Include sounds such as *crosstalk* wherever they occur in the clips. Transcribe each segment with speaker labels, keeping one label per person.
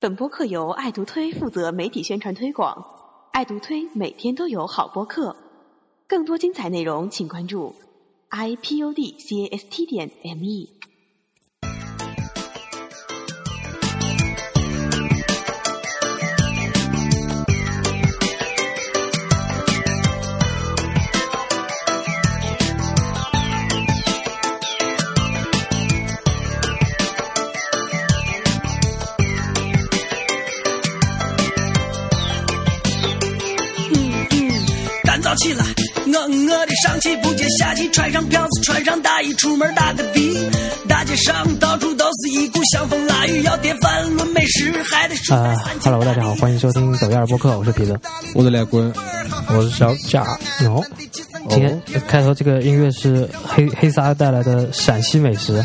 Speaker 1: 本播客由爱读推负责媒体宣传推广，爱读推每天都有好播客，更多精彩内容请关注 i p o d c a s t 点 m e。
Speaker 2: 干燥起来，我我的上气不接下气，穿上票子，穿上大衣，出门打个的。大街上到处都是一股香风腊雨，要叠饭论美食，还得数
Speaker 3: 啊哈喽，大家好，欢迎收听抖音二播客，我是皮子。
Speaker 4: 我的来滚，
Speaker 5: 我是小贾，
Speaker 3: 哦，今天开头这个音乐是黑黑撒带来的陕西美食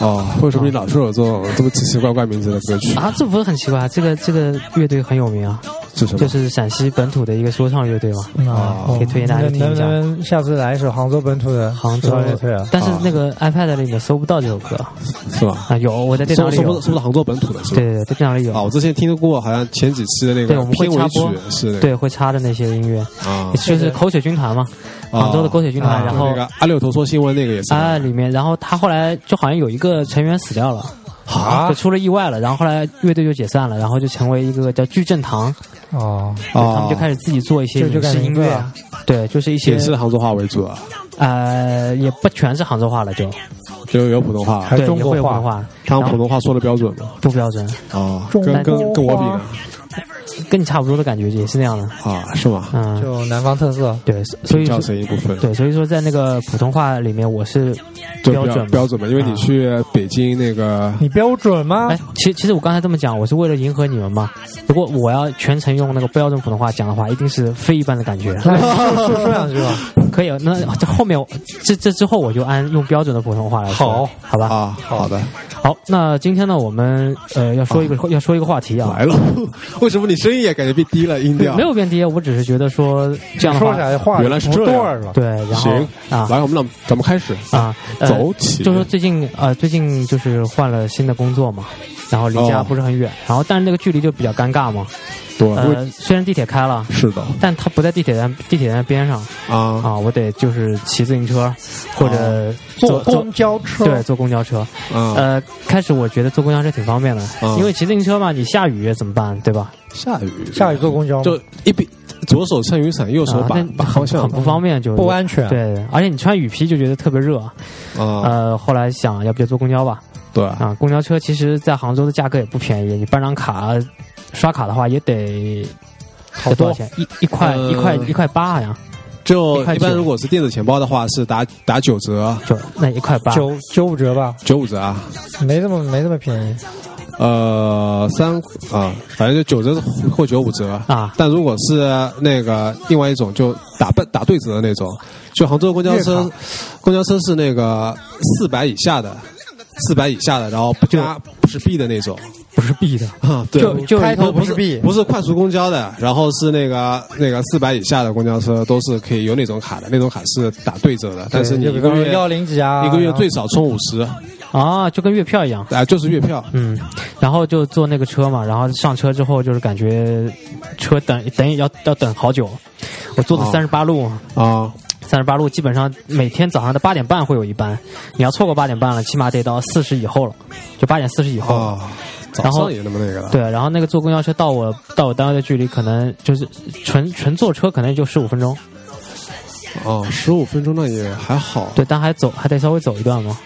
Speaker 4: 哦，为什么你老说我做这么奇奇怪怪名字的歌曲？
Speaker 3: 啊，这不是很奇怪？这个这个乐队很有名啊，
Speaker 4: 是什么？
Speaker 3: 就是陕西本土的一个说唱乐队嘛。
Speaker 5: 啊
Speaker 3: 哦可以推荐大家去听一下
Speaker 5: 能不能下次来一首杭州本土的
Speaker 3: 杭州
Speaker 5: 乐
Speaker 3: *laughs*
Speaker 5: 队啊？
Speaker 3: 但是那个 iPad 里面搜不到这首歌
Speaker 4: 是吧？
Speaker 3: 啊，有我在电脑
Speaker 4: 说
Speaker 3: 里
Speaker 4: 说
Speaker 3: 有
Speaker 4: 不是，是不是杭州本土的？是
Speaker 3: 对
Speaker 4: 吧？
Speaker 3: 对对，在电脑里
Speaker 4: 啊，
Speaker 3: 有，
Speaker 4: 我之前听过，好像前几期的那
Speaker 3: 对
Speaker 4: 个
Speaker 3: 我们会
Speaker 4: 片尾
Speaker 3: 插
Speaker 4: 曲
Speaker 3: 播
Speaker 4: 是那个
Speaker 3: 对会插着那些音乐，
Speaker 4: 啊，
Speaker 3: 就是口水军团嘛，
Speaker 4: 啊
Speaker 3: 杭州的口水军团，
Speaker 5: 啊
Speaker 3: 然后
Speaker 4: 那个阿六头说新闻那个也是
Speaker 3: 啊里面，然后他后来就好像有一个成员死掉了。
Speaker 4: 啊
Speaker 3: 就出了意外了，然后后来乐队就解散了，然后就成为一个叫矩阵堂，
Speaker 5: 哦，
Speaker 3: 他们
Speaker 4: 啊
Speaker 3: 就，开始自己做一些
Speaker 5: 这就
Speaker 3: 影
Speaker 5: 改
Speaker 3: 视音
Speaker 5: 名字
Speaker 3: 乐
Speaker 5: 了，
Speaker 3: 对，就是一些
Speaker 4: 也是杭州话为主啊，
Speaker 3: 呃，也不全是杭州话了，就
Speaker 4: 就有普通话，
Speaker 5: 还
Speaker 3: 对，
Speaker 5: 中
Speaker 3: 也会
Speaker 5: 国
Speaker 3: 有
Speaker 5: 话
Speaker 3: 文化，
Speaker 4: 他们
Speaker 3: 然
Speaker 4: 普
Speaker 3: 后
Speaker 4: 通话说的标准吗？
Speaker 3: 不标准，
Speaker 4: 啊，
Speaker 5: 中
Speaker 4: 跟
Speaker 5: 国话
Speaker 4: 跟跟我比呢
Speaker 3: 跟你差不多的感觉，也是那样的，
Speaker 4: 啊，是吗？
Speaker 3: 嗯，
Speaker 5: 就南方特色。
Speaker 3: 对，所所以
Speaker 4: 叫
Speaker 3: 说
Speaker 4: 声音部分，
Speaker 3: 对，所以说在那个普通话里面，我是
Speaker 4: 就
Speaker 3: 标准
Speaker 4: 标
Speaker 3: 嘛
Speaker 4: 标准嘛，因为你
Speaker 3: 啊嗯
Speaker 4: 去北京那个
Speaker 5: 你标准吗
Speaker 3: 哎？，
Speaker 4: 哦
Speaker 3: 其其实我刚才这么讲，我是为了迎合你们嘛。如果我要全程用那个标准普通话讲的话，一定是非一般的感
Speaker 4: *laughs*
Speaker 3: 觉。
Speaker 5: 来说说说两句吧。
Speaker 3: *laughs* 可以，那这后面我这这之后我就按用标准的普通话来说，
Speaker 5: 好，
Speaker 3: 好吧，
Speaker 4: 啊，好的，
Speaker 3: 好，那今天呢，我们呃要说一个、要说一个话题啊
Speaker 4: 来，了， *laughs* 为什么你声音也感觉变低了音调
Speaker 3: 没？有变低，我只是觉得说这样的
Speaker 5: 说
Speaker 3: 话
Speaker 5: 起，来话
Speaker 4: 原来是
Speaker 5: 不
Speaker 4: 这
Speaker 5: 对
Speaker 4: 样
Speaker 5: 儿了。
Speaker 3: 对，然后
Speaker 4: 行
Speaker 3: 啊
Speaker 4: 来，我们让咱们开始，
Speaker 3: 啊、呃
Speaker 4: 走起，
Speaker 3: 就说最近呃最近就是换了新的工作嘛，然后离家
Speaker 4: 哦
Speaker 3: 不是很远，然后但是那个距离就比较尴尬嘛，
Speaker 4: 对，因为
Speaker 3: 呃虽然地铁开了。
Speaker 4: 是的
Speaker 3: 但它不在地铁站地铁站边上
Speaker 5: 哦
Speaker 4: 啊，
Speaker 3: 啊，我得就是骑自行车或者
Speaker 5: 坐
Speaker 3: 坐坐
Speaker 5: 公交车，嗯
Speaker 3: 对，坐公交车。
Speaker 4: 啊，
Speaker 3: 呃，开始我觉得坐公交车挺方便的，
Speaker 5: 哦
Speaker 4: 嗯
Speaker 3: 因为骑自行车嘛，你下雨怎么办，对吧？
Speaker 4: 下雨，
Speaker 5: 下雨坐公交吗
Speaker 4: 就一边左手撑雨伞，右手
Speaker 3: 啊
Speaker 4: 把
Speaker 3: 那
Speaker 4: 把方向
Speaker 3: 很不方便，就
Speaker 5: 嗯不安全。哦
Speaker 3: 对，而且你穿雨披就觉得特别热。
Speaker 4: 啊，
Speaker 3: 呃，后来想要不就坐公交吧？
Speaker 4: 对，
Speaker 3: 啊，公交车其实，在杭州的价格也不便宜，你办张卡，刷卡的话也得
Speaker 5: 好
Speaker 3: 得多
Speaker 5: 多
Speaker 3: 少钱？一一块
Speaker 4: 呃
Speaker 3: 一块一块八好像，
Speaker 4: 就
Speaker 3: 一块
Speaker 4: 一
Speaker 3: 九
Speaker 4: 般如果是电子钱包的话，是打打九折，
Speaker 3: 就那一块八。
Speaker 5: 九九五折吧，
Speaker 4: 九五折啊，
Speaker 5: 没这么没这么便宜。
Speaker 4: 呃，三啊，反正就九折或九五折
Speaker 3: 啊
Speaker 4: 但如果是那个另外一种，就打半打对折的那种，就杭州的公交
Speaker 5: 月
Speaker 4: 车，公交车是那个四百以下的，四百以下的，然后不加不是 B 的那种，
Speaker 3: 不是必的，
Speaker 4: 啊，对，
Speaker 3: 就就
Speaker 5: 开头
Speaker 4: 不
Speaker 5: 不
Speaker 4: 是
Speaker 5: 是 B，
Speaker 4: 不是快速公交的，然后是那个那个四百以下的公交车都是可以有那种卡的，那种卡是打对折的，但是你
Speaker 5: 就
Speaker 4: 一
Speaker 5: 比
Speaker 4: 个
Speaker 5: 方说
Speaker 4: 月
Speaker 5: 幺零几啊，
Speaker 4: 一个月
Speaker 5: 然后
Speaker 4: 最少充五十
Speaker 3: 啊，就跟月票一样。
Speaker 4: 啊，就是月票。
Speaker 3: 嗯，然后就坐那个车嘛，然后上车之后就是感觉车等等要要等好久。我坐的
Speaker 4: 哦
Speaker 3: 三十八路，
Speaker 4: 啊
Speaker 3: 三十八路基本上每天早上的八点半会有一班，你要错过八点半了，起码得到四十以后了，就八点四十以后。
Speaker 4: 啊，早
Speaker 3: 然后
Speaker 4: 上也那么那个了。
Speaker 3: 对，然后那个坐公交车到我到我单位的距离，可能就是纯纯坐车，可能也就十五分钟。
Speaker 4: 哦，十五分钟那也还好
Speaker 3: 对，但还走还得稍微走一段嘛。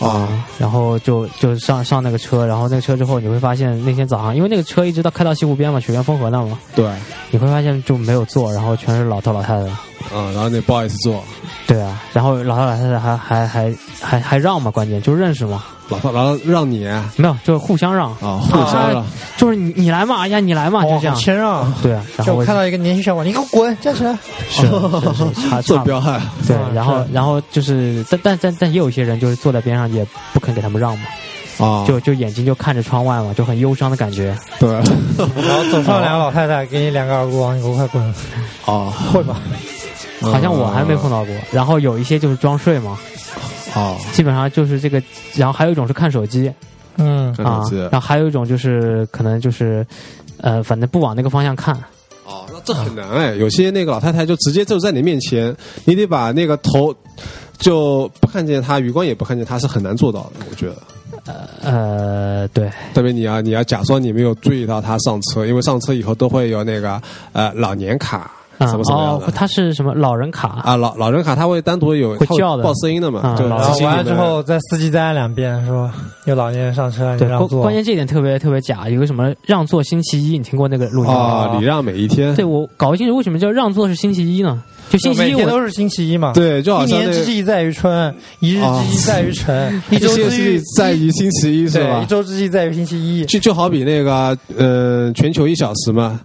Speaker 4: 啊。
Speaker 3: 然后就就上上那个车，然后那个车之后，你会发现那天早上，因为那个车一直到开到西湖边嘛，雪原风河那儿嘛，
Speaker 4: 对，
Speaker 3: 你会发现就没有坐，然后全是老头老太太。
Speaker 4: 嗯，然后你不好意思坐，
Speaker 3: 对啊，然后老头老太太还还还还还让嘛，关键就认识嘛，
Speaker 4: 老头，然后让你啊
Speaker 3: 没有就是互相让，
Speaker 4: 互
Speaker 3: 啊
Speaker 4: 相让
Speaker 3: 就是你你来嘛，哎呀你来嘛，就
Speaker 5: 哦
Speaker 3: 这样。
Speaker 5: 谦让。
Speaker 3: 对啊，然
Speaker 5: 就
Speaker 3: 后
Speaker 5: 我看到一个年轻小伙，你给我滚，站起来。
Speaker 3: 是是是差
Speaker 4: 做
Speaker 3: 啊差不多
Speaker 4: 彪悍
Speaker 3: 对
Speaker 5: 啊，
Speaker 3: 然后
Speaker 5: 是
Speaker 3: 然后就是但但但但也有一些人就是坐在边上也不肯给他们让嘛，
Speaker 4: 啊，
Speaker 3: 就就眼睛就看着窗外嘛，就很忧伤的感觉。
Speaker 4: 对 *laughs*
Speaker 5: 然后走上两个老太太，给你两个耳光，你给我快滚！
Speaker 4: 啊，
Speaker 5: 会吧？
Speaker 3: 好像我还没碰到过。然后有一些就是装睡嘛，
Speaker 4: 啊
Speaker 3: 基本上就是这个，然后还有一种是看手机，
Speaker 5: 嗯，
Speaker 4: 看
Speaker 3: 啊
Speaker 4: 手机。，
Speaker 3: 然后还有一种就是可能就是，呃，反正不往那个方向看，
Speaker 4: 哦，那这很难哎，有些那个老太太就直接就在你面前，你得把那个头就不看见她，余光也不看见她，是很难做到的，我觉得。
Speaker 3: 呃，对，
Speaker 4: 特别你要你要假装你没有注意到她上车，因为上车以后都会有那个呃老年卡
Speaker 3: 啊，
Speaker 4: 什么什么样
Speaker 3: 哦，
Speaker 4: 的。
Speaker 3: 它是什么老人卡？
Speaker 4: 啊，老老人卡它会单独有
Speaker 3: 会
Speaker 4: 它
Speaker 3: 叫的
Speaker 4: 报声音的嘛，
Speaker 3: 啊
Speaker 4: 就
Speaker 3: 老
Speaker 5: 然
Speaker 4: 提
Speaker 5: 后
Speaker 4: 醒
Speaker 5: 完
Speaker 4: 你
Speaker 5: 了之
Speaker 4: 们
Speaker 5: 后再司机再按两遍，说有老年人上车，你
Speaker 3: 对，
Speaker 5: 让
Speaker 3: 关
Speaker 5: 座。
Speaker 3: 关键这一点特别特别假，有个什么让座星期一，你听过那个录音吗？
Speaker 4: 啊，礼让每一天，
Speaker 3: 对我搞不清楚为什么叫让座是星期一呢？就星期
Speaker 5: 每
Speaker 3: 一
Speaker 5: 天
Speaker 3: 我
Speaker 5: 都是星期一嘛。
Speaker 4: 对就好
Speaker 5: 一
Speaker 4: 像那
Speaker 5: 年之计在于春，一日之计在于晨，一周
Speaker 4: 些
Speaker 5: 之
Speaker 4: 是
Speaker 5: 计
Speaker 4: 在于星期一是
Speaker 5: 对，
Speaker 4: 吧
Speaker 5: 一？周之计在于星期一。
Speaker 4: 就就好比那个，呃，全球一小时嘛，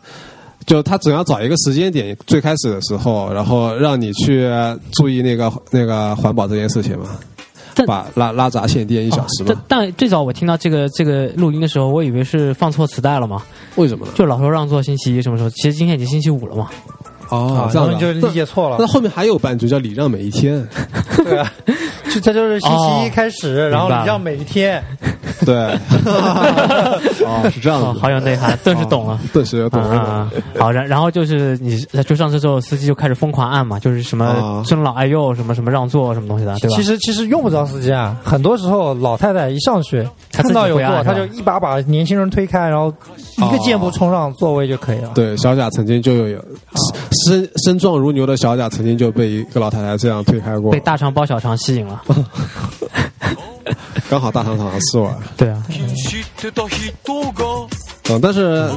Speaker 4: 就他总要找一个时间点，最开始的时候，然后让你去注意那个那个环保这件事情嘛
Speaker 3: 但，
Speaker 4: 把拉拉闸限电一小时
Speaker 3: 哦
Speaker 5: 哦
Speaker 3: 但
Speaker 4: 嘛，
Speaker 3: 但最早我听到这个这个录音的时候，我以为是放错磁带了嘛，
Speaker 4: 为什么呢？
Speaker 3: 就老说让座星期一什么时候，其实今天已经星期五了嘛。
Speaker 4: 哦
Speaker 5: 啊
Speaker 4: 这
Speaker 5: 然后
Speaker 4: 样
Speaker 5: 你就
Speaker 4: 的
Speaker 5: 理解错
Speaker 4: 那
Speaker 5: 了，
Speaker 4: 后面还有半句叫礼让每一天，
Speaker 5: 对啊，就它就是星期一
Speaker 3: 哦
Speaker 5: 开始，然后
Speaker 3: 明白了
Speaker 5: 你让每一天， *laughs*
Speaker 4: 对，哦，是这
Speaker 3: 哦，
Speaker 4: 样子，
Speaker 3: 好有内涵，顿时懂了。
Speaker 4: 顿时懂
Speaker 5: 啊
Speaker 3: 嗯嗯
Speaker 4: 了。
Speaker 3: 嗯好，然然后就是你就上车之后，司机就开始疯狂按嘛，就是什么
Speaker 4: 啊
Speaker 3: 尊老爱幼，什么什么让座，什么东西的，对吧？
Speaker 5: 其实其实用不着司机啊，很多时候老太太一上去
Speaker 3: 她自己
Speaker 5: 看到有
Speaker 3: 会按
Speaker 5: 座，
Speaker 3: 是吧
Speaker 5: 她就一把把年轻人推开，然后一个箭步冲上座位就可以了。
Speaker 4: 对，小贾曾经就有身身壮如牛的小贾，曾经就被一个老太太这样推开过
Speaker 3: 被，大肠包小肠吸引了。
Speaker 4: 刚好大堂堂是我。
Speaker 3: 对啊，
Speaker 4: 嗯，但是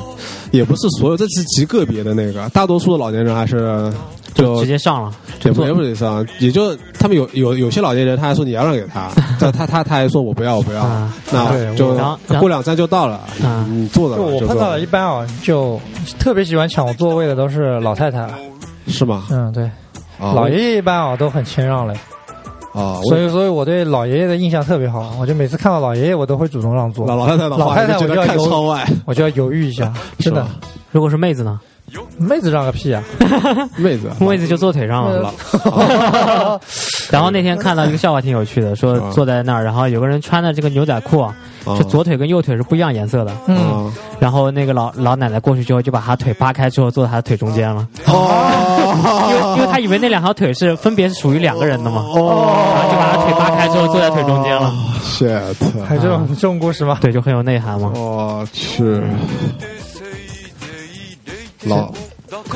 Speaker 4: 也不是所有，这是极个别的那个，大多数的老年人还是
Speaker 3: 就
Speaker 4: 就
Speaker 3: 直接上了，
Speaker 4: 也
Speaker 3: 就
Speaker 4: 不
Speaker 3: 坐
Speaker 4: 也不得上，也就他们有有有些老年人，他还说你要让给
Speaker 5: *laughs*
Speaker 4: 他，但他他他还说我不要我不要，
Speaker 3: 啊
Speaker 4: 那
Speaker 5: 对
Speaker 4: 就
Speaker 3: 然后然后
Speaker 4: 过两站就到了，
Speaker 3: 啊
Speaker 4: 你坐着
Speaker 5: 就
Speaker 4: 吧
Speaker 5: 我
Speaker 4: 就
Speaker 5: 碰
Speaker 4: 坐
Speaker 5: 到
Speaker 4: 着
Speaker 5: 了一般啊，就特别喜欢抢座位的都是老太太。
Speaker 4: 是吗？
Speaker 5: 嗯，对，
Speaker 4: 啊
Speaker 5: 老爷爷一般啊都很谦让嘞，
Speaker 4: 啊，我
Speaker 5: 所以所以我对老爷爷的印象特别好，我就每次看到老爷爷我都会主动让座
Speaker 4: 老，老太太的
Speaker 5: 老
Speaker 4: 话
Speaker 5: 太太
Speaker 4: 就觉
Speaker 5: 我就
Speaker 4: 得
Speaker 5: 要
Speaker 4: 看
Speaker 5: 有
Speaker 4: 窗外，
Speaker 5: 我就要犹豫一下，真的
Speaker 4: 是，
Speaker 3: 如果是妹子呢，
Speaker 5: 妹子让个屁啊！
Speaker 4: 妹子
Speaker 3: 妹子就坐腿上
Speaker 4: *laughs*
Speaker 3: 了。然后那天看到一个笑话挺有趣的，说
Speaker 4: 啊
Speaker 3: 坐在那儿，然后有个人穿的这个牛仔裤啊，
Speaker 4: 啊
Speaker 3: 是左腿跟右腿是不一样颜色的。
Speaker 5: 嗯，
Speaker 4: 啊
Speaker 3: 然后那个老老奶奶过去之后，就把她腿扒开之后坐在她腿中间了，因为因为
Speaker 5: *laughs*
Speaker 4: 哦
Speaker 3: 她以为那两条腿是分别是属于两个人的嘛，
Speaker 4: 哦
Speaker 3: 然后就把她腿扒开之后坐在腿中间了，
Speaker 4: ，shit，哦
Speaker 5: 还有这种这种故事吗？
Speaker 3: 对，就很有内涵嘛。
Speaker 4: 我去，老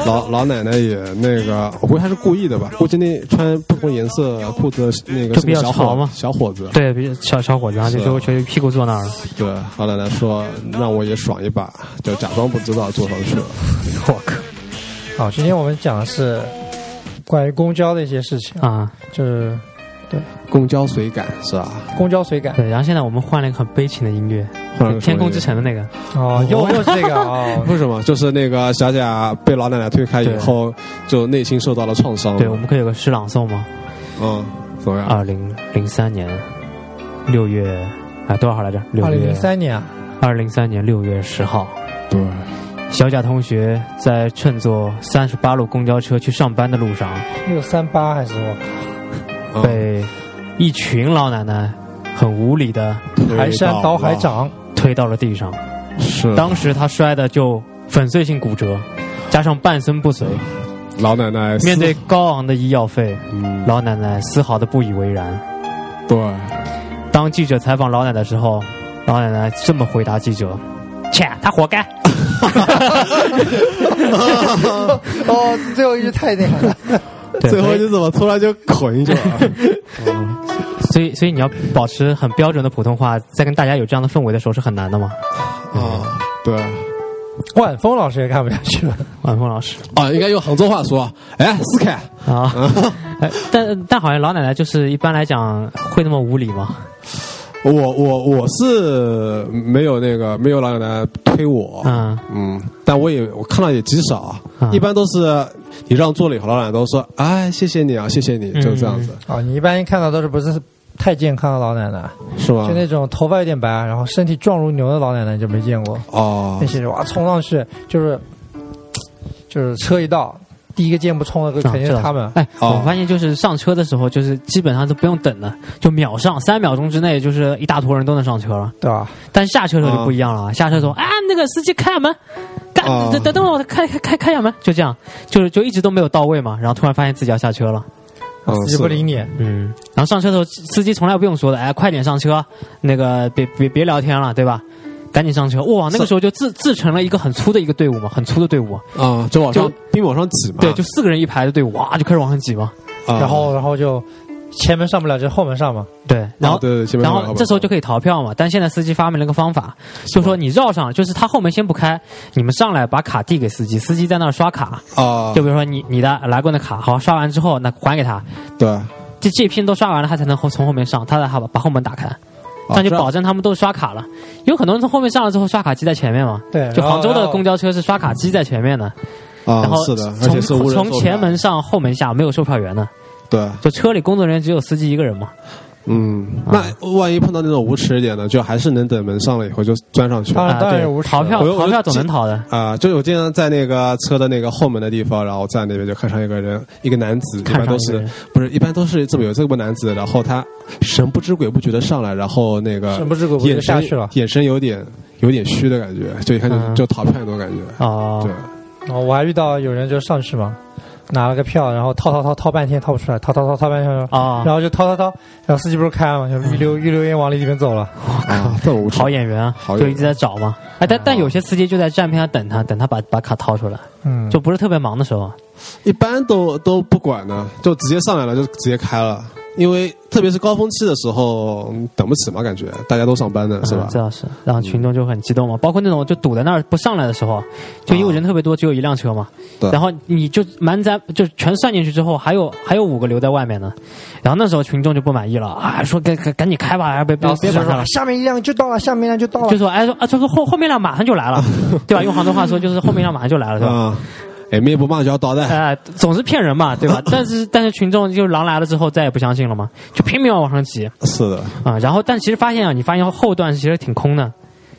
Speaker 4: 老老奶奶也那个，我估计她是故意的吧？估计那穿不同颜色裤子的那个
Speaker 3: 就是比
Speaker 4: 个
Speaker 3: 较
Speaker 4: 小
Speaker 3: 潮
Speaker 4: 伙
Speaker 3: 嘛
Speaker 4: 小伙子，
Speaker 3: 对，比小小伙子，然啊后就是就就一屁股坐那儿了。
Speaker 4: 对，老奶奶说让我也爽一把，就假装不知道坐上去了。
Speaker 5: 我靠！ *laughs* 好，今天我们讲的是关于公交的一些事情，
Speaker 3: 啊，
Speaker 5: 就是
Speaker 4: 公交随感是吧？
Speaker 5: 公交随
Speaker 3: *laughs*
Speaker 5: 感。
Speaker 3: 对，然后现在我们换了一个很悲情的音乐，
Speaker 4: 换了什么
Speaker 3: 天空之城的那个，
Speaker 5: 哦，又又是这个
Speaker 4: *laughs*
Speaker 5: 哦，
Speaker 4: 为什么？就是那个小贾被老奶奶推开以后，就内心受到了创伤。
Speaker 3: 对，我啊们可以有个诗朗诵吗？
Speaker 4: 嗯，怎么样？
Speaker 3: 二零零三年六月啊多少号来着？六
Speaker 5: 二零
Speaker 3: 月
Speaker 5: 零三年啊，
Speaker 3: 二零三年六月十号，
Speaker 4: 对，
Speaker 3: 小贾同学在乘坐三十八路公交车去上班的路上，
Speaker 5: 六三八还是我
Speaker 4: 嗯
Speaker 3: 被一群老奶奶很无理的
Speaker 4: 推
Speaker 5: 排山
Speaker 4: 倒
Speaker 5: 倒
Speaker 4: 了
Speaker 5: 海掌，
Speaker 3: 推到了地上。
Speaker 4: 是
Speaker 3: 当时他摔的就粉碎性骨折，加上半身不遂，
Speaker 4: 老奶奶
Speaker 3: 面对高昂的医药费，
Speaker 4: 嗯
Speaker 3: 老奶奶丝毫的不以为然。
Speaker 4: 对。
Speaker 3: 当记者采访老奶奶的时候，老奶奶这么回答记者：“切，她活该。
Speaker 5: 哦，最后一句太那个了。
Speaker 3: 对”
Speaker 4: 最
Speaker 3: 所
Speaker 4: 后
Speaker 3: 以
Speaker 4: 你怎么突然就口音就了？
Speaker 3: 所以所以你要保持很标准的普通话，在跟大家有这样的氛围的时候是很难的嘛。
Speaker 4: 啊，对
Speaker 5: 万峰老师也看不下去了，
Speaker 3: 晚风老师
Speaker 4: 啊，应该用杭州话说。哎，思凯，
Speaker 3: 啊，哎但但好像老奶奶就是一般来讲会那么无理吗？
Speaker 4: 我我我是没有那个没有老奶奶推我，
Speaker 3: 嗯，
Speaker 4: 嗯，但我也我看到也极少
Speaker 3: 啊，
Speaker 4: 一般都是你让座了以后，老奶奶都说哎谢谢你啊，谢谢你，就这样子，
Speaker 5: 哦，你一般看到都是不是太健康的老奶奶，
Speaker 4: 是吗
Speaker 5: 就？那种头发有点白，然后身体壮如牛的老奶奶就没见过。
Speaker 3: 啊
Speaker 4: 哦
Speaker 5: 那，些人哇冲上去就是就是车一到，第一个箭步冲的肯定是他们。
Speaker 3: 哎，
Speaker 4: 哦
Speaker 3: 我发现就是上车的时候，就是基本上都不用等了，就秒上，三秒钟之内就是一大坨人都能上车了。
Speaker 5: 对吧？
Speaker 3: 但是下车的时候就不一样了，下车的时候啊，那个司机开下门，干
Speaker 4: 哦
Speaker 3: 等等等会儿我开开开开下门，就这样，就是就一直都没有到位嘛，然后突然发现自己要下车了，
Speaker 4: 嗯
Speaker 3: 哦
Speaker 5: 死不理你，
Speaker 3: 嗯，然后上车的时候司机从来不用说的，哎，快点上车，那个别别别聊天了，对吧？赶紧上车，哇，那个时候就自自成了一个很粗的一个队伍嘛，很粗的队伍，
Speaker 4: 啊，就往上
Speaker 3: 就
Speaker 4: 并往上挤嘛，
Speaker 3: 对，就四个人一排的队伍，哇，就开始往上挤嘛，
Speaker 4: 啊
Speaker 5: 然后然后就前门上不了，就后门上嘛。
Speaker 3: 对，然后
Speaker 4: 啊、对对对前面
Speaker 3: 然
Speaker 4: 上
Speaker 3: 后
Speaker 4: 面
Speaker 3: 这时候就可以逃票嘛。但现在司机发明了个方法，就说你绕上，就是他后门先不开，你们上来把卡递给司机，司机在那儿刷卡，
Speaker 4: 啊，
Speaker 3: 就比如说你你的来过的卡，好刷完之后那还给他，
Speaker 4: 对，
Speaker 3: 这这批都刷完了，他才能后从后面上，他才好把把后门打开，这
Speaker 4: 啊
Speaker 3: 样就保证他们都是刷卡了。有很多人从后面上了之后，刷卡机在前面嘛。
Speaker 5: 对，
Speaker 3: 就
Speaker 5: 然后
Speaker 3: 杭州
Speaker 5: 然
Speaker 3: 的
Speaker 5: 后
Speaker 3: 公交车是刷卡机在前面的，
Speaker 4: 啊
Speaker 3: 然后
Speaker 4: 是的，而
Speaker 3: 从
Speaker 4: 且是无人
Speaker 3: 从
Speaker 4: 售票
Speaker 3: 前门上后门下没有售票员的，
Speaker 4: 对，
Speaker 3: 就车里工作人员只有司机一个人嘛。
Speaker 4: 嗯，那万一碰到那种无耻一点的，就还是能等门上了以后就钻上去。
Speaker 5: 当然
Speaker 3: 啊，
Speaker 5: 当然
Speaker 3: 对
Speaker 5: 有无，耻
Speaker 3: 逃票
Speaker 4: 我就
Speaker 3: 逃票
Speaker 4: 我就
Speaker 3: 总能逃的。
Speaker 4: 啊、就我经常在那个车的那个后门的地方，然后站那边就看上一个人，一个男子，一
Speaker 3: 看
Speaker 4: 般
Speaker 3: 上
Speaker 4: 都
Speaker 3: 一个
Speaker 4: 是
Speaker 3: 人
Speaker 4: 不是一般都是这么有这么男子，然后他神不知鬼不觉的上来，然后那个
Speaker 5: 神不知鬼不觉
Speaker 4: 眼神
Speaker 5: 下去了
Speaker 4: 眼神有点有点虚的感觉，就一看就、
Speaker 3: 嗯
Speaker 4: 就逃票那种感觉，
Speaker 3: 哦，
Speaker 4: 对，
Speaker 5: 哦，我还遇到有人就上去嘛，拿了个票，然后掏掏掏掏半天掏不出来，掏掏掏掏半天，
Speaker 3: 啊嗯
Speaker 5: 然，后就掏掏掏，然后司机不是开了嘛，就一溜一溜烟往里边走了。
Speaker 4: 啊，这么无耻
Speaker 3: 好演员啊，
Speaker 4: 好演
Speaker 3: 就一
Speaker 4: 员
Speaker 3: 直在找嘛。哎，但但有些司机就在站边上等他，等他把把卡掏出来，
Speaker 5: 嗯，
Speaker 3: 就不是特别忙的时候。啊
Speaker 4: 一般都都不管呢，就直接上来了，就直接开了。因为特别是高峰期的时候，嗯等不起嘛，感觉大家都上班呢，是吧
Speaker 3: 嗯？这倒是，然后群众就很激动嘛。包括那种就堵在那儿不上来的时候，就因为人特别多，只有一辆车嘛。
Speaker 4: 啊对
Speaker 3: 然后你就满载，就全算进去之后，还有还有五个留在外面呢。然后那时候群众就不满意了啊，说赶赶赶紧开吧，哎别别
Speaker 5: 然后司
Speaker 3: 别
Speaker 5: 机
Speaker 3: 管
Speaker 5: 说啊
Speaker 3: 他了。
Speaker 5: 下面一辆就到了，下面一辆就到了
Speaker 3: 就。说哎说啊，就说后后面辆马上就
Speaker 4: *laughs*
Speaker 3: 来了，对吧？用杭州话说就是后面辆马上就来了，对吧？
Speaker 4: 啊，哎，面不骂就要捣蛋，
Speaker 3: 哎，总是骗人嘛，对
Speaker 4: *laughs*
Speaker 3: 吧？但是但是群众就狼来了之后再也不相信了嘛，就拼命往往上挤
Speaker 4: 是的。
Speaker 3: 啊、然后但其实发现啊，你发现后段其实挺空的，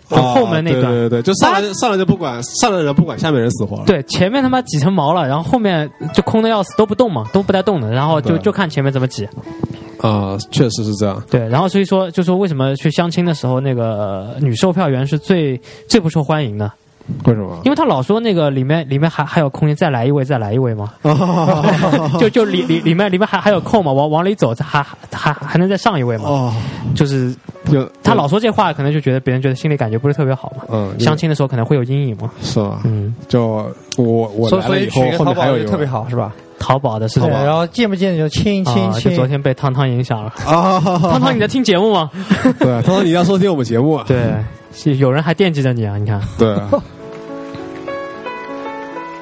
Speaker 3: 就
Speaker 4: 啊
Speaker 3: 后门那段。啊
Speaker 4: 对对对，就上来上来就不管，上来人不管下面人死活了。
Speaker 3: 对前面他妈挤成毛了，然后后面就空的要死，都不动嘛，都不带动的，然后就
Speaker 4: 对
Speaker 3: 就看前面怎么挤。
Speaker 4: 啊，确实是这样。
Speaker 3: 对，然后所以说就说为什么去相亲的时候，那个呃女售票员是最最不受欢迎的，
Speaker 4: 为什么？
Speaker 3: 因为她老说那个里面里面还还有空间，再来一位，再来一位嘛。
Speaker 4: *laughs* 哦
Speaker 3: 就就里里里面里面还还有空嘛，往往里走，还还还还能再上一位嘛。
Speaker 4: 哦，
Speaker 3: 就是
Speaker 4: 就
Speaker 3: 他老说这话，可能就觉得别人觉得心里感觉不是特别好嘛。
Speaker 4: 嗯，
Speaker 3: 相亲的时候可能会有阴影嘛。
Speaker 4: 是吧？
Speaker 3: 嗯，
Speaker 4: 就我我
Speaker 5: 所以
Speaker 4: 来
Speaker 5: 所
Speaker 4: 了
Speaker 5: 以
Speaker 4: 以
Speaker 5: 取
Speaker 4: 后
Speaker 5: 一，个
Speaker 4: 后
Speaker 5: 淘
Speaker 4: 面还
Speaker 5: 宝
Speaker 4: 有
Speaker 5: 就
Speaker 4: 一
Speaker 5: 特别
Speaker 4: 位
Speaker 5: 好是吧？
Speaker 3: 淘宝的是
Speaker 5: 对，
Speaker 3: 吧？
Speaker 5: 然后见不见就亲亲
Speaker 3: 啊，就
Speaker 5: 亲。
Speaker 3: 昨天被汤汤影响了。
Speaker 4: 啊，
Speaker 3: *laughs* 汤汤，你在听节目吗？
Speaker 4: 对，他说你要收听我们节目啊，
Speaker 3: 对，是有人还惦记着你啊！你看，
Speaker 4: 对。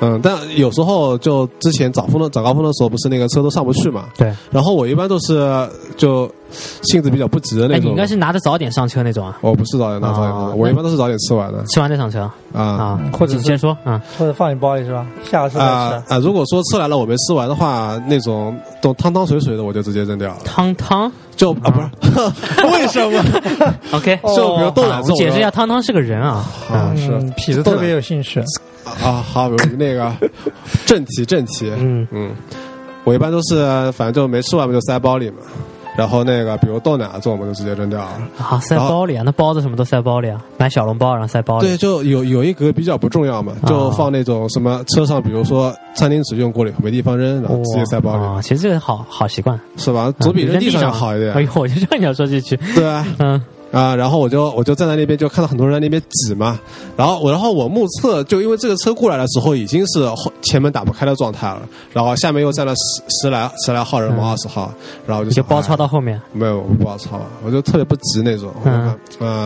Speaker 4: 嗯，但有时候就之前早峰的早高峰的时候，不是那个车都上不去嘛。
Speaker 3: 对，
Speaker 4: 然后我一般都是就性子比较不急的
Speaker 3: 哎，
Speaker 4: 那
Speaker 3: 你
Speaker 4: 种。
Speaker 3: 应该是拿着早点上车那种啊，
Speaker 4: 我不是早点拿早点
Speaker 3: 哦
Speaker 4: 拿，我一般都是早点吃完的
Speaker 3: 吃完再上车
Speaker 4: 啊
Speaker 3: 啊。
Speaker 5: 或者是
Speaker 3: 你先说啊，
Speaker 5: 或者放你包里是吧？下
Speaker 3: 哦
Speaker 5: 个次再
Speaker 4: 啊
Speaker 5: 吃。
Speaker 4: 啊！如果说吃来了我没吃完的话，那种都汤汤水水的我就直接扔掉了，
Speaker 3: 汤汤
Speaker 4: 就啊不是 *laughs* 为什么？
Speaker 3: ，OK。
Speaker 4: 就比如豆奶
Speaker 3: 啊我
Speaker 4: 这种
Speaker 3: 解释一下，汤汤是个人啊，
Speaker 4: 啊
Speaker 3: 嗯
Speaker 4: 是
Speaker 5: 嗯，痞子特别有兴趣。
Speaker 4: 啊，好，比如那
Speaker 3: *laughs*
Speaker 4: 个正题正题，
Speaker 3: 嗯
Speaker 4: 嗯，我一般都是反正就没吃完嘛就塞包里嘛，然后那个比如豆奶这种我就直接扔掉了。
Speaker 3: 啊，塞
Speaker 4: 然后
Speaker 3: 包里啊，那包子什么都塞包里啊，买小笼包然后塞包里。
Speaker 4: 对，就有有一格比较不重要嘛，就
Speaker 3: 啊
Speaker 4: 放那种什么车上，比如说餐巾纸用过了以后没地方扔，然后直接塞包
Speaker 3: 啊、
Speaker 4: 里，
Speaker 3: 其实这个好好习惯，
Speaker 4: 是吧？总比
Speaker 3: 啊
Speaker 4: 扔地上要
Speaker 3: 上
Speaker 4: 好一
Speaker 3: 哎
Speaker 4: 点，
Speaker 3: 呦，我就知道你要说这句，
Speaker 4: *laughs* 对啊。
Speaker 3: 嗯，
Speaker 4: 啊，然后我就我就站在那边，就看到很多人在那边挤嘛。然后我然后我目测，就因为这个车过来的时候已经是后前门打不开的状态了，然后下面又站了十十来十来号人嘛，
Speaker 3: 嗯
Speaker 4: 二十号，然后我
Speaker 3: 你
Speaker 4: 就
Speaker 3: 就
Speaker 4: 想
Speaker 3: 包抄、
Speaker 4: 哎
Speaker 3: 到后面，
Speaker 4: 没有，我不包抄，我就特别不急那种。
Speaker 5: 嗯
Speaker 4: 我就看啊、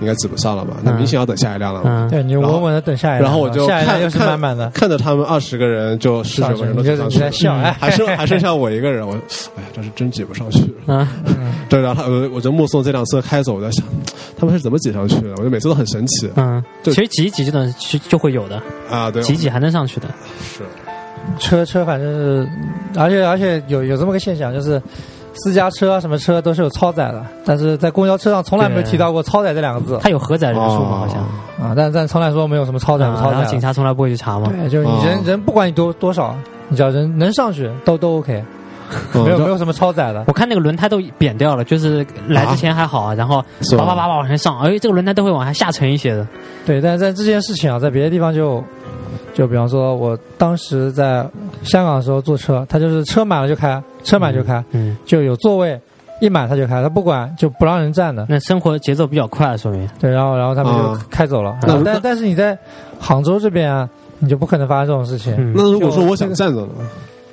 Speaker 4: 应该挤不上了吧？那
Speaker 3: 嗯
Speaker 4: 明显要等下一辆了嘛。
Speaker 3: 嗯，
Speaker 5: 对，你就稳稳的等下一辆，
Speaker 4: 然后我就
Speaker 5: 哎下一辆
Speaker 4: 看
Speaker 5: 又是
Speaker 4: 看
Speaker 5: 满满的。
Speaker 4: 看着他们二十个人，就十九个人都
Speaker 5: 你
Speaker 4: 挤
Speaker 5: 就是
Speaker 4: 上
Speaker 5: 你
Speaker 4: 去
Speaker 5: 在
Speaker 4: 了。
Speaker 5: 笑哎，
Speaker 4: 还剩还剩下我一个人，我哎呀，这是真挤不上去了。
Speaker 3: 嗯，
Speaker 4: 对，然后他我我就目送这辆车开走，我在想他们是怎么挤上去的，我就每次都很神奇
Speaker 3: 嗯，
Speaker 4: 就
Speaker 3: 其实挤一挤就能就就会有的，
Speaker 4: 啊。对，
Speaker 3: 挤一挤还能上去的，
Speaker 4: 是
Speaker 5: 车车反正是，而且而且有有这么个现象，就是私家车啊什么车都是有超载的，但是在公交车上从来没有提到过超载这两个字啊
Speaker 3: 它有核载人数嘛，好像，
Speaker 4: 哦
Speaker 5: 啊。但但从来说没有什么超载不
Speaker 3: 啊
Speaker 5: 超
Speaker 3: 然后
Speaker 5: 载
Speaker 3: 警
Speaker 5: 的。
Speaker 3: 察从来不会去查嘛，
Speaker 5: 对，就是你人
Speaker 4: 哦
Speaker 5: 人不管你多多少，你只要人能上去都都 OK，
Speaker 4: 嗯
Speaker 5: 没有
Speaker 4: 就
Speaker 5: 没有什么超载的。
Speaker 3: 我看那个轮胎都扁掉了，就是来之前还好啊，然后
Speaker 4: 是吧
Speaker 3: 叭叭叭叭往上上，哎，这个轮胎都会往下下沉一些的。
Speaker 5: 对，但在这件事情啊，在别的地方就，就比方说，我当时在香港的时候坐车，他就是车满了就开，车满就开，
Speaker 3: 嗯，
Speaker 5: 就有座位，一满他就开，他不管就不让人站的。
Speaker 3: 那生活节奏比较快，啊说明
Speaker 5: 对，然后然后他们就
Speaker 4: 啊
Speaker 5: 开走了。
Speaker 4: 那如
Speaker 5: 但但是你在杭州这边啊，你就不可能发生这种事情。
Speaker 3: 嗯
Speaker 4: 那如果说我想站着呢，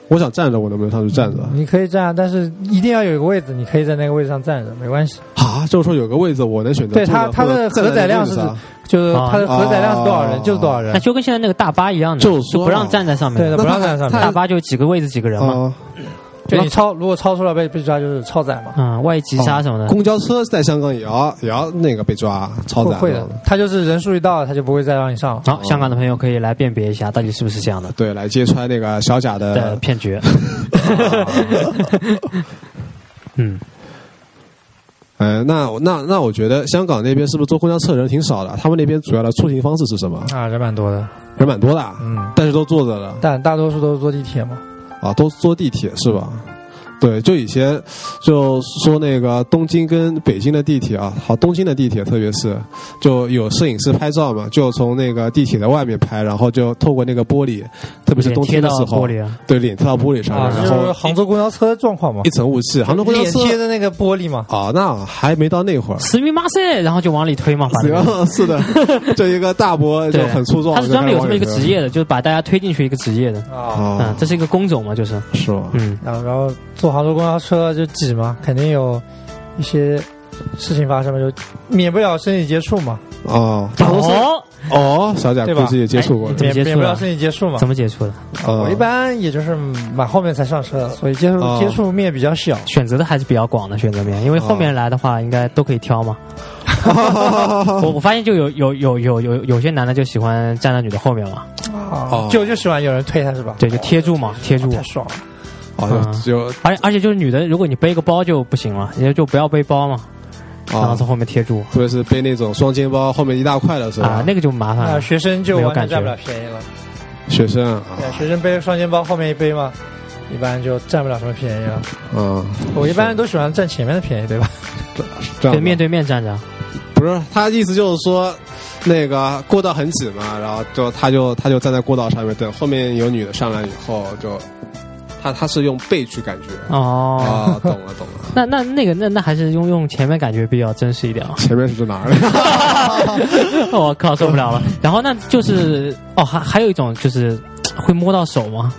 Speaker 4: 我想站着，我能不能上去站着？
Speaker 5: 你可以站，但是一定要有一个位置，你可以在那个位置上站着，没关系。
Speaker 4: 啊，就是说有个位置我能选择
Speaker 5: 对
Speaker 4: 坐着。
Speaker 5: 它它的
Speaker 4: 或者站在
Speaker 5: 荷载量
Speaker 4: 那个位置上
Speaker 5: 就是
Speaker 3: 啊
Speaker 5: 它的荷载量是多少人，
Speaker 4: 哦
Speaker 5: 就是多少人
Speaker 3: 那。就跟现在那个大巴一样的，
Speaker 4: 就是说
Speaker 3: 不让站在上面
Speaker 5: 对
Speaker 3: 的
Speaker 5: 的，，不让站上
Speaker 4: 那
Speaker 5: 面
Speaker 4: 它。
Speaker 3: 大巴就几个位置几个人嘛。
Speaker 4: 啊，
Speaker 5: 就你超，如果超出了被被抓，就是超载嘛。
Speaker 3: 嗯，万一急刹什么的，
Speaker 4: 啊公交车在香港也要也要那个被抓超
Speaker 5: 会
Speaker 4: 载
Speaker 5: 会的，他就是人数一到，他就不会再让你上了。
Speaker 3: 好，香港的朋友可以来辨别一下，到底是不是这样的
Speaker 4: 对，来揭穿那个小贾
Speaker 3: 的
Speaker 4: 的
Speaker 3: 骗局。
Speaker 4: *laughs*
Speaker 3: 嗯，
Speaker 4: 呃，那我那那我觉得香港那边是不是坐公交车的人挺少的？他们那边主要的出行方式是什么？
Speaker 5: 啊，人蛮多的，
Speaker 4: 人蛮多的啊，
Speaker 5: 嗯，
Speaker 4: 但是都坐着的
Speaker 5: 但大多数都是坐地铁嘛。
Speaker 4: 啊，都坐地铁是吧？对，就以前就说那个东京跟北京的地铁啊，好，东京的地铁特别是就有摄影师拍照嘛，就从那个地铁的外面拍，然后就透过那个玻璃，特别是冬
Speaker 3: 贴
Speaker 4: 天
Speaker 3: 到
Speaker 4: 的时
Speaker 3: 玻，
Speaker 4: 候
Speaker 3: 璃啊，
Speaker 4: 对，脸贴到玻璃上，
Speaker 5: 啊，这
Speaker 4: 然
Speaker 5: 就是
Speaker 4: 后
Speaker 5: 杭州公交车状况嘛
Speaker 4: 一，层雾气。杭州公交
Speaker 5: 脸
Speaker 4: 车
Speaker 5: 贴着那个玻璃嘛。
Speaker 4: 啊，那还没到那
Speaker 3: *laughs*
Speaker 4: 会儿。
Speaker 3: 死命马塞，然后就往里推嘛，把啊那个
Speaker 4: 行，是的， *laughs* 就一个大伯就
Speaker 3: 对，
Speaker 4: 很粗壮，
Speaker 3: 他是专门有这么一个
Speaker 4: 就开始
Speaker 3: 职业的，就是把大家推进去一个职业的。
Speaker 5: 啊，
Speaker 3: 嗯
Speaker 4: 啊，，
Speaker 3: 这是一个工种嘛，就是
Speaker 4: 是吧？
Speaker 3: 嗯，
Speaker 5: 然后然后坐杭州公交车就挤嘛，肯定有一些事情发生嘛，就免不了身体接触嘛，
Speaker 4: 哦，
Speaker 3: 哦，
Speaker 4: 哦，小贾
Speaker 5: 对
Speaker 4: 估
Speaker 5: 吧
Speaker 4: 计也接触过
Speaker 3: 哎
Speaker 4: 的
Speaker 3: 怎么
Speaker 5: 免
Speaker 3: 接触的
Speaker 5: 免不了身体接触嘛。
Speaker 3: 怎么哦接触的？
Speaker 4: 啊
Speaker 5: 我一般也就是蛮后面才上车的，所以接触
Speaker 4: 哦
Speaker 5: 接触面比较小。
Speaker 3: 选择的还是比较广的选择面，因为后面来的话应该都可以挑
Speaker 4: *laughs*
Speaker 3: 嘛。我我发现就有有有有有有些男的就喜欢站在女的后面嘛，
Speaker 5: 啊
Speaker 4: 哦
Speaker 5: 就就喜欢有人推他是吧？啊
Speaker 3: 对，就贴住嘛，贴住。
Speaker 5: 太爽了。
Speaker 4: 哦，
Speaker 3: 嗯
Speaker 4: 就
Speaker 3: 而且而且就是女的，如果你背个包就不行了，也就不要背包嘛，然后
Speaker 4: 啊，
Speaker 3: 从后面贴住
Speaker 4: 特别是背那种双肩包后面一大块的是
Speaker 3: 啊
Speaker 4: 吧，？
Speaker 3: 那个就麻烦
Speaker 5: 那
Speaker 3: 了。
Speaker 5: 学生就
Speaker 3: 没有
Speaker 5: 完全
Speaker 3: 感觉
Speaker 5: 占不了便宜了。
Speaker 4: 学生啊，
Speaker 5: 对，学生背双肩包后面一背嘛，一般就占不了什么便宜了。
Speaker 4: 嗯，
Speaker 5: 我一般都喜欢占前面的便宜，对吧？
Speaker 4: 这样
Speaker 3: 对，
Speaker 4: 吧
Speaker 3: 面对面站着，
Speaker 4: 不是他意思就是说，那个过道很挤嘛，然后就他就他就站在过道上面等，后面有女的上来以后就，他他是用背去感觉
Speaker 3: 哦，
Speaker 4: 啊，懂了懂
Speaker 3: *laughs*
Speaker 4: 了，
Speaker 3: 那那那个那那还是用用前面感觉比较真实一点啊。
Speaker 4: 前面是指哪儿 *laughs* 呢？
Speaker 3: *laughs* 我靠，受不了了。然后那就是哦，还还有一种就是嘖会摸到手吗？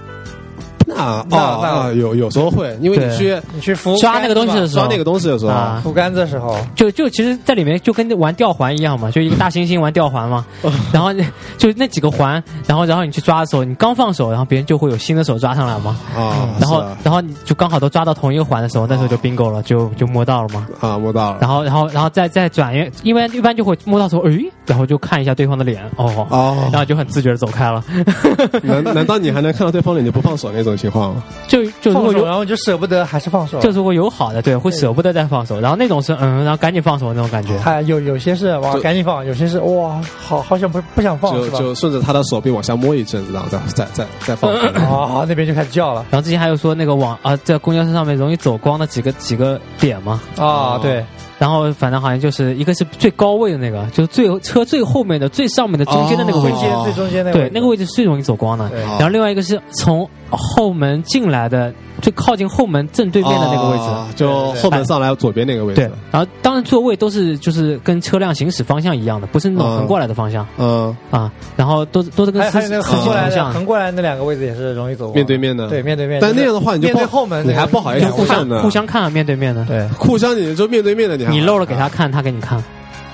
Speaker 4: 那啊
Speaker 5: 那
Speaker 4: 啊，
Speaker 5: 那
Speaker 4: 有有时候会，因为
Speaker 3: 对
Speaker 4: 你去
Speaker 5: 你去扶
Speaker 3: 抓那个东西的时候，
Speaker 4: 抓那个东西的时候，
Speaker 3: 啊，
Speaker 5: 扶杆子的时候，
Speaker 3: 就就其实，在里面就跟玩吊环一样嘛，就一个大猩猩玩吊环嘛。
Speaker 4: 哦
Speaker 3: *laughs* 然后就那几个环，然后然后你去抓的时候，你刚放手，然后别人就会有新的手抓上来嘛。
Speaker 4: 啊，
Speaker 3: 然后
Speaker 4: 是啊哦
Speaker 3: 然后你就刚好都抓到同一个环的时候，那时候就 bingo 了，就就摸到了嘛。
Speaker 4: 啊摸到了
Speaker 3: 然后然后然后再再转一，因为一般就会摸到说，诶，然后就看一下对方的脸，哦。
Speaker 4: 哦
Speaker 3: 然，后就很自觉的走开了， *laughs*
Speaker 4: 难难道你还能看到对方脸就不放手那种情况吗？
Speaker 3: 就就如
Speaker 5: 放
Speaker 3: 果有
Speaker 5: 手，然后你就舍不得，还是放手。
Speaker 3: 就是如果有好的，对，会舍不得再放手，然后那种是嗯，然后赶紧放手的那种感觉。
Speaker 5: 还哎有有些是哇
Speaker 4: 就，
Speaker 5: 赶紧放；有些是哇，好好想不不想放
Speaker 4: 就是
Speaker 5: 吧？
Speaker 4: 就顺着他的手臂往下摸一阵子，然后再再再再放回来。
Speaker 5: 啊，那边就开始叫了
Speaker 3: 然后之前还有说那个网啊，在公交车上面容易走光的几个几个点嘛，
Speaker 5: 啊！
Speaker 4: 哦
Speaker 5: 对，
Speaker 3: 然后反正好像就是一个是最高位的那个，就是最车最后面的最上面的中间的那个位
Speaker 5: 中
Speaker 3: 置，
Speaker 5: 间最中间那个
Speaker 3: 对，那个位置是最容易走光的。
Speaker 5: 哦对
Speaker 4: 哦
Speaker 3: 然后另外一个是从后门进来的，最靠近后门正对面的那个位置。
Speaker 5: 哦
Speaker 4: 啊就后门上来左边那个位
Speaker 3: 对
Speaker 4: 置。，
Speaker 3: 然后当然座位都是就是跟车辆行驶方向一样的，不是那种横过来的方向、
Speaker 4: 嗯，
Speaker 3: 啊。然后都都是跟
Speaker 5: 还有
Speaker 3: 司
Speaker 5: 还有那个
Speaker 3: 司
Speaker 5: 横
Speaker 3: 机
Speaker 5: 过来
Speaker 3: 方
Speaker 5: 的，
Speaker 3: 向
Speaker 5: 横过来那两个位置也是容易走光。
Speaker 4: 面对面的。
Speaker 5: 对，，面对面。
Speaker 4: 但
Speaker 5: 就是
Speaker 4: 那样的话你就
Speaker 5: 面对
Speaker 4: 不
Speaker 5: 后门
Speaker 4: 你
Speaker 5: 那个位置，
Speaker 4: 还不好意思
Speaker 3: 就互
Speaker 4: 看
Speaker 3: 相
Speaker 4: 呢
Speaker 3: 互相看啊，面对面的，
Speaker 5: 嗯对，嗯
Speaker 4: 互相你就面对面的，你还
Speaker 3: 你露了给他看，他给你看。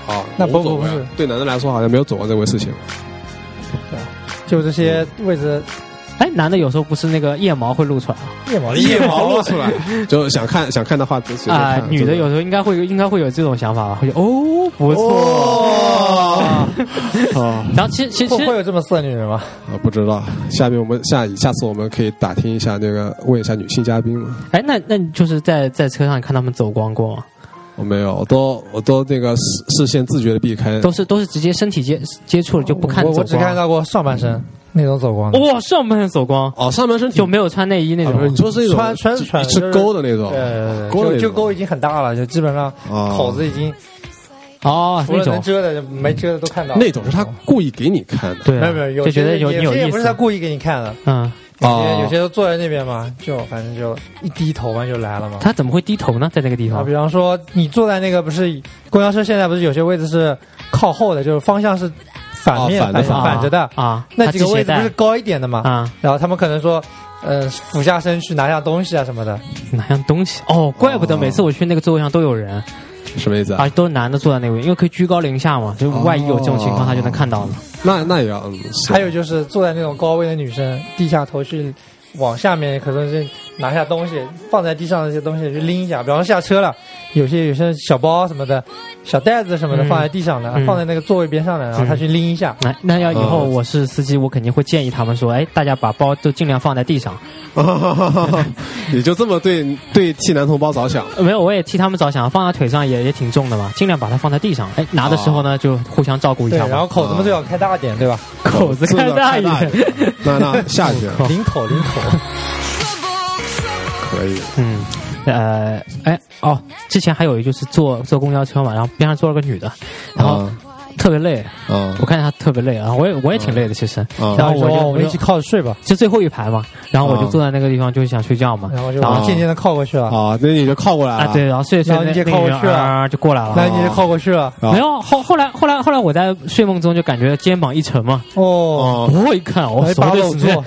Speaker 4: 啊？
Speaker 5: 那不
Speaker 4: 无所谓
Speaker 5: 不不是
Speaker 4: 对男的来说好像没有走过这回事情。
Speaker 5: 就这些位置，
Speaker 3: 哎，男的有时候不是那个腋毛会露出来啊
Speaker 5: 腋毛
Speaker 4: 腋毛露 *laughs* 出来，就想看想看的话就随便
Speaker 3: 啊、
Speaker 4: 看。
Speaker 3: 女的有
Speaker 4: 真
Speaker 3: 时候应该会有应该会有这种想法吧，会觉得哦不错。
Speaker 4: 哦哦，
Speaker 3: 然后其实其实
Speaker 5: 会
Speaker 3: 其
Speaker 5: 会
Speaker 3: 实
Speaker 5: 有这么色女人吗？
Speaker 4: 啊不知道。下面我们下下次我们可以打听一下那个问一下女性嘉宾嘛。
Speaker 3: 哎，那那你就是在在车上看他们走光过吗？
Speaker 4: 我没有，我都我都那个视视线自觉的避开，
Speaker 3: 都是都是直接身体接接触了就不看
Speaker 5: 我
Speaker 3: 走光。
Speaker 5: 哦我
Speaker 3: 啊嗯
Speaker 5: 只看到过上半身，那种走光的，
Speaker 3: 哇、上半身走光
Speaker 4: 哦，上半身挺
Speaker 3: 就没有穿内衣那
Speaker 4: 啊不是你
Speaker 3: 种，
Speaker 4: 说是一种
Speaker 5: 穿穿
Speaker 4: 是
Speaker 5: 穿就是
Speaker 4: 是勾的那种，
Speaker 5: 对对
Speaker 4: 勾的那
Speaker 5: 对，就就
Speaker 4: 种
Speaker 5: 沟已经很大了，就基本上
Speaker 4: 哦
Speaker 5: 口子已经
Speaker 3: 哦，
Speaker 5: 除
Speaker 3: 那
Speaker 5: 了能
Speaker 3: 种，
Speaker 5: 遮的没遮的都看到嗯了。
Speaker 4: 那种是他故意给你看的，
Speaker 3: 对
Speaker 5: 没有没有，
Speaker 3: 啊，
Speaker 5: 有
Speaker 3: 就觉得
Speaker 5: 些
Speaker 3: 有
Speaker 5: 也
Speaker 3: 你有
Speaker 5: 些也
Speaker 3: 意
Speaker 5: 不是他
Speaker 3: 思，
Speaker 5: 故意给你看的，
Speaker 3: 嗯，
Speaker 5: 有些
Speaker 4: 哦
Speaker 5: 有些都坐在那边嘛，就反正就一低头嘛就来了嘛。
Speaker 3: 他怎么会低头呢？在那个地
Speaker 5: 啊，
Speaker 3: 方
Speaker 5: 比方说你坐在那个不是公交车，现在不是有些位置是靠后的，就是方向是反面、
Speaker 4: 哦反的
Speaker 5: 反
Speaker 3: 啊
Speaker 5: 反着的，
Speaker 3: 啊，
Speaker 5: 那
Speaker 3: 他
Speaker 5: 几个
Speaker 3: 系
Speaker 5: 位
Speaker 3: 鞋
Speaker 5: 置不
Speaker 3: 带
Speaker 5: 是高一点的嘛？
Speaker 3: 啊，
Speaker 5: 然后他们可能说，呃，俯下身去拿下东西啊什么的，
Speaker 3: 哪样东西？哦，怪不得每次我去那个座位上都有人，
Speaker 4: 什么意思啊？
Speaker 3: 啊，都是男的坐在那位，因为可以居高临下嘛，就万一有这种情况，他就能看到了。
Speaker 4: 那那也要，嗯是
Speaker 5: 还有就是坐在那种高位的女生，低下头去往下面，可能是拿下东西，放在地上的一些东西去拎一下。比方说下车了，有些有些小包什么的，小袋子什么的
Speaker 3: 嗯
Speaker 5: 放在地上的，
Speaker 3: 嗯
Speaker 5: 放在那个座位边上的，然后她去拎一下。
Speaker 3: 那那要以后
Speaker 4: 嗯
Speaker 3: 我是司机，我肯定会建议他们说，哎，大家把包都尽量放在地上。 *laughs*
Speaker 4: 你就这么对对替男同胞着想，
Speaker 3: 呃没有，我也替他们着想，放在腿上也也挺重的嘛，尽量把它放在地上。哎，拿的时候呢，就互相照顾一
Speaker 5: 对，
Speaker 3: 下
Speaker 5: 然
Speaker 3: 嘛。
Speaker 5: 后口子们最好开大点，对吧？
Speaker 3: 口子
Speaker 4: 这
Speaker 3: 开
Speaker 4: 个
Speaker 3: 大
Speaker 4: 太
Speaker 3: 一
Speaker 4: 大一
Speaker 3: 点，
Speaker 4: 点，
Speaker 3: *laughs*
Speaker 4: 那那下去
Speaker 3: 哦
Speaker 5: 领口，领 *laughs* 口。
Speaker 4: 可以，
Speaker 3: 嗯，呃，哎，哦，之前还有一就是坐坐公交车嘛，然后边上坐了个女的，然后
Speaker 4: 啊
Speaker 3: 特别累，
Speaker 4: 啊
Speaker 3: 我看见她特别累，然后
Speaker 5: 嗯
Speaker 3: 我也我也挺累的，其实，
Speaker 4: 啊
Speaker 3: 然后
Speaker 5: 说
Speaker 3: 我就
Speaker 5: 哦我们一起靠着睡吧，
Speaker 3: 就最后一排嘛，然后我就
Speaker 4: 嗯
Speaker 3: 坐在那个地方，就是想睡觉嘛，
Speaker 5: 然后就
Speaker 3: 然
Speaker 4: 后
Speaker 5: 渐渐的靠过去了，
Speaker 4: 啊，那你就靠过来
Speaker 3: 啊
Speaker 4: 了，
Speaker 3: 对，然后睡着
Speaker 5: 然后
Speaker 3: 睡
Speaker 5: 你
Speaker 3: 着
Speaker 5: 就
Speaker 3: 那
Speaker 5: 靠过
Speaker 3: 那
Speaker 5: 去了
Speaker 3: 啊就过来了。
Speaker 5: 那你就哦靠过去了。
Speaker 4: 啊
Speaker 3: 没有，后后来后来后来我在睡梦中就感觉肩膀一沉嘛，
Speaker 5: 哦，
Speaker 4: 哦，
Speaker 3: 我一看我
Speaker 5: 哎
Speaker 3: 手
Speaker 5: 把
Speaker 3: 得
Speaker 5: 搂
Speaker 3: 死
Speaker 4: *laughs*
Speaker 5: 住，
Speaker 3: *laughs*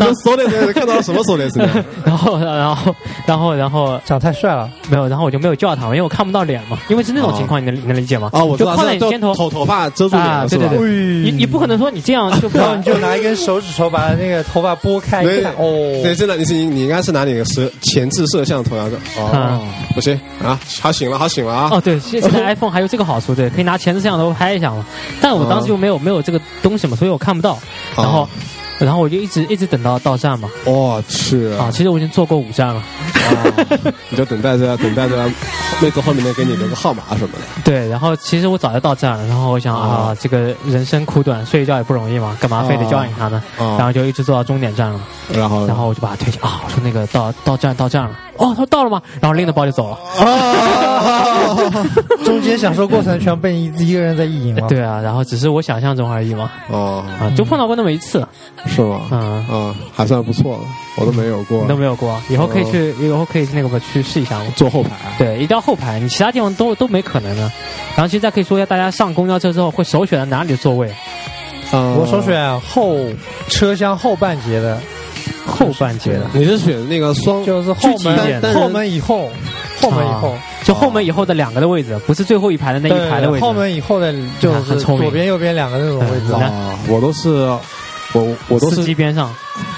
Speaker 4: 那 s o l i 看到了什么 s o l i
Speaker 3: 然后然后然后然后
Speaker 5: 长太帅了。
Speaker 3: 没有，然后我就没有叫他们，因为我看不到脸嘛，因为是那种
Speaker 4: 哦
Speaker 3: 情况，你能你能理解吗？
Speaker 5: 哦
Speaker 4: 啊，我
Speaker 3: 就
Speaker 4: 知道，
Speaker 3: 靠在你
Speaker 4: 就
Speaker 3: 肩头，
Speaker 4: 头头发遮住脸
Speaker 3: 啊，
Speaker 4: 了是
Speaker 3: 对对
Speaker 4: 吧？
Speaker 3: 对，你你不可能说你这样就不
Speaker 5: *laughs* 然 *laughs* 后你就拿一根手指头把那个头发拨开一看，哦，
Speaker 4: 对，真的，你是你你应该是拿你的摄前置摄像头那个，哦，不行啊，好醒了，好醒了啊，
Speaker 3: *laughs* 哦，对，现现在 iPhone 还有这个好处，对，可以拿前置摄像头拍一下嘛。但我当时就没有没有这个东西嘛，所以我看不到。然后，然后我就一直一直等到到站嘛。
Speaker 4: 我去
Speaker 3: 啊，
Speaker 4: 啊，
Speaker 3: 其实我已经坐过五站了。
Speaker 4: 你就等待着，等待着妹子后面能给你留个号码什么的，
Speaker 3: 对，然后其实我早就到站了，然后我想啊
Speaker 4: 啊，
Speaker 3: 这个人生苦短，睡一觉也不容易嘛，干嘛非得叫醒他呢？
Speaker 4: 啊
Speaker 3: 然后就一直坐到终点站了。
Speaker 4: 然后
Speaker 3: 然后我就把他推起啊，我说那个到到站到站了。哦，他说到了吗？然后拎着包就走了。
Speaker 4: 啊，
Speaker 5: 中间享受过程全被你自己一个人在意淫了。
Speaker 3: 对啊，然后只是我想象中而已嘛。
Speaker 4: 哦，
Speaker 3: 啊，就碰到过那么一次，
Speaker 4: 是吗？
Speaker 3: 嗯。
Speaker 4: 啊，还算不错了，我都没有过
Speaker 3: 你都没有过，以后可以去，以后可以那个去试一下嘛。
Speaker 4: 坐后排，
Speaker 3: 对，一定要后排，你其他地方都都没可能的。然后其实再可以说一下，大家上公交车之后会首选的哪里的座位？
Speaker 4: 啊，
Speaker 5: 我首，选后车厢后半截的，
Speaker 3: 后半截的，
Speaker 4: 你是选那个双
Speaker 5: 就是后
Speaker 3: 聚集一
Speaker 5: 门
Speaker 3: 点
Speaker 4: 的啊
Speaker 5: 后门以后，后门以后
Speaker 3: 就后门以后的两个的位置，不是最后一排的那一排的位置。
Speaker 5: 后门以后的
Speaker 4: 嗯
Speaker 5: 就
Speaker 3: 啊很
Speaker 5: 是
Speaker 3: 聪明
Speaker 5: 左边右边两个那种位置
Speaker 3: 嗯。
Speaker 4: 啊，我都是。我我都
Speaker 3: 司
Speaker 4: 是
Speaker 3: 机边上，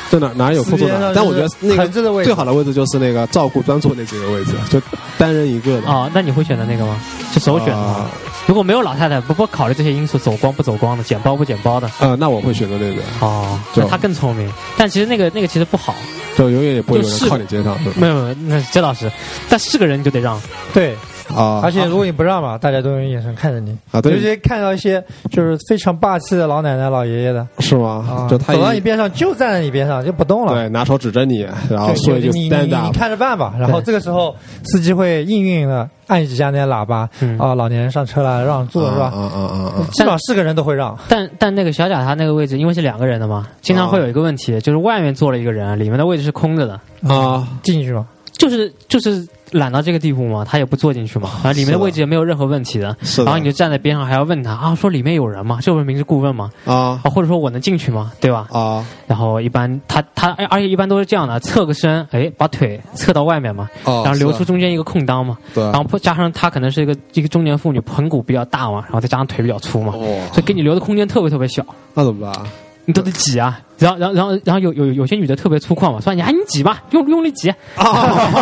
Speaker 4: 在哪哪有空坐
Speaker 5: 四边
Speaker 4: 哪
Speaker 5: 上，
Speaker 4: 但我觉得那个
Speaker 5: 横着的位置
Speaker 4: 最好的位置就是那个照顾专座那几个位置，就单人一个
Speaker 5: 啊
Speaker 4: 的。
Speaker 3: 哦，那你会选择那个吗？是首选的吗
Speaker 4: 啊？
Speaker 3: 如果没有老太太，不不考虑这些因素，走光不走光的，捡包不捡包的。
Speaker 4: 呃，那我会选择那个，
Speaker 3: 哦，
Speaker 4: 就
Speaker 3: 那他更聪明，但其实那个那个其实不好，
Speaker 4: 就永远也不会有
Speaker 3: 就是
Speaker 4: 人靠你肩上，对吧
Speaker 3: 没有没有，那这倒是，但是个人你就得让，
Speaker 5: 对，
Speaker 4: 啊，
Speaker 5: 而且如果你不让嘛，大家都用眼神看着你，
Speaker 4: 啊
Speaker 5: 尤
Speaker 4: 对
Speaker 5: 其看到一些就是非常霸气的老奶奶老爷爷的，
Speaker 4: 是
Speaker 5: 啊
Speaker 4: 吗？就他
Speaker 5: 走到你
Speaker 4: 一
Speaker 5: 边上就站在你边上就不动了
Speaker 4: 对。拿手指着你，然后
Speaker 5: 对
Speaker 4: 说一句
Speaker 5: 就你你
Speaker 4: stand
Speaker 5: 你
Speaker 4: up，
Speaker 5: 看着办吧，然后
Speaker 3: 对
Speaker 5: 这个时候司机会硬硬的按几下那些喇叭
Speaker 3: 嗯，
Speaker 5: 啊，老年人上车了，让座是吧？
Speaker 4: 啊啊啊啊！
Speaker 5: 至少是个人都会让，
Speaker 3: 但但那个小贾他那个位置，因为是两个人的嘛，经常会有一个问题，就是外面坐了一个人，里面的位置是空着的，
Speaker 4: 啊啊！
Speaker 5: 进去嘛。
Speaker 3: 就是就是懒到这个地步嘛，他也不坐进去嘛，然后里面的位置也没有任何问题的，
Speaker 4: 是的
Speaker 3: 然后你就站在边上还要问他啊，说里面有人吗？这不是明知故问吗？
Speaker 4: 啊
Speaker 5: 嗯
Speaker 3: 啊，或者说我能进去吗？对吧？
Speaker 4: 啊
Speaker 3: 然后一般他他而而且一般都是这样的，侧个身，哎，把腿侧到外面嘛，
Speaker 4: 哦
Speaker 3: 然后留
Speaker 4: 是
Speaker 3: 出中间一个空档嘛，
Speaker 4: 对
Speaker 3: 然后加上他可能是一个一个中年妇女，盆骨比较大嘛，然后再加上腿比较粗嘛，
Speaker 4: 哦
Speaker 3: 所以给你留的空间特别特别小。
Speaker 4: 那怎么办？
Speaker 3: 你都得挤啊。然后，然后，然后，然后有有有些女的特别粗犷嘛，说你啊，你挤吧，用用力挤。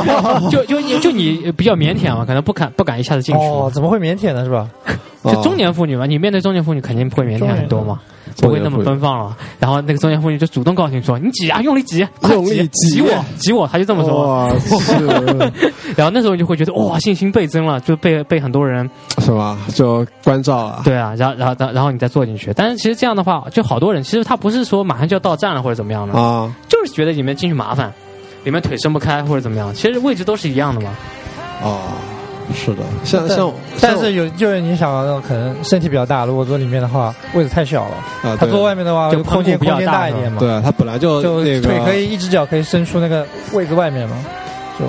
Speaker 3: *laughs* 就就你就你比较腼腆嘛，可能不敢不敢一下子进去嘛。
Speaker 5: 哦，怎么会腼腆呢？是吧？
Speaker 3: 就中年妇女嘛，你面对中年妇女肯定会�腼腆很多嘛。不会那么奔放了。然后那个中年妇女就主动告诉你说：“你挤啊，用力挤，快
Speaker 4: 用力
Speaker 3: 挤，
Speaker 4: 挤
Speaker 3: 挤我，挤我。”她就这么说。
Speaker 4: 哇，
Speaker 5: *laughs*
Speaker 4: 是
Speaker 3: *laughs* 然后那时候你就会觉得哇，信心倍增了，就被被很多人
Speaker 4: 什么？就关照啊？
Speaker 3: 对啊，然后然后然后然后你再坐进去。但是其实这样的话，就好多人其实他不是说马上就要到站了或者怎么样的，
Speaker 4: 啊，
Speaker 3: 就是觉得里面进去麻烦，里面腿伸不开或者怎么样。其实位置都是一样的嘛。
Speaker 4: 哦，是的，像哎像，
Speaker 5: 但
Speaker 4: 像
Speaker 5: 是有就是你想到可能身体比较大，如果坐里面的话，位置太小了。
Speaker 4: 啊，
Speaker 5: 他
Speaker 4: 对
Speaker 5: 坐外面的话，
Speaker 3: 就
Speaker 5: 就空间
Speaker 3: 宽度比
Speaker 5: 空
Speaker 3: 较
Speaker 5: 间
Speaker 3: 大
Speaker 5: 大一
Speaker 3: 是吧
Speaker 5: 点嘛，
Speaker 4: 对他本来就
Speaker 5: 就
Speaker 4: 那
Speaker 5: 腿可
Speaker 4: 个，
Speaker 5: 以一只脚可以伸出那个位置外面嘛，就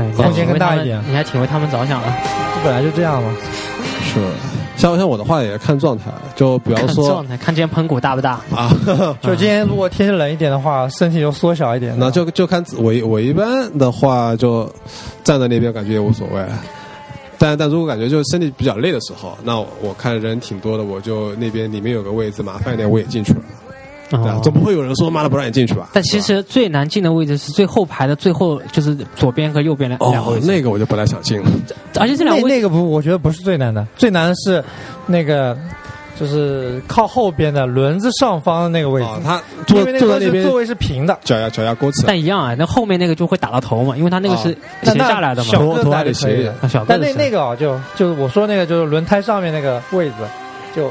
Speaker 3: 哎，你还
Speaker 5: 空间
Speaker 3: 挺为
Speaker 5: 更大
Speaker 3: 他
Speaker 5: 一
Speaker 3: 们
Speaker 5: 点
Speaker 3: 你还挺为他们着想的。
Speaker 5: 就本来就这样嘛。
Speaker 4: 是像像我的话也看状态，就比方
Speaker 3: 看
Speaker 4: 说
Speaker 3: 状态，看今天盆骨大不大。
Speaker 4: 啊， *laughs*
Speaker 5: 就今天如果天气冷一点的话，身体就缩小一点。
Speaker 4: 那就就看自我一我一般的话就站在那边感觉也无所谓，但但如果感觉就是身体比较累的时候，那我我看人挺多的，我就那边里面有个位置麻烦一点，我也进去了，对啊
Speaker 3: 哦，
Speaker 4: 总不会有人说妈的不让你进去吧？
Speaker 3: 但其
Speaker 4: 对吧。
Speaker 3: 实最难进的位置是最后排的最后，就是左边和右边两两个
Speaker 4: 哦
Speaker 3: 位，置。
Speaker 4: 那个我就不太想进了。
Speaker 3: 而且这两
Speaker 5: 那
Speaker 3: 个位置
Speaker 5: 那个不，我觉得不是最难的，最难的是那个就是靠后边的轮子上方的那个位置
Speaker 4: 哦，，他坐
Speaker 5: 因为
Speaker 4: 坐
Speaker 5: 个
Speaker 4: 在那
Speaker 5: 是
Speaker 4: 边，
Speaker 5: 座位是平的，
Speaker 4: 脚丫脚丫勾起来，
Speaker 3: 但一样啊，那后面那个就会打到头嘛，因为他那个是
Speaker 4: 啊
Speaker 3: 斜下来的嘛
Speaker 5: 那。
Speaker 4: 头头还得斜一点
Speaker 5: 那。
Speaker 3: 啊小个
Speaker 5: 但
Speaker 3: 子
Speaker 5: 那
Speaker 3: 是
Speaker 5: 那个啊，就就是我说那个就是轮胎上面那个位置，就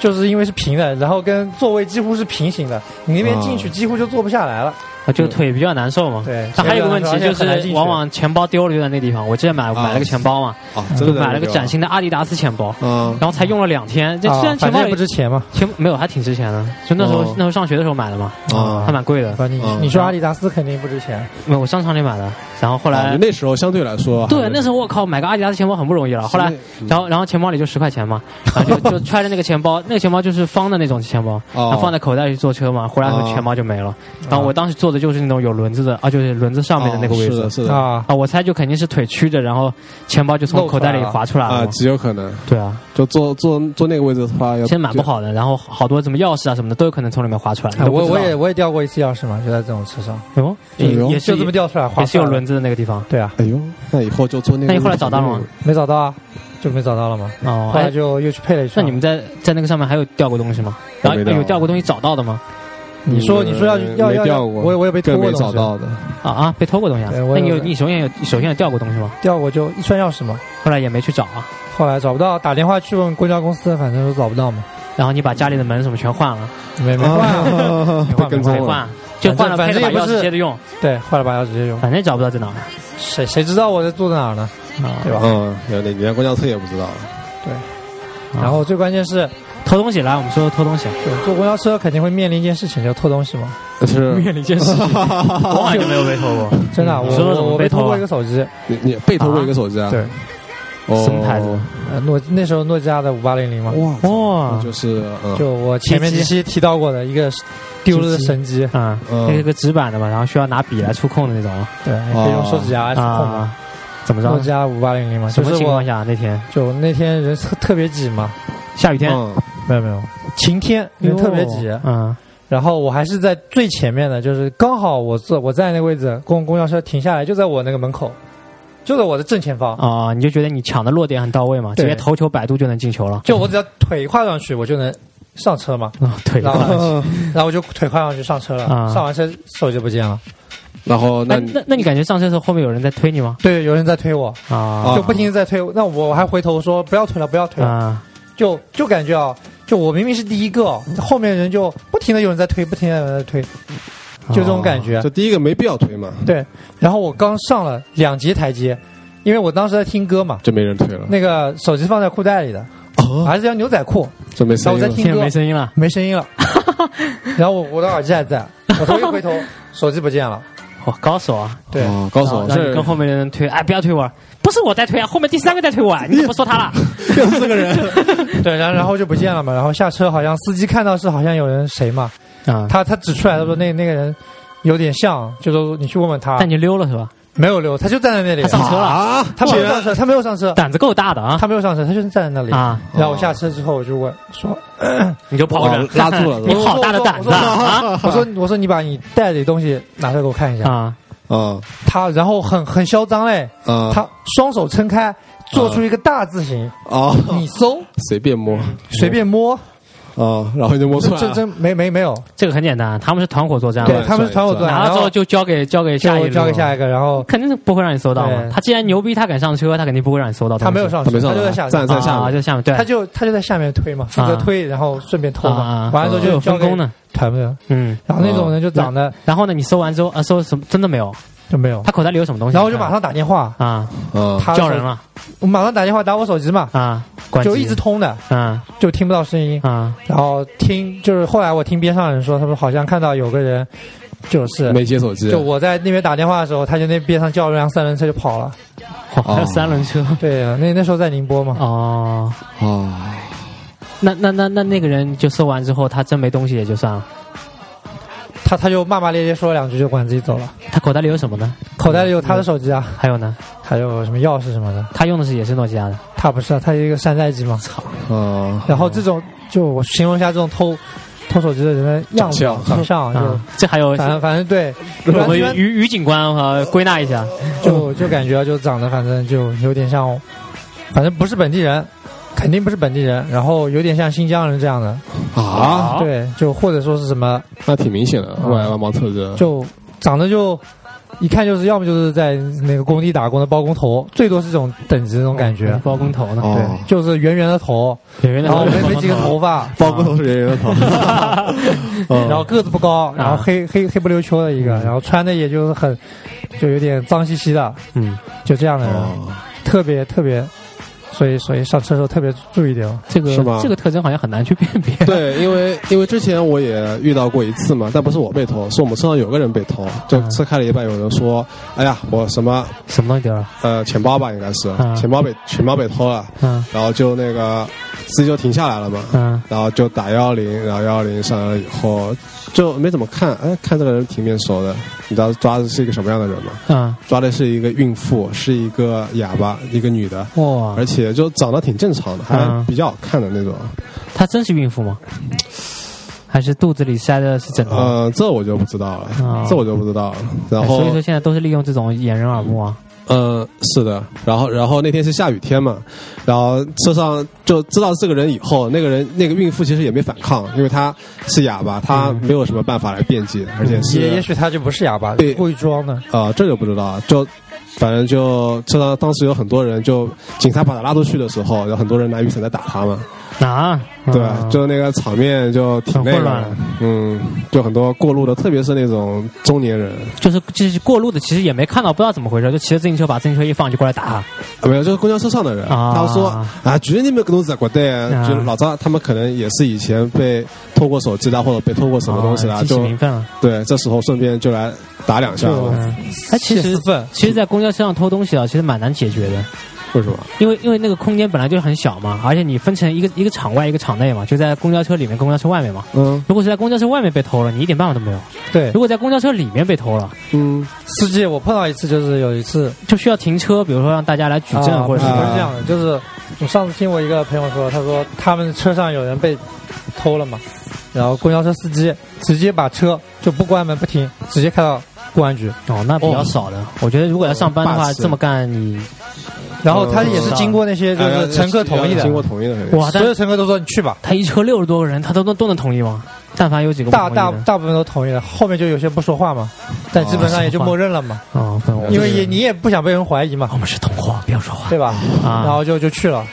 Speaker 5: 就是因为是平的，然后跟座位几乎是平行的，你那边进去
Speaker 4: 哦
Speaker 5: 几乎就坐不下来了。
Speaker 3: 啊就腿比较难受嘛。
Speaker 5: 对
Speaker 3: 但还有一个问题
Speaker 5: 而且
Speaker 3: 就
Speaker 5: 很难
Speaker 3: 是，
Speaker 5: 进去
Speaker 3: 往往钱包丢了就在那地方。我之前买买了个钱包嘛，
Speaker 4: 啊，真
Speaker 3: 就
Speaker 4: 的在
Speaker 3: 买了个
Speaker 4: 那边
Speaker 3: 崭新的阿迪达斯钱包，
Speaker 4: 啊，
Speaker 3: 然后才用了两天。这
Speaker 5: 啊
Speaker 3: 虽然钱
Speaker 5: 反正
Speaker 3: 包
Speaker 5: 也不值钱嘛。
Speaker 3: 钱没有，还挺值钱的。就那时候
Speaker 4: 哦
Speaker 3: 那时候上学的时候买的嘛，
Speaker 4: 啊
Speaker 3: 还蛮贵的。
Speaker 5: 不，你
Speaker 4: 嗯
Speaker 5: 你说阿迪达斯肯定不值钱，
Speaker 3: 没有，我商场里买的。然后后
Speaker 4: 啊
Speaker 3: 来
Speaker 4: 那时候相对来说，嗯
Speaker 3: 对，那时
Speaker 4: 候
Speaker 3: 候我靠，买个阿迪达斯钱包很不容易了。后来，然后然后钱包里就十块钱嘛，然后就就揣着那个钱包，那个钱包就是方的那种钱包，然
Speaker 4: 哦
Speaker 3: 后放在口袋里坐车嘛，回来后钱包就没了。然后我当时坐的就是那种有轮子的，啊，就是轮子上面的那个位
Speaker 4: 哦是的，
Speaker 3: 置。
Speaker 4: 是的嗯
Speaker 5: 啊，
Speaker 3: 啊，我猜就肯定是腿曲着，然后钱包就从口袋里滑出来了
Speaker 4: 啊，
Speaker 3: 嘛。
Speaker 4: 极有可能
Speaker 3: 对啊，
Speaker 4: 就坐坐坐那个位置的话，
Speaker 5: 呃
Speaker 4: 要
Speaker 3: 现在蛮不。好的，然后好多什么钥匙啊什么的都有可能从里面滑出来。你
Speaker 5: 啊
Speaker 3: 都不
Speaker 5: 我
Speaker 3: 知道
Speaker 5: 我也我也掉过一次钥匙嘛，就在这种车上，
Speaker 3: 哎呦
Speaker 4: 哎呦
Speaker 3: 也也是
Speaker 5: 就这么掉出来，划
Speaker 3: 也是有
Speaker 5: 算了
Speaker 3: 轮子的那个地方。
Speaker 5: 对啊，
Speaker 4: 就哎呦，那以后就坐那个位置。
Speaker 3: 那你后来找到了吗
Speaker 5: 没找到啊，就没找到了嘛。
Speaker 3: 哦，
Speaker 5: 后
Speaker 3: 哎
Speaker 5: 来，就又去配了一
Speaker 3: 那
Speaker 5: 串。
Speaker 3: 你们在在那个上面还有掉过东西吗？
Speaker 5: 啊
Speaker 3: 然后哎
Speaker 4: 我没掉
Speaker 3: 有掉过东西找到的吗？
Speaker 5: 你说你说要
Speaker 4: 嗯
Speaker 5: 要
Speaker 4: 没
Speaker 5: 要
Speaker 4: 掉
Speaker 5: 要，
Speaker 4: 过
Speaker 5: 我也我也被偷
Speaker 4: 更
Speaker 5: 过
Speaker 4: 没
Speaker 5: 东
Speaker 4: 找
Speaker 5: 西，
Speaker 4: 到的
Speaker 3: 啊啊，被偷过东西啊？
Speaker 5: 对呃我
Speaker 3: 那你有
Speaker 5: 有
Speaker 3: 你首先有首先有掉过东西吗？
Speaker 5: 掉过就一串钥匙嘛，
Speaker 3: 后来也没去找啊，
Speaker 5: 后来找不到，打电话去问公交公司，反正都找不到嘛，
Speaker 3: 然后你把家里的门什么全换了，
Speaker 5: 没没换啊，
Speaker 4: 啊，被跟踪
Speaker 3: 没
Speaker 4: 了。
Speaker 3: 换，就换了
Speaker 5: 反
Speaker 3: 配
Speaker 5: 正
Speaker 3: 了把钥
Speaker 5: 反正也不
Speaker 3: 匙
Speaker 5: 是
Speaker 3: 接着用，
Speaker 5: 对，换了把钥匙直接用，
Speaker 3: 反正也找不到在哪儿
Speaker 5: 谁谁知道我在坐在哪儿呢？
Speaker 3: 啊
Speaker 5: 对吧
Speaker 4: 嗯，有你连公交车也不知道。
Speaker 3: 啊
Speaker 5: 然后最关键是，
Speaker 3: 偷东西来，我们说偷东
Speaker 5: *laughs*
Speaker 3: 西，
Speaker 5: 就坐公交车肯定会面临一件事情，就偷东西嘛，
Speaker 4: 是
Speaker 3: 面临一件事情， *laughs* 我好像就没有被偷过，
Speaker 5: 真的啊，
Speaker 3: 嗯
Speaker 5: 我
Speaker 3: 你说说怎么
Speaker 5: 我我
Speaker 3: 被
Speaker 5: 被
Speaker 3: 偷啊
Speaker 5: 偷过一个手机，
Speaker 4: *laughs* 你你被偷过一个手机啊？
Speaker 5: 对，
Speaker 4: 哦，
Speaker 3: 什么牌子
Speaker 5: 呃诺那时候诺基亚的五八零零嘛，
Speaker 4: 哇
Speaker 3: 哇
Speaker 4: 那就是
Speaker 3: 哦
Speaker 4: 嗯
Speaker 5: 就我前面
Speaker 3: 机
Speaker 5: 几期提到过的一个丢了的神机，
Speaker 3: 啊，
Speaker 4: 嗯
Speaker 3: 那是个纸板的嘛，然后需要拿笔来触控的那种
Speaker 5: 对，可以用手指甲来触控嘛，
Speaker 3: 哦啊，怎么
Speaker 5: 诺
Speaker 3: 着
Speaker 5: 基？亚五八零零嘛，
Speaker 3: 什
Speaker 5: 就
Speaker 3: 么
Speaker 5: 是
Speaker 3: 情
Speaker 5: 我
Speaker 3: 况下那天
Speaker 5: 就那天人特特别挤嘛，
Speaker 3: 下雨天，
Speaker 4: 嗯
Speaker 5: 没有没有晴天，人特别挤，
Speaker 3: 嗯
Speaker 5: 然后我还是在最前面的，就是刚好我坐我在那个位置，公公交车停下来就在我那个门口，就在我的正前方。
Speaker 3: 啊，你就觉得你抢的落点很到位嘛，直
Speaker 5: 对
Speaker 3: 接头球摆渡就能进球了， *laughs*
Speaker 5: 就我只要腿跨上去，我就能上车嘛。
Speaker 3: 啊腿
Speaker 5: 然
Speaker 4: 哎
Speaker 3: 断了。
Speaker 5: 后，然后我就腿跨上去上车了。
Speaker 3: 啊
Speaker 5: 上完车手就不见了。
Speaker 4: *laughs* 然后
Speaker 3: 那
Speaker 4: 那你
Speaker 3: 哎那那你感觉上车的时候后面有人在推你吗？
Speaker 5: 对，有人在推我，
Speaker 3: 啊
Speaker 5: 就不停地在推我。那我还回头说不要推了，不要推了。
Speaker 3: 啊
Speaker 5: 就就感觉啊，就我明明是第一个，后面人就不停的有人在推，不停的有人在推，啊就这
Speaker 3: 哦
Speaker 5: 种感觉。
Speaker 4: 就第一个没必要推嘛，
Speaker 5: 对，然后我刚上了两级台阶，因为我当时在听歌嘛。
Speaker 4: 就没人推了。
Speaker 5: 那个手机放在裤袋里的，
Speaker 4: 哦，
Speaker 5: 还是条牛仔裤，
Speaker 4: 就没声音
Speaker 5: 然后我
Speaker 4: 了
Speaker 5: 在。
Speaker 3: 现在没声音了。
Speaker 5: 没声音 *laughs* 了。然后我我的耳机还在，我头一回 *laughs* 头，手机不见了。
Speaker 3: 哇，高手啊！
Speaker 5: 对，
Speaker 4: 哦，高手
Speaker 3: 然后你
Speaker 4: 是
Speaker 3: 跟后面的人推，哎，不要推我，不是我在推啊，后面第三个在推我，啊，你怎么说
Speaker 5: *laughs*
Speaker 3: 他了？
Speaker 4: 又是个人。
Speaker 3: *laughs*
Speaker 5: 对，然后然后就不见了嘛。然后下车，好像司机看到是好像有人谁嘛，
Speaker 3: 啊，
Speaker 5: 他他指出来，他说那那个人有点像，就说你去问问他
Speaker 3: 但。你溜了是吧？
Speaker 5: 没有留，他就站在那里
Speaker 3: 他。上车了，
Speaker 4: 啊！
Speaker 5: 他没有上车，他没有上车，
Speaker 3: 胆子够大的啊
Speaker 5: 他没有上车，他就是站在那里。
Speaker 3: 啊！
Speaker 5: 然后我下车之后，我就问说
Speaker 3: 你就跑着
Speaker 4: 哦拉住了
Speaker 3: *laughs* 你好大的胆子啊！：“
Speaker 5: 我说我说你把你袋里东西拿出来给我看一
Speaker 3: 啊
Speaker 5: 下。
Speaker 3: 啊！”
Speaker 4: 啊
Speaker 5: 他然后很很嚣张嘞，
Speaker 4: 啊！
Speaker 5: 他双手撑开，做出一个大字形，
Speaker 4: 啊，
Speaker 5: 你搜，
Speaker 4: 随便摸，
Speaker 5: 随便摸，
Speaker 4: 啊，然后你就摸出来
Speaker 5: 这
Speaker 4: 了。
Speaker 5: 这没没没有，
Speaker 3: 这个很简单，他们是团伙作战嘛，
Speaker 5: 对他们是团伙
Speaker 4: 啊
Speaker 5: 作
Speaker 4: 对
Speaker 5: 战，
Speaker 3: 拿
Speaker 5: 然
Speaker 3: 了之
Speaker 5: 后
Speaker 3: 后就交给交给下一
Speaker 5: 就
Speaker 3: 轮
Speaker 5: 交给下一个，然后
Speaker 3: 肯定是不会让你搜到嘛
Speaker 5: 对。
Speaker 3: 他既然牛逼，他敢上车，他肯定不会让你搜到东西。
Speaker 5: 他没有上去，
Speaker 4: 他没上
Speaker 5: 就
Speaker 4: 来
Speaker 5: 在下
Speaker 4: 站
Speaker 5: 面，
Speaker 4: 在下
Speaker 3: 啊，
Speaker 4: 面
Speaker 3: 就下面对，
Speaker 5: 他就他就在下面推嘛，负责
Speaker 3: 啊
Speaker 5: 推，然后顺便偷
Speaker 3: 啊
Speaker 5: 嘛，完了之后
Speaker 3: 就有
Speaker 5: 就交
Speaker 3: 分
Speaker 5: 给
Speaker 3: 工呢。
Speaker 5: 团的，
Speaker 3: 嗯，
Speaker 5: 然后那种人就长得
Speaker 3: 然后呢，你搜完之后啊，搜什么真的没有？
Speaker 5: 就没有
Speaker 3: 他，口袋里有什么东西？
Speaker 5: 然后我就马上打电话，
Speaker 3: 啊
Speaker 4: 啊，
Speaker 5: 他
Speaker 3: 叫人
Speaker 5: 手，
Speaker 3: 了
Speaker 5: 我马上打电话打我手机嘛，
Speaker 3: 啊，关机
Speaker 5: 就一直通的，
Speaker 3: 啊
Speaker 5: 就听不到声音，
Speaker 3: 啊
Speaker 5: 然后听就是后来我听边上人说，他们好像看到有个人就是。
Speaker 4: 没接手机，
Speaker 5: 就我在那边打电话的时候，他就那边上叫了辆三轮车就跑了。
Speaker 3: 哦还有三轮车
Speaker 5: 对啊，那那时候在宁波嘛，
Speaker 3: 哦。
Speaker 4: 啊，
Speaker 3: 那那那那那个人就搜完之后，他真没东西也就算了，
Speaker 5: 他他就骂骂咧咧说了两句就管自己走了，
Speaker 3: 他口袋里有什么呢？
Speaker 5: 口袋里有他的手机啊，
Speaker 3: 还有呢，
Speaker 5: 还有什么钥匙什么的。
Speaker 3: 他用的是也是诺基亚的，
Speaker 5: 他不是啊，他是一个山寨机嘛。
Speaker 4: 啊，
Speaker 5: 然后这种就我形容一下这种偷偷手机的人的样子
Speaker 4: 长相
Speaker 5: 长相，
Speaker 3: 啊
Speaker 5: 就，
Speaker 3: 这还有
Speaker 5: 反正反正对，
Speaker 3: 我
Speaker 5: 一般
Speaker 3: 们
Speaker 5: 一般
Speaker 3: 于于警官啊，归纳一下，
Speaker 5: 就就感觉啊就长得反正就有点像，反正不是本地人，肯定不是本地人，然后有点像新疆人这样的，
Speaker 4: 啊，
Speaker 3: 好，
Speaker 5: 对，就或者说是什么，
Speaker 4: 那挺明显的，外外貌特征。
Speaker 5: 就长得就。一看就是，要么就是在那个工地打工的包工头，最多是这种等级的那种感觉。
Speaker 3: 嗯包工头呢，
Speaker 4: 哦
Speaker 5: 对，，就是圆圆的头，
Speaker 3: 演员的
Speaker 5: 然后没
Speaker 3: 包工
Speaker 5: 没几个头
Speaker 3: 头，
Speaker 5: 发，
Speaker 4: 包工头是圆圆的头，
Speaker 5: *laughs*
Speaker 4: 啊嗯
Speaker 5: 然后个子不高，然后
Speaker 3: 啊
Speaker 5: 黑黑黑不溜秋的一个，然后穿的也就是很，就有点脏兮兮的，
Speaker 3: 嗯，
Speaker 5: 就这样的人，
Speaker 4: 哦
Speaker 5: 特别特别，所以所以上车的时候特别注意点哦。
Speaker 3: 这个
Speaker 4: 是吗
Speaker 3: 这个特征好像很难去辨别，
Speaker 4: *laughs* 对，因为因为之前我也遇到过一次嘛，但不是我被偷，是我们车上有个人被偷，就
Speaker 3: 嗯
Speaker 4: 车开了一半，有人说：“哎呀，我什么
Speaker 3: 什么东西丢了？
Speaker 4: 呃钱包吧，应该是
Speaker 3: 嗯
Speaker 4: 钱包被钱包被偷了。”
Speaker 3: 嗯
Speaker 4: 然后就那个司机就停下来了嘛，
Speaker 3: 嗯
Speaker 4: 然后就打幺幺零，然后幺幺零上来了以后就没怎么看，哎，看这个人挺面熟的，你知道抓的是一个什么样的人吗？
Speaker 3: 嗯，
Speaker 4: 抓的是一个孕妇，是一个哑巴，一个女的，
Speaker 3: 哇
Speaker 4: 而，且就长得挺正常的，还
Speaker 3: 嗯
Speaker 4: 比较好看的那种。
Speaker 3: 啊她真是孕妇吗？还是肚子里塞的是枕头？
Speaker 4: 呃，这我就不知道了，
Speaker 3: 啊
Speaker 4: 这我就不知道了。然
Speaker 3: 哎
Speaker 4: 后
Speaker 3: 所以说，现在都是利用这种掩人耳目啊。
Speaker 4: 嗯，是的，然后然后那天是下雨天嘛，然后车上就知道这个人以后，那个人那个孕妇其实也没反抗，因为她是哑巴，她
Speaker 3: 嗯
Speaker 4: 没有什么办法来辩解，而且是
Speaker 5: 也也许他就不是哑巴，
Speaker 4: 对
Speaker 5: 故意装的。
Speaker 4: 啊、这就不知道了，就反正就车上当时有很多人，就警察把他拉出去的时候，有很多人拿雨伞在打他嘛，
Speaker 3: 啊，
Speaker 4: 对，
Speaker 3: 嗯
Speaker 4: 就那个场面就挺那
Speaker 3: 很混
Speaker 4: 个
Speaker 3: 乱
Speaker 4: 的，嗯，就很多过路的，特别是那种中年人，
Speaker 3: 就是就是过路的，其实也没看到，不知道怎么回事，就骑着自行车把自行车一放就过来打
Speaker 4: 啊，没有，就是公交车上的人，
Speaker 3: 啊
Speaker 4: 他说啊，觉得你们搿种日国的，
Speaker 3: 啊
Speaker 4: 就是老张他们可能也是以前被偷过手机啦，或者被偷过什么东西啦，
Speaker 3: 啊激起
Speaker 4: 就啊
Speaker 3: 民愤了。
Speaker 4: 对，这时候顺便就来打两下，
Speaker 5: 就
Speaker 3: 嗯，哎，其
Speaker 5: 泄
Speaker 3: 实
Speaker 5: 私愤
Speaker 3: 其实，在公交车上偷东西啊，其实蛮难解决的，
Speaker 4: 为什么？
Speaker 3: 因为因为那个空间本来就很小嘛，而且你分成一个一个场外一个场内嘛，就在公交车里面、公交车外面嘛。
Speaker 4: 嗯
Speaker 3: 如果是在公交车外面被偷了，你一点办法都没有；
Speaker 5: 对
Speaker 3: 如果在公交车里面被偷了，
Speaker 4: 嗯，
Speaker 5: 司机，我碰到一次，就是有一次
Speaker 3: 就需要停车，比如说让大家来举证
Speaker 5: 啊
Speaker 3: 或者什
Speaker 5: 不是不
Speaker 3: 么
Speaker 5: 是这样的，就是我上次听我一个朋友说，他说他们车上有人被偷了嘛，然后公交车司机直接把车就不关门不停，直接开到公安局，
Speaker 3: 哦，那比较少的。我觉得如果要上班的
Speaker 4: 霸
Speaker 5: 哦
Speaker 3: 话，
Speaker 4: 气
Speaker 3: 这么干你
Speaker 5: 然后他也是经过那些就
Speaker 4: 啊
Speaker 5: 是乘客同意的
Speaker 4: 经，过同意的，
Speaker 3: 哇，
Speaker 5: 所
Speaker 3: 但
Speaker 5: 有乘客都说你去吧，
Speaker 3: 他一车六十多个人，他都都都能同意吗？但凡有几个不
Speaker 5: 大
Speaker 3: 同意
Speaker 5: 大
Speaker 3: 的啊
Speaker 5: 大部分都同意了，后面就有些不说话嘛，但基本上也就默认了嘛，
Speaker 3: 哦，不然我
Speaker 5: 因为也你也不想被人怀疑嘛
Speaker 3: 我，们是同伙，不要说话
Speaker 5: 对吧？
Speaker 3: 啊。
Speaker 5: 然后就就去了，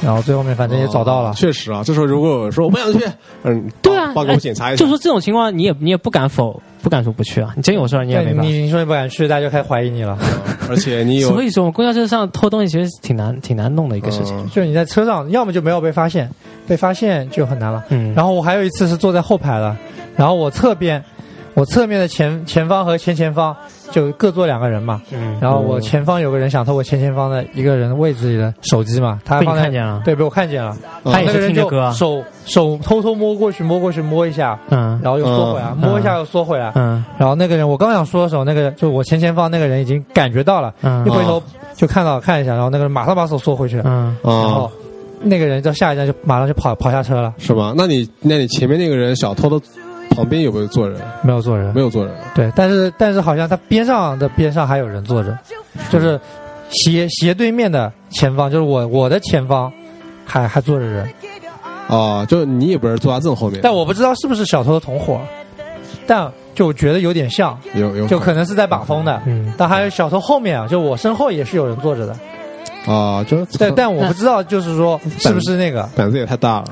Speaker 5: 然后最后面反正也找到了
Speaker 4: 哦。确实啊，这时候如果有人说我不想去，嗯，
Speaker 3: 对啊，
Speaker 4: 报报给
Speaker 3: 哎
Speaker 4: 我检查一下，
Speaker 3: 就说这种情况，你也你也不敢否，不敢说不去啊。你真有事儿，你也
Speaker 5: 对
Speaker 3: 没办法。
Speaker 5: 你你说你不敢去，大家就开始怀
Speaker 3: *laughs*
Speaker 5: 疑你了。
Speaker 4: 而且你有
Speaker 3: 所以说，公交车上偷东西其实挺难、挺难弄的一个事情。
Speaker 4: 嗯
Speaker 5: 就是你在车上，要么就没有被发现，被发现就很难了。
Speaker 3: 嗯，
Speaker 5: 然后我还有一次是坐在后排的，然后我侧边，我侧面的前前方和前前方就各坐两个人嘛。
Speaker 3: 嗯，
Speaker 5: 然后我前方有个人想偷我前前方的一个人位置里的手机嘛，他
Speaker 3: 被你
Speaker 5: 放在
Speaker 3: 看见了。
Speaker 5: 对被我看见了，
Speaker 3: 他也
Speaker 5: 啊嗯那
Speaker 3: 是
Speaker 5: 个人
Speaker 3: 听着歌
Speaker 5: 就
Speaker 3: 啊
Speaker 5: 手手偷偷摸过去摸过去摸一下，
Speaker 3: 嗯
Speaker 5: 然后又缩回来，
Speaker 4: 嗯
Speaker 5: 摸一下又缩回来。
Speaker 3: 嗯
Speaker 5: 然后那个人我刚想说的时候，那个人就我前前方那个人已经感觉到了，一
Speaker 3: 嗯
Speaker 5: 回头就看到看一下，然后那个人马上把手缩回去，
Speaker 3: 嗯，
Speaker 5: 然
Speaker 4: 啊
Speaker 5: 后。那个人到下一站就马上就跑跑下车了，
Speaker 4: 是吗？那你那你前面那个人小偷的旁边有没有坐人？
Speaker 5: 没有坐人
Speaker 4: 没。有坐人，
Speaker 5: 对，但是但是好像他边上的边上还有人坐着，就是斜斜对面的前方，就是我我的前方还还坐着人，
Speaker 4: 啊，就是你也不是坐他正后面，
Speaker 5: 但我不知道是不是小偷的同伙，但就觉得有点像，
Speaker 4: 有有
Speaker 5: 就可能是在把风的。
Speaker 3: 嗯
Speaker 5: 但还有小偷后面啊，就我身后也是有人坐着的， *laughs*
Speaker 4: 啊，就是
Speaker 5: 但但我不知道，就是说是不是那个
Speaker 4: *laughs* 胆子也太大了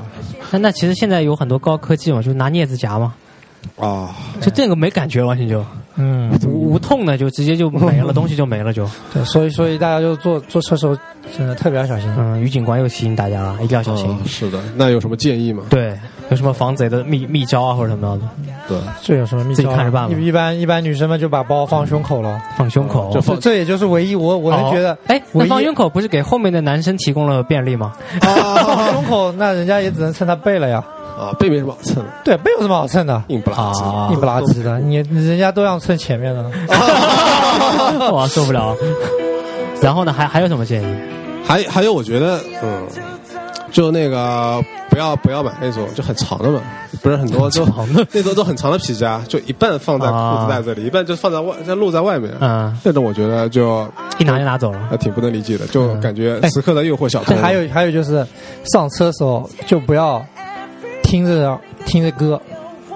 Speaker 3: 那那其实现在有很多高科技嘛，就拿镊子夹嘛，
Speaker 5: *laughs*
Speaker 4: 啊！
Speaker 3: 就这个没感觉，完全就
Speaker 5: 嗯，
Speaker 3: 无无痛的，就直接就没
Speaker 5: *laughs*
Speaker 3: 了，东西就没了就。
Speaker 5: 对，所以所以大家就坐坐车时候真的特别要小心。
Speaker 3: 嗯，于警官又提醒大家了，一定要小心。
Speaker 4: 嗯是的，那有什么建议吗？
Speaker 3: 对，有什么防贼的秘秘招啊，或者什么样的，
Speaker 4: 对，
Speaker 5: 这有什么秘
Speaker 3: 自己
Speaker 5: 招啊？
Speaker 3: 看着办吧
Speaker 5: 一一般一般女生们就把包放胸口了，
Speaker 3: 放胸口。
Speaker 4: 就
Speaker 5: 这
Speaker 4: 放
Speaker 5: 这也就是唯一我我能觉
Speaker 3: 嗯
Speaker 5: 得
Speaker 3: 哦，哎，
Speaker 5: 唯
Speaker 3: 那
Speaker 5: 一
Speaker 3: 放胸口不是给后面的男生提供了便利
Speaker 5: *laughs*
Speaker 3: 吗？ *laughs*
Speaker 5: 放胸口，那人家也只能蹭他背了呀。
Speaker 4: 啊，背没什么好蹭的，
Speaker 5: 对，背有什么好蹭的？
Speaker 4: 硬不拉几。
Speaker 3: 啊
Speaker 5: 硬不拉几的，你人家都要蹭前面的。
Speaker 3: *laughs* 我受不了。 *laughs* 然后呢，还还有什么建议？
Speaker 4: 还还有，我觉得，嗯，就那个不要不要买那种就很长的嘛，不是很多就
Speaker 3: 长的
Speaker 4: 那种都很长的皮夹，就一半放在
Speaker 3: 啊
Speaker 4: 裤子带这里，一半就放在外在露在外面。
Speaker 5: 啊
Speaker 3: 嗯，
Speaker 4: 那种我觉得就
Speaker 3: 一拿就拿走
Speaker 5: 嗯
Speaker 3: 了。
Speaker 4: 还挺不能理解的，就
Speaker 3: 嗯
Speaker 4: 感觉时刻在诱惑小偷。
Speaker 5: 对，还有还有就是上车的时候就不要听着听着歌，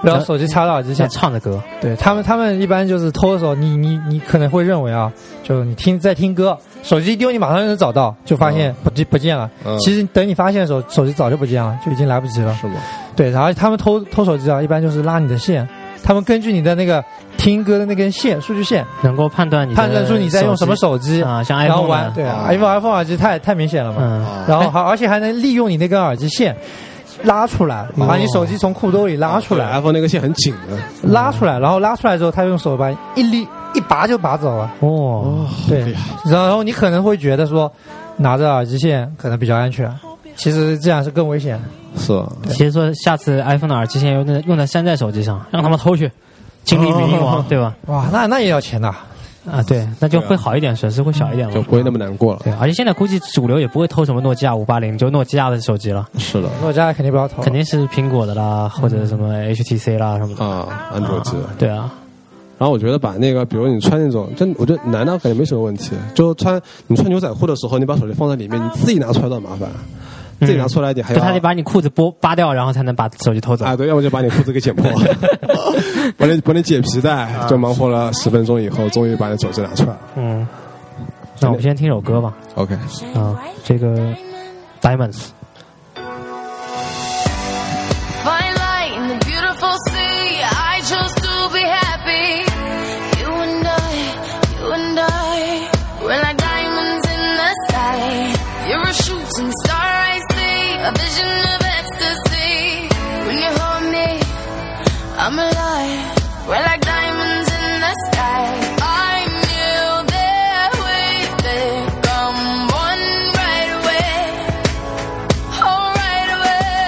Speaker 5: 不要手机插到耳机
Speaker 3: 像
Speaker 5: 前。
Speaker 3: 唱着歌，
Speaker 5: 对他们，他们一般就是偷的时候，你你你可能会认为啊，就是你听在听歌，手机一丢你马上就能找到，就发现不见、不见了。
Speaker 4: 嗯
Speaker 5: 其实等你发现的时候，手机早就不见了，就已经来不及了。
Speaker 4: 是吗？
Speaker 3: 啊
Speaker 5: 对，然后他们偷偷手机啊，一般就是拉你的线，他们根据你的那个听歌的那根线数据线，
Speaker 3: 能够判断你的
Speaker 5: 判断出你在用什么手机，
Speaker 3: 机啊，像
Speaker 5: 然后
Speaker 3: iPhone
Speaker 5: 玩
Speaker 3: 呢
Speaker 5: 对
Speaker 4: 啊
Speaker 5: iPhone iPhone 耳机太太明显了嘛。
Speaker 3: 嗯，
Speaker 4: 啊
Speaker 5: 然后还而且还能利用你那根耳机线拉出来，把你手机从裤兜里拉出来，
Speaker 4: ，iPhone 那个线很紧的，
Speaker 5: 拉出来，然后拉出来之后，他用手把你一拎一拔就拔走了。
Speaker 3: 哦，
Speaker 5: 对，然后你可能会觉得说拿着耳机线可能比较安全，其实这样是更危险。
Speaker 4: 是吧？
Speaker 3: 其实说下次 iPhone 的耳机线用在用在山寨手机上，让他们偷去，金立比翼
Speaker 5: 哦
Speaker 3: 王，对吧？
Speaker 5: 哇，那那也要钱的。
Speaker 3: 啊，对，那就会好一
Speaker 5: 啊
Speaker 3: 点，损失会小一点
Speaker 4: 就
Speaker 3: 了。
Speaker 4: 不会那么难过了。
Speaker 3: 对，而且现在估计主流也不会偷什么诺基亚五八零，就诺基亚的手机了，
Speaker 4: 是的，
Speaker 5: 我家肯定不要投，
Speaker 3: 肯定是苹果的啦，或者什
Speaker 5: 嗯
Speaker 3: 么 HTC 啦什么的。
Speaker 4: 啊，安卓机。
Speaker 3: 对啊，
Speaker 4: 然后我觉得把那个，比如你穿那种，真我觉得男的感觉没什么问题，就穿你穿牛仔裤的时候，你把手机放在里面，你自己拿出来倒麻烦，自己拿出来一点
Speaker 5: 哎
Speaker 4: 还
Speaker 3: 就嗯
Speaker 4: 要。
Speaker 3: 他得把你裤子剥扒掉，然后才能把手机偷走。
Speaker 4: 啊，对，要不就把你裤子给剪
Speaker 3: *laughs*
Speaker 4: 破，把你把你解皮
Speaker 3: 啊
Speaker 4: 带，就忙活了十分钟以后，终于把你手机拿出来了。
Speaker 3: 嗯，那我们先听首歌吧， *laughs*
Speaker 4: OK，
Speaker 3: 啊，这个 Diamonds。
Speaker 6: Find light in the beautiful sea. I chose to be happy. You and I, you and I, we're like diamonds in the sky. You're a shooting star I see, a vision of ecstasy. When you hold me, I'm alive. We're like diamonds in the sky. I knew that we could come one right away. Oh, right away.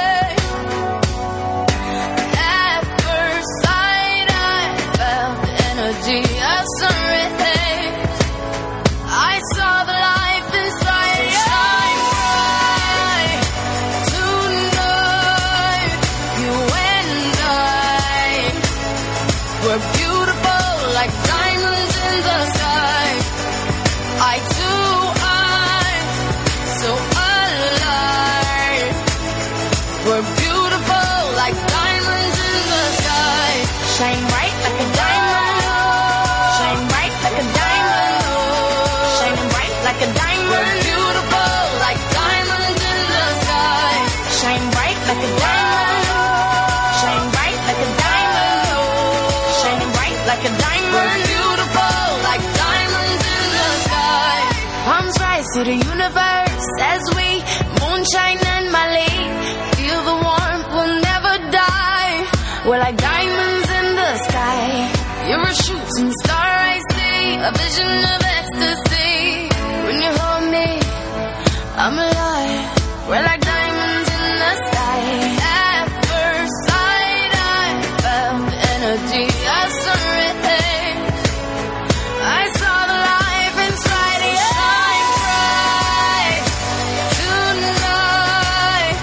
Speaker 6: At first sight, I felt the energy of sunrise. I saw the life inside. I cried tonight. You and I were beautiful like diamonds in the sky. I too am so alive. We're beautiful like diamonds in the sky. Shine bright like a diamond. Shine bright like a diamond. Shine bright like a diamond. We're beautiful like diamonds in the sky. Shine bright like a diamond. Shine bright like a diamond. Shine bright like a diamond. We're beautiful like diamonds in the sky. Palms rise to the universe as we moonshine and Mali. Feel the warmth, we'll never die. We're like diamonds in the sky. You're a shooting star, I see. A vision of ecstasy. When you hold me, I'm alive. We're like diamonds in the sky. At first sight, I felt the energy of surrender. I saw the life inside you. Shine bright tonight.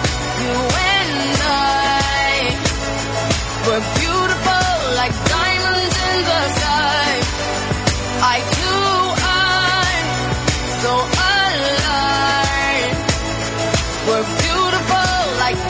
Speaker 6: You and I were beautiful like diamonds in the sky. I too am so alive. We're beautiful.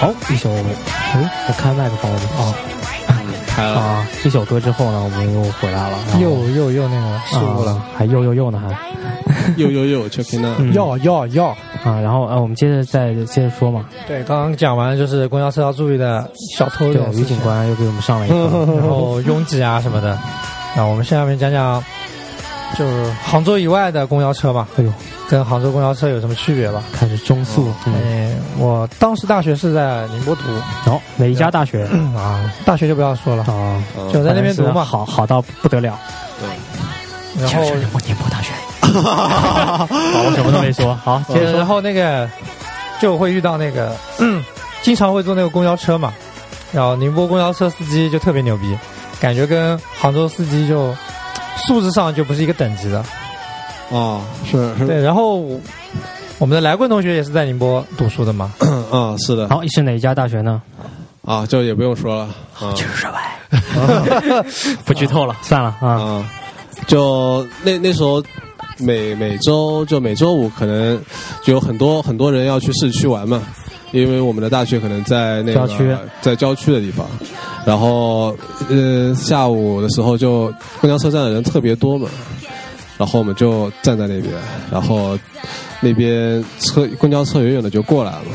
Speaker 3: 好，一首，哎，我开麦克风了吗？
Speaker 7: 开
Speaker 3: 啊
Speaker 7: 了，
Speaker 3: 哦啊，一首歌之后呢，我们又回来了，然后
Speaker 5: 又又又那个了，
Speaker 3: 啊还又又又呢还。
Speaker 4: 又又又 check in
Speaker 3: 嗯 *laughs*
Speaker 4: out，
Speaker 5: 要要要！
Speaker 3: 啊，然后呃，我们接着再接着说嘛。
Speaker 5: 对，刚刚讲完就是公交车要注意的小偷
Speaker 3: 对
Speaker 5: 这种，
Speaker 3: 于
Speaker 5: 事
Speaker 3: 警
Speaker 5: 情，
Speaker 3: 官又给我们
Speaker 5: *laughs*
Speaker 3: 上了一课。
Speaker 5: 然后拥挤啊什么 *laughs* 的。啊，我们下面讲讲，就是杭州以外的公交车吧，
Speaker 3: 哎呦，
Speaker 5: 跟杭州公交车有什么区别吧？
Speaker 3: 开始中速，嗯，
Speaker 5: 哎，我当时大学是在宁波读
Speaker 3: 好，哪一家大学
Speaker 5: 啊，大学就不要说了，
Speaker 3: 啊？
Speaker 5: 就在那边读嘛。
Speaker 3: 好好到不得了。*laughs*
Speaker 5: 然 *laughs* 后
Speaker 3: 我宁波大学。好，我什么都没说。好，接
Speaker 5: 接
Speaker 3: 着
Speaker 5: 着，然
Speaker 3: 说。
Speaker 5: 后那个 *clears throat* 就会遇到那个，经常会坐那个公交车嘛，然后宁波公交车司机就特别牛逼，感觉跟杭州司机就素质上就不是一个等级的。
Speaker 4: 啊，是是
Speaker 5: 对，然后我我们的来棍同学也是在宁波读书的嘛，
Speaker 4: 啊，是的
Speaker 3: 好，是哪一家大学呢？
Speaker 4: 啊，就也不用说了啊
Speaker 3: 不剧透了，算了啊。
Speaker 5: 嗯
Speaker 4: 啊，就那那时候。每每周就每周五可能就有很多很多人要去市区玩嘛，因为我们的大学可能在那个
Speaker 3: 郊区
Speaker 4: 在郊区的地方，然后呃下午的时候就公交车站的人特别多嘛，然后我们就站在那边，然后那边车公交车远远的就过来了。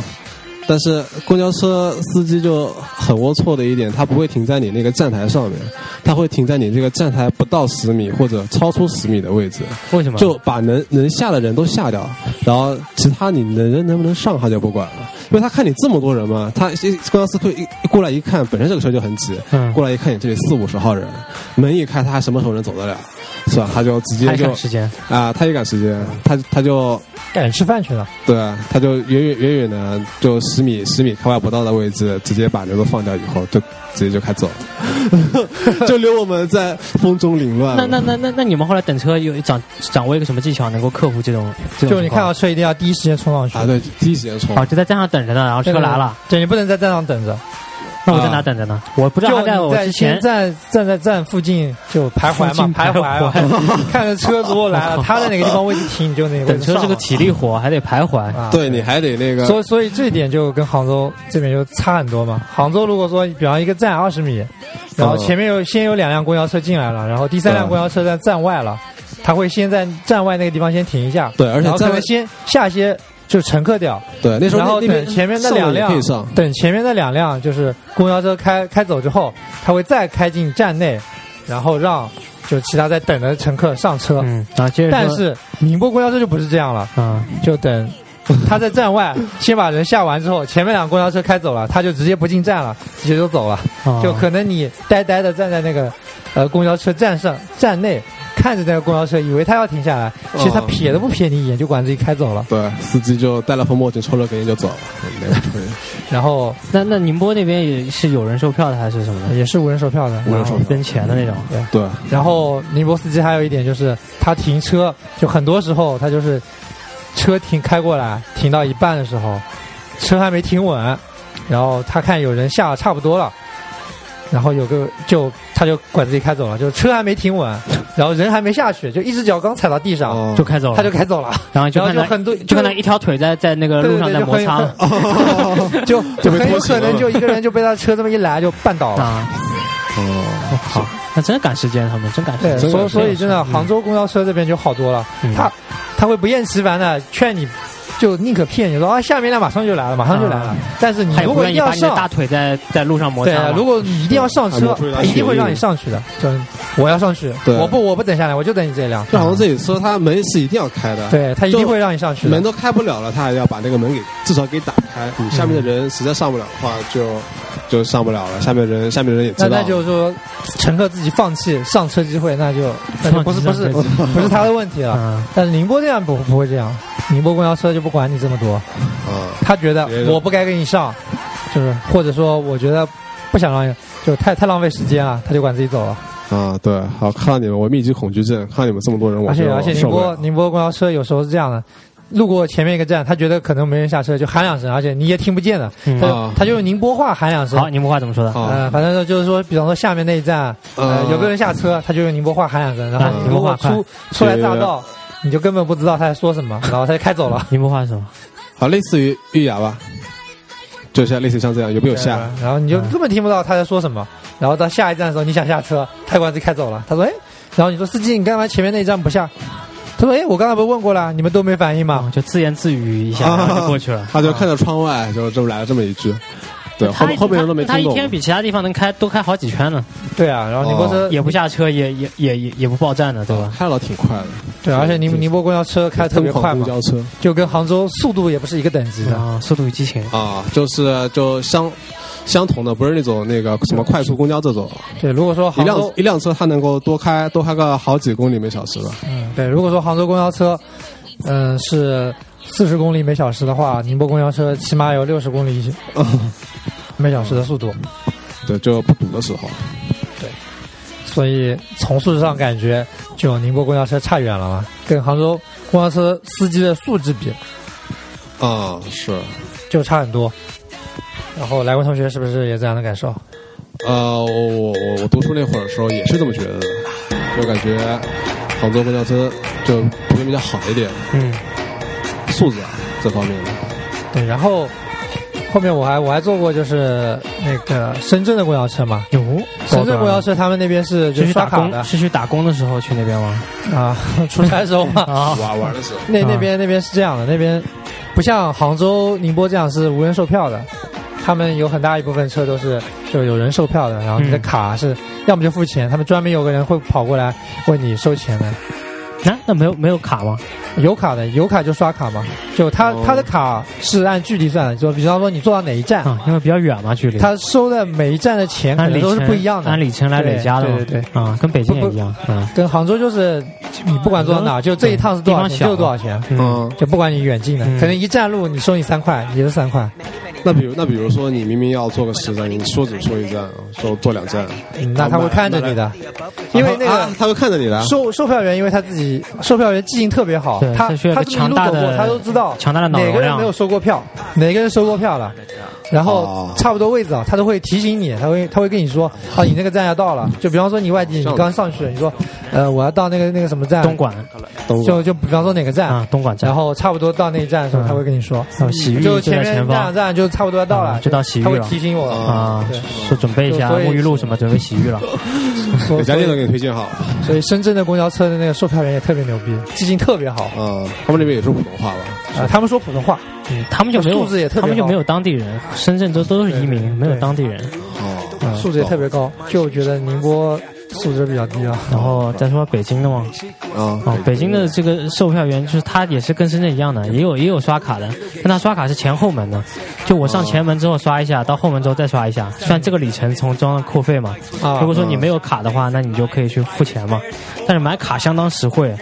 Speaker 4: 但是公交车司机就很龌龊的一点，他不会停在你那个站台上面，他会停在你这个站台不到十米或者超出十米的位置，
Speaker 3: 为什么？
Speaker 4: 就把能能下的人都下掉，然后其他你能人能不能上他就不管了，因为他看你这么多人嘛，他一公交车会一一过来一看，本身这个车就很挤，
Speaker 3: 嗯
Speaker 4: 过来一看你这里四五十号人，门一开，他还什么时候能走得了？是吧？他就直接
Speaker 3: 还
Speaker 4: 就
Speaker 3: 赶时间。
Speaker 4: 啊，他也赶时间，他他就
Speaker 5: 赶吃饭去了。
Speaker 4: 对，啊他就远远远远的就十米十米开外不到的位置，直接把人都放掉以后，就直接就开走
Speaker 5: *laughs*
Speaker 4: 了，就留我们在风中凌乱
Speaker 3: 那
Speaker 4: 了。
Speaker 3: 那那那那你们后来等车有掌掌握一个什么技巧，能够克服这种这种
Speaker 5: 就你
Speaker 3: 情
Speaker 5: 看
Speaker 3: 况
Speaker 5: 到车一定要第一时间冲上去
Speaker 4: 啊，，对，第一时间冲
Speaker 3: 啊，就在站上等着呢，然后车来了，
Speaker 5: 对，你不能在站上等着，
Speaker 3: 那我在哪等着呢？我不知道
Speaker 5: 就
Speaker 3: 他在
Speaker 5: 你
Speaker 3: 我
Speaker 5: 在
Speaker 3: 之
Speaker 5: 先
Speaker 3: 前
Speaker 5: 站站在站附近就徘徊啊
Speaker 3: 附
Speaker 5: 嘛，
Speaker 3: 近徘
Speaker 5: 徘
Speaker 3: 徊
Speaker 5: 徊，看着车如果来了，他在哪个地方位置停，你就哪个位
Speaker 3: *laughs* 等
Speaker 5: 置上
Speaker 3: 车
Speaker 5: 嘛。
Speaker 3: 是个体力活，还得徘徊。
Speaker 5: 啊，
Speaker 4: 对，你还得那个
Speaker 5: 所以所以这一点就跟杭州这边就差很多嘛。杭州如果说，比方一个站二十米，然后前面有先有两辆公交车进来了，然后第三辆
Speaker 4: 嗯
Speaker 5: 公交车在站外了，他会先在站外那个地方先停一下，
Speaker 4: 对，而且
Speaker 5: 然后可
Speaker 4: 站外
Speaker 5: 能先下一些就乘客掉，
Speaker 4: 对那时候
Speaker 5: 然后
Speaker 4: 那那边
Speaker 5: 等前面那
Speaker 4: 上
Speaker 5: 两
Speaker 4: 了也
Speaker 5: 辆
Speaker 4: 可以上，
Speaker 5: 等前面那两辆就是公交车开开走之后，他会再开进站内，然后让就其他在等的乘客上车。
Speaker 3: 嗯，啊，接着说
Speaker 5: 但是宁波公交车就不是这样了。
Speaker 3: 啊，
Speaker 5: 就等他在站外先把人下完之后，前面两个公交车开走了，他就直接不进站了，直接就走了。
Speaker 3: 啊
Speaker 4: 哦
Speaker 5: 就可能你呆呆的站在那个呃公交车站上站内，看着那个公交车，以为他要停下来，其实他
Speaker 4: 哦
Speaker 5: 瞥都不瞥你一眼，就管自己开走了。
Speaker 4: 对，司机就戴了副墨镜，抽了根烟就
Speaker 5: *laughs*
Speaker 4: 走了，没有吹，
Speaker 5: 然后
Speaker 3: 那那宁波那边也是有人售票的还是什么的？
Speaker 5: 也是无人售票的。
Speaker 4: 无人售
Speaker 3: 一
Speaker 4: 票
Speaker 3: 分钱的那种。
Speaker 4: 对，
Speaker 5: 然后宁波司机还有一点就是，他停车就很多时候他就是车停开过来，停到一半的时候，车还没停稳，然后他看有人下差不多了，然后有个就他就管自己开走了，就车还没停稳，然后人还没下去，就一只脚刚踩到地上，
Speaker 4: 哦
Speaker 3: 就开走了，
Speaker 5: 他就开走了，
Speaker 3: 然后就
Speaker 5: 然后
Speaker 3: 看
Speaker 5: 就
Speaker 3: 到
Speaker 5: 很多
Speaker 3: 就看到一条腿在在那个
Speaker 5: 对
Speaker 3: 路
Speaker 5: 对
Speaker 3: 上
Speaker 5: 对，
Speaker 3: 在
Speaker 5: 就
Speaker 3: 摩
Speaker 5: 很
Speaker 3: 擦了
Speaker 5: 很就就很有可能就一个人就被他车这么一来就绊倒了。
Speaker 3: 啊！
Speaker 4: 哦，
Speaker 5: *laughs*
Speaker 3: 好，那真赶时间，他们真赶嗯时
Speaker 5: 对，
Speaker 3: 间。
Speaker 4: 真的
Speaker 5: 所以
Speaker 4: 是这
Speaker 5: 所
Speaker 4: 样
Speaker 5: 以真的，杭州公交车这边就好多了，
Speaker 3: 嗯
Speaker 5: 他他会不厌其烦的劝你，就宁可骗你说啊，下面一辆马上就来了，马上就来了
Speaker 3: 啊。
Speaker 5: 但是你
Speaker 3: 他也
Speaker 5: 如
Speaker 3: 不
Speaker 5: 果
Speaker 3: 愿
Speaker 5: 一
Speaker 3: 意
Speaker 5: 定要
Speaker 3: 把你的大
Speaker 5: 上，
Speaker 3: 腿在在路上摩
Speaker 5: 对
Speaker 3: 擦嘛。，
Speaker 5: 如果你一定要上
Speaker 4: 还
Speaker 5: 车
Speaker 4: 不注意，到
Speaker 5: 他一定会
Speaker 4: 雪域
Speaker 5: 让你上去的。就是我要上去，
Speaker 4: 对
Speaker 5: 我不我不等下来，我就等你这一辆。嗯
Speaker 4: 就好像这里说他门是一定要开的，，
Speaker 5: 对他一定
Speaker 4: 就
Speaker 5: 会让你上去的嗯
Speaker 4: 门。都开不了了，他还要把那个门给至少给打开，你下面的人实在上不了的话，就就上不了了，下面人下面人也知
Speaker 5: 那
Speaker 4: 道，
Speaker 5: 那就是说，乘客自己放弃上车机会，那就那就不是不
Speaker 3: 放弃
Speaker 5: 是
Speaker 3: 上车
Speaker 5: 不是他的问题了。
Speaker 3: 啊，
Speaker 5: 但是宁波这样不不会这样，宁波公交车就不管你这么多。
Speaker 4: 啊，
Speaker 5: 他觉得
Speaker 4: 别的
Speaker 5: 我不该跟你上，就是或者说我觉得不想让你，就太太浪费时间了，他就管自己走了。
Speaker 4: 啊，对，好，看到你们，我密集恐惧症，看到你们这么多人，我
Speaker 5: 而且
Speaker 4: 就
Speaker 5: 而且宁
Speaker 4: 受不
Speaker 5: 波
Speaker 4: 了
Speaker 5: 宁波公交车有时候是这样的，路过前面一个站，他觉得可能没人下车，就喊两声，而且你也听不见的，
Speaker 3: 嗯
Speaker 5: 他就、
Speaker 4: 啊
Speaker 5: 他就用宁波话喊两声。
Speaker 3: 好，宁波话怎么说的？
Speaker 4: 啊
Speaker 5: 呃，反正就是说，比方说下面那一站，呃，
Speaker 4: 啊
Speaker 5: 有个人下车，他就用宁波话喊两声，然后
Speaker 3: 啊
Speaker 5: 你如果
Speaker 3: 宁波话
Speaker 5: 出初来乍到，你就根本不知道他在说什么，然后他就开走了。
Speaker 4: 啊
Speaker 3: 宁波话是什么？
Speaker 4: 好，类似于玉雅吧，就像类似像这样，有没有下？
Speaker 5: 啊然后你就根本听不到他在说什么。然后到下一站的时候，你想下车，他管自己开走了。他说：“哎，然后你说司机，你干嘛前面那一站不下？”他说：“哎，我刚才不是问过了，你们都没反应
Speaker 3: 啊
Speaker 5: 嘛。
Speaker 3: 就自言自语一下然
Speaker 5: 啊
Speaker 3: 后就过去了。
Speaker 4: 啊他就看着窗外，就这么来了这么一句，对，后
Speaker 3: 他
Speaker 4: 面后面人都没
Speaker 3: 他
Speaker 4: 听
Speaker 3: 一
Speaker 4: 懂。
Speaker 3: 天比其他地方能开多开好几圈呢，”
Speaker 5: 对啊，然后宁波车、
Speaker 3: 哦也不下车，也也也也也不报站呢，对吧？
Speaker 4: 开了挺快的，
Speaker 5: 对，而且宁
Speaker 4: 对
Speaker 5: 宁波公交车开得特别
Speaker 4: 疯狂
Speaker 5: 快嘛
Speaker 4: 公，交车
Speaker 5: 就跟杭州速度也不是一个等级的。
Speaker 3: 啊，速度与激情，
Speaker 4: 啊，就是就相相同的，不是那种那个什么快速公交这种，
Speaker 5: 对，如果说
Speaker 4: 一
Speaker 5: 杭
Speaker 4: 辆
Speaker 5: 州
Speaker 4: 一辆车它能够多开多开个好几公里每小时吧。
Speaker 5: 对，如果说杭州公交车，嗯、是四十公里每小时的话，宁波公交车起码有六十公里每小时的速度。
Speaker 4: 啊对，就不堵的时候，
Speaker 5: 所以从素质上感觉，就宁波公交车差远了嘛，跟杭州公交车司机的素质比
Speaker 4: 啊、是，
Speaker 5: 就差很多。然后来文同学是不是也这样的感受？
Speaker 4: 呃，我我我我读书那会儿的时候也是这么觉得的，就感觉杭州公交车就普遍比较好一点，
Speaker 3: 嗯，
Speaker 4: 素质啊这方面的，
Speaker 5: 对，然后后面我还我还坐过就是那个深圳的公交车嘛，
Speaker 3: 有
Speaker 5: 深圳公交车他们那边是就是
Speaker 3: 去
Speaker 5: 刷
Speaker 3: 打
Speaker 5: 卡
Speaker 3: 工，
Speaker 5: 的
Speaker 3: 是去打工的时候去那边吗？
Speaker 5: 啊， *laughs* 出差的时候嘛，
Speaker 3: 啊，
Speaker 4: 玩玩的时候，
Speaker 5: 那
Speaker 3: 啊
Speaker 5: 那边那边是这样的，那边不像杭州、宁波这样是无人售票的，他们有很大一部分车都是就有人售票的，然后你的
Speaker 3: 嗯
Speaker 5: 卡是、要么就付钱，他们专门有个人会跑过来问你收钱的。
Speaker 3: 那那没有没有卡吗？
Speaker 5: 有卡的，有卡就刷卡嘛，就他、
Speaker 4: 哦
Speaker 5: 他的卡是按距离算的，就比方说你坐到哪一站，
Speaker 3: 啊，因为比较远嘛，距离。
Speaker 5: 哎他收的每一站的钱可
Speaker 3: 按
Speaker 5: 能
Speaker 3: 里
Speaker 5: 都
Speaker 3: 程
Speaker 5: 是不一样的
Speaker 3: 按。里程来累加的嘛，
Speaker 5: 对对
Speaker 3: 对啊，跟北京也一样，嗯
Speaker 5: 跟杭州就是你不管坐到哪，就这一趟是多少
Speaker 3: 地方
Speaker 5: 钱
Speaker 3: 小
Speaker 5: 就是多少钱，
Speaker 3: 嗯，
Speaker 4: 嗯，
Speaker 5: 就不管你远近的，
Speaker 3: 嗯
Speaker 5: 可能一站路你收你三块也是三块。
Speaker 4: 那比如那比如说你明明要坐个十站，你说只说一站，说坐两站，
Speaker 5: 嗯那他会看着你的，因为那
Speaker 4: 啊
Speaker 5: 个
Speaker 4: 他会看着你的啊，
Speaker 5: 售售票员，因为他自己售票员记性特别好
Speaker 3: 对，
Speaker 5: 他
Speaker 3: 这需要
Speaker 5: 他
Speaker 3: 一个
Speaker 5: 这么
Speaker 3: 强
Speaker 5: 一路
Speaker 3: 大
Speaker 5: 走
Speaker 3: 的
Speaker 5: 过，他都知道
Speaker 3: 强大的脑
Speaker 5: 哪
Speaker 3: 容
Speaker 5: 个人
Speaker 3: 量
Speaker 5: 没有收过票，哪个人收过票了，然后
Speaker 4: 哦
Speaker 5: 差不多位置啊，他都会提醒你，他会他会跟你说
Speaker 3: 嗯
Speaker 5: 啊，你那个站要到了，就比方说你外地，
Speaker 4: 这
Speaker 5: 你
Speaker 4: 样
Speaker 5: 刚上去，你说呃我要到那个那个什么站，
Speaker 3: 东莞
Speaker 4: 懂
Speaker 5: 就就比方说哪个
Speaker 3: 啊
Speaker 5: 站，，
Speaker 3: 东莞站，
Speaker 5: 然后差不多到那一站的时候，
Speaker 3: 嗯
Speaker 5: 他会跟你说，
Speaker 3: 然后洗浴就在
Speaker 5: 就前面
Speaker 3: 前
Speaker 5: 那两
Speaker 3: 方
Speaker 5: 站就差不多要到了
Speaker 3: 嗯，就到洗浴
Speaker 5: 他会
Speaker 3: 了
Speaker 5: 提醒我
Speaker 3: 啊
Speaker 5: 对，
Speaker 3: 说准备一下
Speaker 5: 就所以
Speaker 3: 沐浴露什么，准备洗浴了。
Speaker 5: 所
Speaker 4: 哪
Speaker 5: 以
Speaker 4: 家店都给你推荐好
Speaker 5: 所以深圳的公交车的那个售票员也特别牛逼，记性特别好啊、
Speaker 4: 嗯，他们那边也说普通话吧？
Speaker 5: 呃他们说普通话，
Speaker 3: 嗯，他们就没有
Speaker 5: 素质也，特别
Speaker 3: 他们就
Speaker 5: 好
Speaker 3: 没有当地人，深圳都都是移民，没有当地人。
Speaker 4: 哦，
Speaker 5: 素质也特别高，就觉得宁波素质比较低啊。
Speaker 3: 然后再说北京的嘛，
Speaker 4: 啊，
Speaker 3: 哦，北京的这个售票员就是他也是跟深圳一样的，也有也有刷卡的，但他刷卡是前后门的，就我上前门之后刷一下，到后门之后再刷一下，算这个里程从中央扣费嘛。
Speaker 5: 啊
Speaker 3: 如果说你没有卡的话，那你就可以去付钱嘛。但是买卡相当实惠，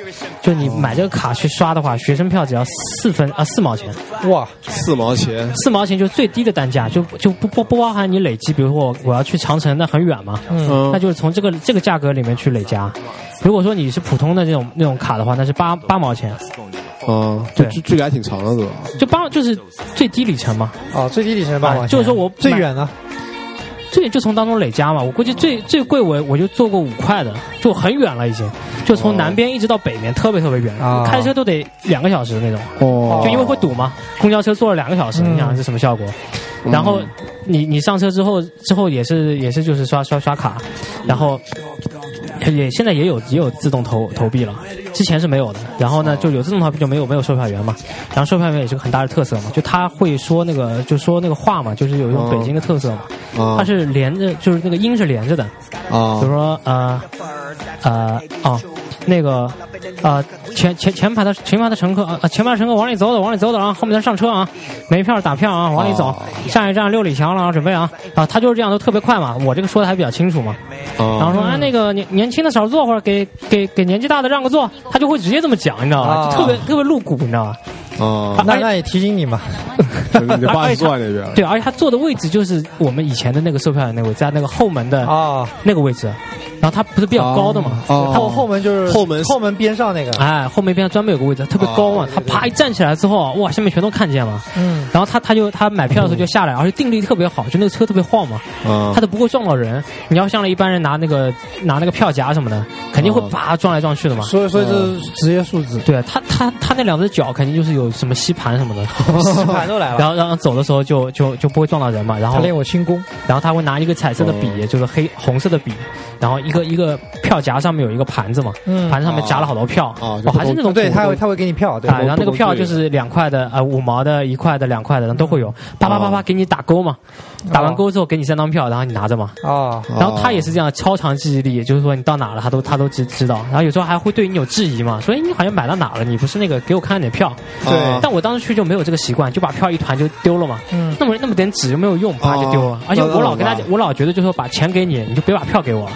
Speaker 3: 就你买这个卡去刷的话，学生票只要四分啊四毛钱，
Speaker 5: 哇，
Speaker 4: 四毛钱，
Speaker 3: 四毛钱就是最低的单价，就就不不不包含你累积，比如说我我要去长城，那很远嘛，
Speaker 4: 嗯
Speaker 3: 那就是从这个这个价格里面去累加。如果说你是普通的那种那种卡的话，那是八八毛钱，
Speaker 4: 嗯，就
Speaker 3: 对
Speaker 4: 距距离还挺长的，对吧？
Speaker 3: 就八就是最低里程嘛，
Speaker 5: 哦，最低里程八毛钱、
Speaker 3: 啊就是说我
Speaker 5: 最远呢，
Speaker 3: 这也就从当中累加嘛。我估计最最贵我我就做过五块的，就很远了已经，就从南边一直到北边，特别特别远，
Speaker 5: 啊
Speaker 3: 开车都得两个小时那种。
Speaker 4: 哦
Speaker 3: 就因为会堵嘛，公交车坐了两个小时，
Speaker 5: 嗯
Speaker 3: 你想是什么效果？然后你你上车之后之后也是也是就是刷刷刷卡，然后也现在也有也有自动投投币了，之前是没有的。然后呢就有自动投币就没有没有售票员嘛，然后售票员也是个很大的特色嘛，就他会说那个就说那个话嘛，就是有一种北京的特色嘛，
Speaker 4: 啊
Speaker 3: 它是连着就是那个音是连着的，比
Speaker 4: 啊
Speaker 3: 如说呃呃哦那个啊，前前前排的前排的乘客啊，啊前排乘客往里走走，往里走走啊，后面的上车啊，没票打票啊，往里走
Speaker 4: 哦，
Speaker 3: 下一站六里桥了啊，准备啊啊，他就是这样，都特别快嘛，我这个说的还比较清楚嘛，然后
Speaker 4: 啊
Speaker 3: 说哎那个年年轻的少坐会儿，给给给年纪大的让个座，他就会直接这么讲，你知道
Speaker 4: 哦
Speaker 3: 吧？
Speaker 5: 啊
Speaker 3: 就特别特别露骨，你知道吧？
Speaker 4: 啊！
Speaker 5: 那那也提醒你嘛。
Speaker 4: 就是你爸是坐在
Speaker 3: *laughs*
Speaker 4: 那边，
Speaker 3: 哎对，而且他坐的位置就是我们以前的那个售票员那个位置，在那个后门的
Speaker 5: 啊、
Speaker 3: 那个位置，然后它不是比较高的嘛，
Speaker 4: 哦
Speaker 5: 后后门就是
Speaker 4: 后门
Speaker 5: 后门边上那个，
Speaker 3: 哎，后面边上专门有个位置，特别高
Speaker 5: 哦
Speaker 3: 嘛，他啪一站起来之后，哇，下面全都看见了。
Speaker 5: 嗯，
Speaker 3: 然后他他就他买票的时候就下来，而且定力特别好，就那个车特别晃嘛，
Speaker 4: 啊
Speaker 5: 哦
Speaker 3: 他都不会撞到人。你要像一般人拿那个拿那个票夹什么的，肯定会
Speaker 4: 哦
Speaker 3: 啪撞来撞去的嘛。
Speaker 5: 所以所以这是职业素质，
Speaker 3: 对他他他那两只脚肯定就是有什么吸盘什么
Speaker 5: *laughs*
Speaker 3: 的，
Speaker 5: 棋盘都来了，
Speaker 3: 然后然后走的时候就就就不会撞到人嘛。然后
Speaker 5: *laughs* 他哦练我轻功，
Speaker 3: 然后他会拿一个彩色的笔，就是黑红色的笔，然后一个一个票夹上面有一个盘子嘛，
Speaker 5: 嗯
Speaker 3: 盘子上面夹了好多票，
Speaker 4: 哦就
Speaker 3: 哦，
Speaker 4: 不
Speaker 3: 还是那种
Speaker 5: 对
Speaker 3: 古
Speaker 5: 他会他会给你票，对
Speaker 3: 啊，
Speaker 5: 吧？
Speaker 3: 然后那个票就是两块的，呃，五毛的、一块的、两块的，然后都会
Speaker 4: 嗯
Speaker 3: 有，啪啪啪啪给你打勾嘛，打完勾之后给你三张票，然后你拿着嘛。
Speaker 5: 啊，
Speaker 4: 哦
Speaker 3: 然后他也是这样超长记忆力，也就是说你到哪了，他都他都知知道。然后有时候还会对你有质疑嘛，说哎你好像买到哪了，你不是那个给我看看你的票。
Speaker 5: 对
Speaker 4: 啊
Speaker 3: 但我当时去就没有这个习惯，就把票一团就丢了嘛。
Speaker 5: 嗯
Speaker 3: 那么那么点纸又没有用，啪就丢了
Speaker 4: 哦。
Speaker 3: 而且
Speaker 4: 那那
Speaker 3: 我老跟他
Speaker 4: 怎么，办
Speaker 3: 我老觉得就是说把钱给你，你就别把票给我了，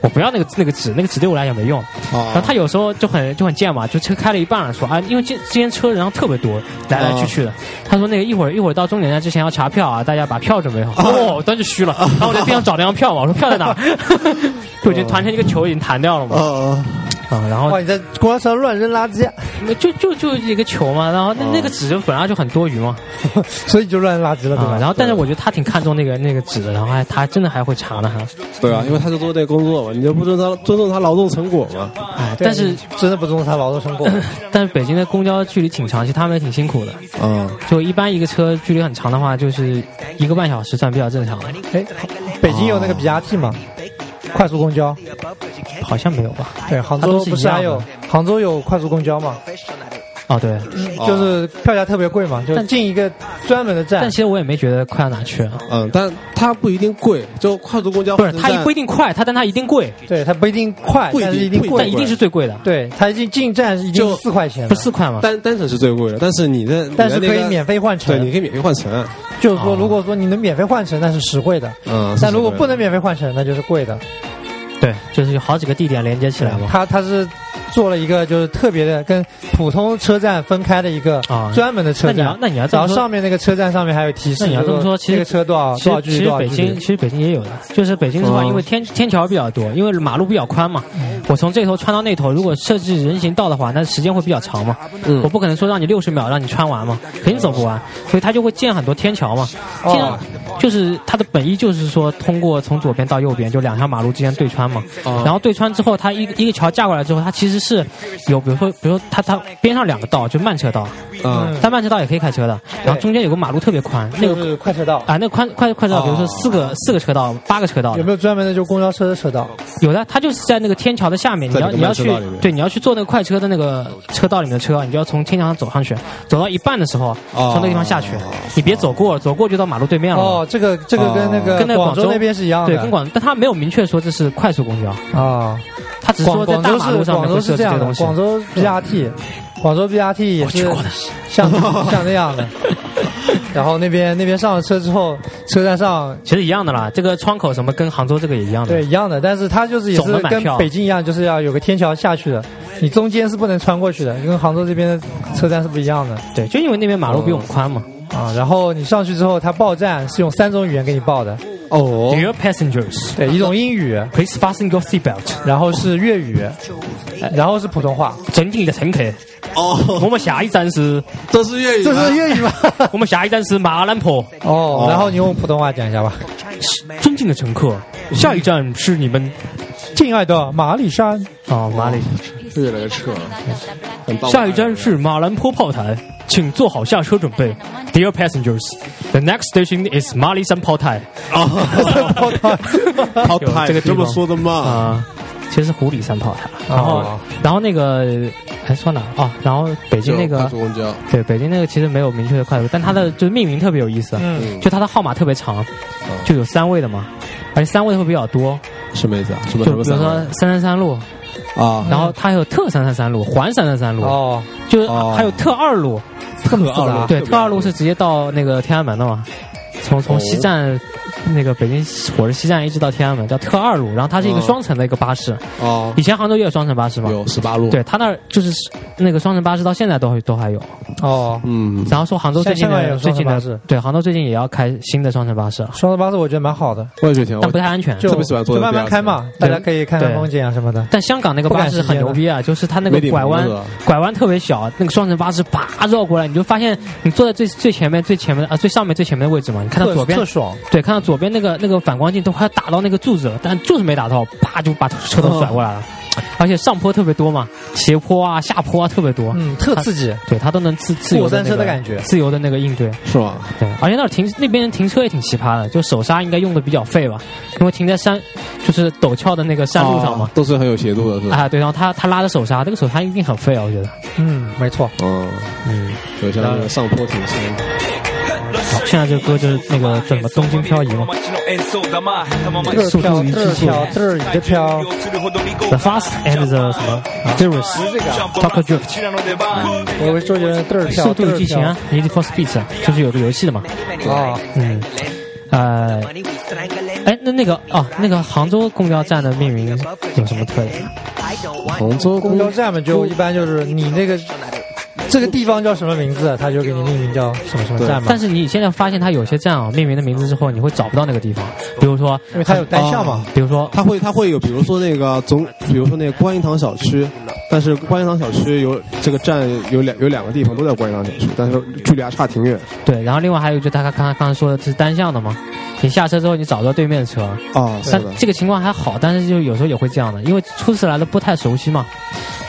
Speaker 3: 我不要那个那个纸，那个纸对我来讲没用。然后
Speaker 4: 啊
Speaker 3: 他有时候就很就很贱嘛，就车开了一半了，说啊，因为今今天车人特别多，来来去去的。他说那个一会儿一会儿到终点站之前要查票啊，大家把票准备好。哦，我当时虚了，然后我在地上找了张票嘛，我说票在哪？就已经团成一个球，已经弹掉了嘛。
Speaker 4: 啊
Speaker 3: 啊，然后
Speaker 5: 哇，你在公交车上乱扔垃圾，
Speaker 3: 就就就一个球嘛，然后那那个纸就本来就很多余嘛，
Speaker 5: *laughs* 所以你就乱扔垃圾了，对
Speaker 3: 啊，
Speaker 5: 吧？
Speaker 3: 然后但是我觉得他挺看重那个那个纸的，然后还他真的还会查呢，还
Speaker 4: 对啊，因为他是做这工作嘛，你就不尊重他尊重他劳动成果嘛？
Speaker 3: 哎，
Speaker 5: 对
Speaker 3: 但是
Speaker 5: 真的不重视他劳动成果，
Speaker 3: 但是北京的公交距离挺长，其实他们也挺辛苦的。
Speaker 4: 啊，
Speaker 3: 就一般一个车距离很长的话，就是一个半小时算比较正常的，
Speaker 5: 哎，北京有那个 BRT 吗？快速公交，
Speaker 3: 好像没有吧？
Speaker 5: 对，杭
Speaker 3: 它
Speaker 5: 州
Speaker 3: 都是
Speaker 5: 不
Speaker 3: 一
Speaker 5: 是
Speaker 3: 样
Speaker 5: 还有
Speaker 3: 的
Speaker 5: 杭州有快速公交嘛？
Speaker 3: 哦，对，
Speaker 5: 就是票价特别贵嘛，就
Speaker 3: 但
Speaker 5: 进一个专门的站
Speaker 3: 但其，实我也没觉得快到哪去，啊
Speaker 4: 嗯，但他不一定贵，就快速公交
Speaker 3: 不是它
Speaker 4: 换乘站
Speaker 3: 不一定快，它但它一定贵，
Speaker 5: 对，它不一定快，
Speaker 4: 不一定
Speaker 5: 但是一定
Speaker 4: 不
Speaker 5: 贵
Speaker 3: 但一，定是最贵的，
Speaker 5: 对，它一进进站一定
Speaker 4: 就是
Speaker 5: 四块钱的，
Speaker 3: 不是四块吗？
Speaker 4: 单单程是最贵的，但是你的
Speaker 5: 但是可以免
Speaker 4: 费，
Speaker 5: 费换乘
Speaker 4: 对，，你可以免费换乘，
Speaker 5: 就是说，
Speaker 3: 哦
Speaker 5: 如果说你能免费换乘，那是实惠的；
Speaker 4: 嗯，
Speaker 5: 但如果不能
Speaker 4: 免
Speaker 5: 免费换乘，那就是贵的。
Speaker 3: 对，就是有好几个地点连接起来嘛。
Speaker 5: 它它是做了一个就是特别的，跟普通车站分开的一个
Speaker 3: 啊
Speaker 5: 专门的车
Speaker 3: 那你
Speaker 5: 站
Speaker 3: 要。那你要这
Speaker 5: 然
Speaker 3: 么
Speaker 5: 后
Speaker 3: 说
Speaker 5: 上，面那个车站上面还有提示，
Speaker 3: 那你要这么说
Speaker 5: 就
Speaker 3: 其
Speaker 5: 是
Speaker 3: 实
Speaker 5: 这个车多少
Speaker 3: 其
Speaker 5: 多少
Speaker 3: 实
Speaker 5: 距离
Speaker 3: 其实
Speaker 5: 多少
Speaker 3: 北
Speaker 5: 距
Speaker 3: 京
Speaker 5: 离哦
Speaker 3: 其。实北京也有的，就是北京的话，
Speaker 4: 嗯
Speaker 3: 因为天天桥比较多，因为马路比较宽嘛，
Speaker 5: 嗯
Speaker 3: 我从这头穿到那头，如果设置人行道的话，那时间会比较长嘛。
Speaker 4: 嗯
Speaker 3: 我不可能说让你六十秒让你穿完嘛，肯定走不完，所以他就会建很多天桥嘛。
Speaker 5: 哦
Speaker 3: 天桥就是它的本意就是说通过从左边到右边就两条马路之间对穿嘛。
Speaker 4: 哦
Speaker 3: 然后对穿之后，它一一个桥架过来之后，它其实是有比如说比如说它它边上两个道就慢车道，
Speaker 5: 嗯
Speaker 4: 啊
Speaker 3: 但慢车道也可以开车的，然后中间有个马路特别宽，那
Speaker 5: 就
Speaker 3: 个
Speaker 5: 是快车道，
Speaker 3: 啊，那宽快快车道，比如说四个、四个车道、八个车道的
Speaker 5: 哦有没有专门的就公交车的车道？
Speaker 3: 有的，它就是在那个天桥的下面，你
Speaker 4: 在
Speaker 3: 要
Speaker 4: 那个
Speaker 3: 你要
Speaker 4: 慢车
Speaker 3: 去
Speaker 4: 道里面
Speaker 3: 对，你要去坐那个快车的那个车道里面的车，你就要从天桥上走上去，走到一半的时候，
Speaker 4: 哦
Speaker 3: 从那个地方下去，你别走过，走过就到马路对面了。
Speaker 5: 哦，这个这个跟那
Speaker 3: 啊跟那个
Speaker 5: 个广
Speaker 3: 广州
Speaker 5: 那边是一样的，
Speaker 3: 对，跟广，但他没有明确说这是快速公交，
Speaker 5: 啊，
Speaker 3: 他只是
Speaker 5: 广
Speaker 3: 说在
Speaker 5: 广
Speaker 3: 大
Speaker 5: 州
Speaker 3: 马路
Speaker 5: 是
Speaker 3: 上
Speaker 5: 广
Speaker 3: 面
Speaker 5: 州
Speaker 3: 会
Speaker 5: 是
Speaker 3: 设置这
Speaker 5: 这样
Speaker 3: 个
Speaker 5: 的，
Speaker 3: 东西。嗯
Speaker 5: 广州 BRT，广州 BRT 也
Speaker 3: 我去
Speaker 5: 是
Speaker 3: 过的
Speaker 5: 像像那样的。然后那边那边上了车之后，车站上
Speaker 3: 其实一样的啦，这个窗口什么跟杭州这个也一样的。
Speaker 5: 对一样的，但是它就是也
Speaker 3: 嗯总
Speaker 5: 是
Speaker 3: 的买
Speaker 5: 跟
Speaker 3: 票
Speaker 5: 北京一样，就是要有个天桥下去的，你中间是不能穿过去的，跟杭州这边的车站是不一样的
Speaker 3: 对就因为那边马路比我们宽嘛。
Speaker 5: 啊。然后你上去之后，它报站是用三种语言给你报的，
Speaker 4: 哦
Speaker 3: Dear passengers,
Speaker 5: 对，一种英语，
Speaker 3: please fasten your seatbelt。
Speaker 5: 然后是粤语，然后是普通话，
Speaker 3: 尊敬的乘客，
Speaker 4: 哦，
Speaker 3: 我们下一站是，
Speaker 4: 这是粤语吗，
Speaker 5: 这是粤语吗？
Speaker 3: 我们下一站是马兰坡。
Speaker 5: *laughs* 哦，然后你用普通话讲一下吧。
Speaker 3: 尊敬的乘客，下一站是你们
Speaker 5: 敬爱的马里山，
Speaker 3: 哦，马里。
Speaker 4: 越来越扯了，很棒
Speaker 3: 下一站是马兰坡炮台，请做好下车准备。Dear passengers, the next station is 马里山炮台。
Speaker 4: 哦，好
Speaker 3: 有
Speaker 4: 惨，
Speaker 3: 这个地
Speaker 4: 这
Speaker 3: 方
Speaker 4: 么说的嘛？
Speaker 3: *laughs* 啊、其实是湖里山炮台。然后，
Speaker 5: 哦
Speaker 3: 然后那个还说哪儿哦，然后北京那
Speaker 4: 就快
Speaker 3: 个
Speaker 4: 速公交，
Speaker 3: 对北京那个其实没有明确的快速，但它的就是命名特别有意思，
Speaker 5: 嗯，
Speaker 3: 就它的号码特别长，就有三位的嘛，而且三位会比较多，
Speaker 4: 什么意思啊？什么
Speaker 3: 就
Speaker 4: 什
Speaker 3: 比
Speaker 4: 么
Speaker 3: 如说三三三路，
Speaker 4: 啊？
Speaker 3: 然后它还有特三三三路、环三三三路，
Speaker 5: 哦，
Speaker 3: 就是
Speaker 4: 哦
Speaker 3: 还有特二路，
Speaker 5: 特复
Speaker 4: 二路
Speaker 5: 杂，
Speaker 3: 对，
Speaker 4: 特别
Speaker 3: 特二路是直接到那个天安门的嘛，从从
Speaker 4: 哦
Speaker 3: 西站那个北京火车西站一直到天安门，叫特二路，然后它是一个
Speaker 4: 嗯
Speaker 3: 双层的一个巴士。
Speaker 4: 哦
Speaker 3: 以，前杭州也有双层巴士嘛？
Speaker 4: 有十八路，，
Speaker 3: 对，它那儿就是那个双层巴士，到现在都还都还有。
Speaker 5: 哦，
Speaker 4: 嗯，
Speaker 3: 然后说杭州最近
Speaker 5: 像香港也
Speaker 3: 的
Speaker 5: 有
Speaker 3: 最
Speaker 5: 双
Speaker 3: 近
Speaker 5: 层
Speaker 3: 的
Speaker 5: 巴士
Speaker 3: 对杭州最近也要开新的双层巴士，
Speaker 4: 哦
Speaker 5: 双子巴士我觉得蛮好的，
Speaker 4: 我也觉得挺好
Speaker 3: 但不。太安全。
Speaker 5: 就
Speaker 4: 特别喜欢坐
Speaker 5: 就
Speaker 4: 在
Speaker 5: 慢慢
Speaker 4: 第二
Speaker 5: 开
Speaker 4: 层
Speaker 5: 嘛，大家
Speaker 3: 对
Speaker 5: 可以看看
Speaker 3: 对
Speaker 5: 风景啊什么的。
Speaker 3: 但香港那个
Speaker 5: 不
Speaker 3: 巴
Speaker 5: 赶
Speaker 3: 士很
Speaker 5: 时间
Speaker 3: 牛
Speaker 5: 了
Speaker 3: 逼啊，就是它那个
Speaker 4: 没顶
Speaker 3: 拐弯
Speaker 4: 棚子
Speaker 3: 拐弯特别小，那个双层巴士啪绕过来，你就发现你坐在最最前面最前面的啊最上面最前面的位置嘛，你看到
Speaker 5: 特
Speaker 3: 左边
Speaker 5: 特爽，
Speaker 3: 对，看到左边那个那个反光镜都快要打到那个柱子了，但就是没打到，啪就把车头甩过
Speaker 5: 哦
Speaker 3: 来了，而且上坡特别多嘛，斜坡啊下坡啊特别多，
Speaker 5: 嗯，特刺激，
Speaker 3: 对，它都能自自由
Speaker 5: 过
Speaker 3: 地
Speaker 5: 山车
Speaker 3: 那个
Speaker 5: 的感觉
Speaker 3: 自由的那个应对。
Speaker 4: 是吧？
Speaker 3: 对，而且那儿停那边停车也挺奇葩的，就手刹应该用的比较废吧，因为停在山就是陡峭的那个山路上嘛
Speaker 4: 哦。都是很有斜度的，是吧？
Speaker 3: 啊，对，然后他他拉着手刹，这个手刹一定很废啊，我觉得。
Speaker 5: 嗯，没错，
Speaker 4: 嗯，
Speaker 3: 嗯，
Speaker 4: 有像那个上坡挺深，
Speaker 3: 好，现在这个歌就是那个叫什么《东京漂移》嘛，
Speaker 5: 就是
Speaker 3: 速
Speaker 5: 飘，
Speaker 3: 度与
Speaker 5: 就
Speaker 3: 激
Speaker 5: 是
Speaker 3: 情
Speaker 5: 飘，就是你的飘，
Speaker 3: ，The Fast and the 什么 d e r i s
Speaker 7: 这个啊
Speaker 3: t o k y o Drift，
Speaker 5: 我以为周杰伦嘚儿飘，
Speaker 3: 速度
Speaker 5: 嘚
Speaker 3: 与
Speaker 5: 儿
Speaker 3: 激情
Speaker 5: 飘
Speaker 3: 啊，，Need for Speed，啊就是有个游戏的嘛。
Speaker 5: 哦
Speaker 3: 嗯，呃，哎，那那个哦，那个杭州公交站的命名有什么特点？
Speaker 4: 杭州
Speaker 5: 公
Speaker 4: 公
Speaker 5: 交站嘛，就一般就是你那个这个地方叫什么名字，啊他就给你命名叫什么什么站嘛
Speaker 3: 但。是你现在发现它有些站啊，命名的名字之后，你会找不到那个地方，比如说，
Speaker 5: 因为它有单向嘛
Speaker 3: 啊比如说
Speaker 4: 它会它会有，比如说那个总，比如说那个观音堂小区，但是观音堂小区有这个站有两有两个地方都在观音堂小区，但是距离还差挺远
Speaker 3: 对，然后另外还有就他刚刚刚刚说的是单向的嘛，你下车之后你找不到对面的车，
Speaker 4: 啊。是
Speaker 3: 但
Speaker 4: 的，
Speaker 3: 这个情况还好，但是就有时候也会这样的，因为初次来的不太熟悉嘛。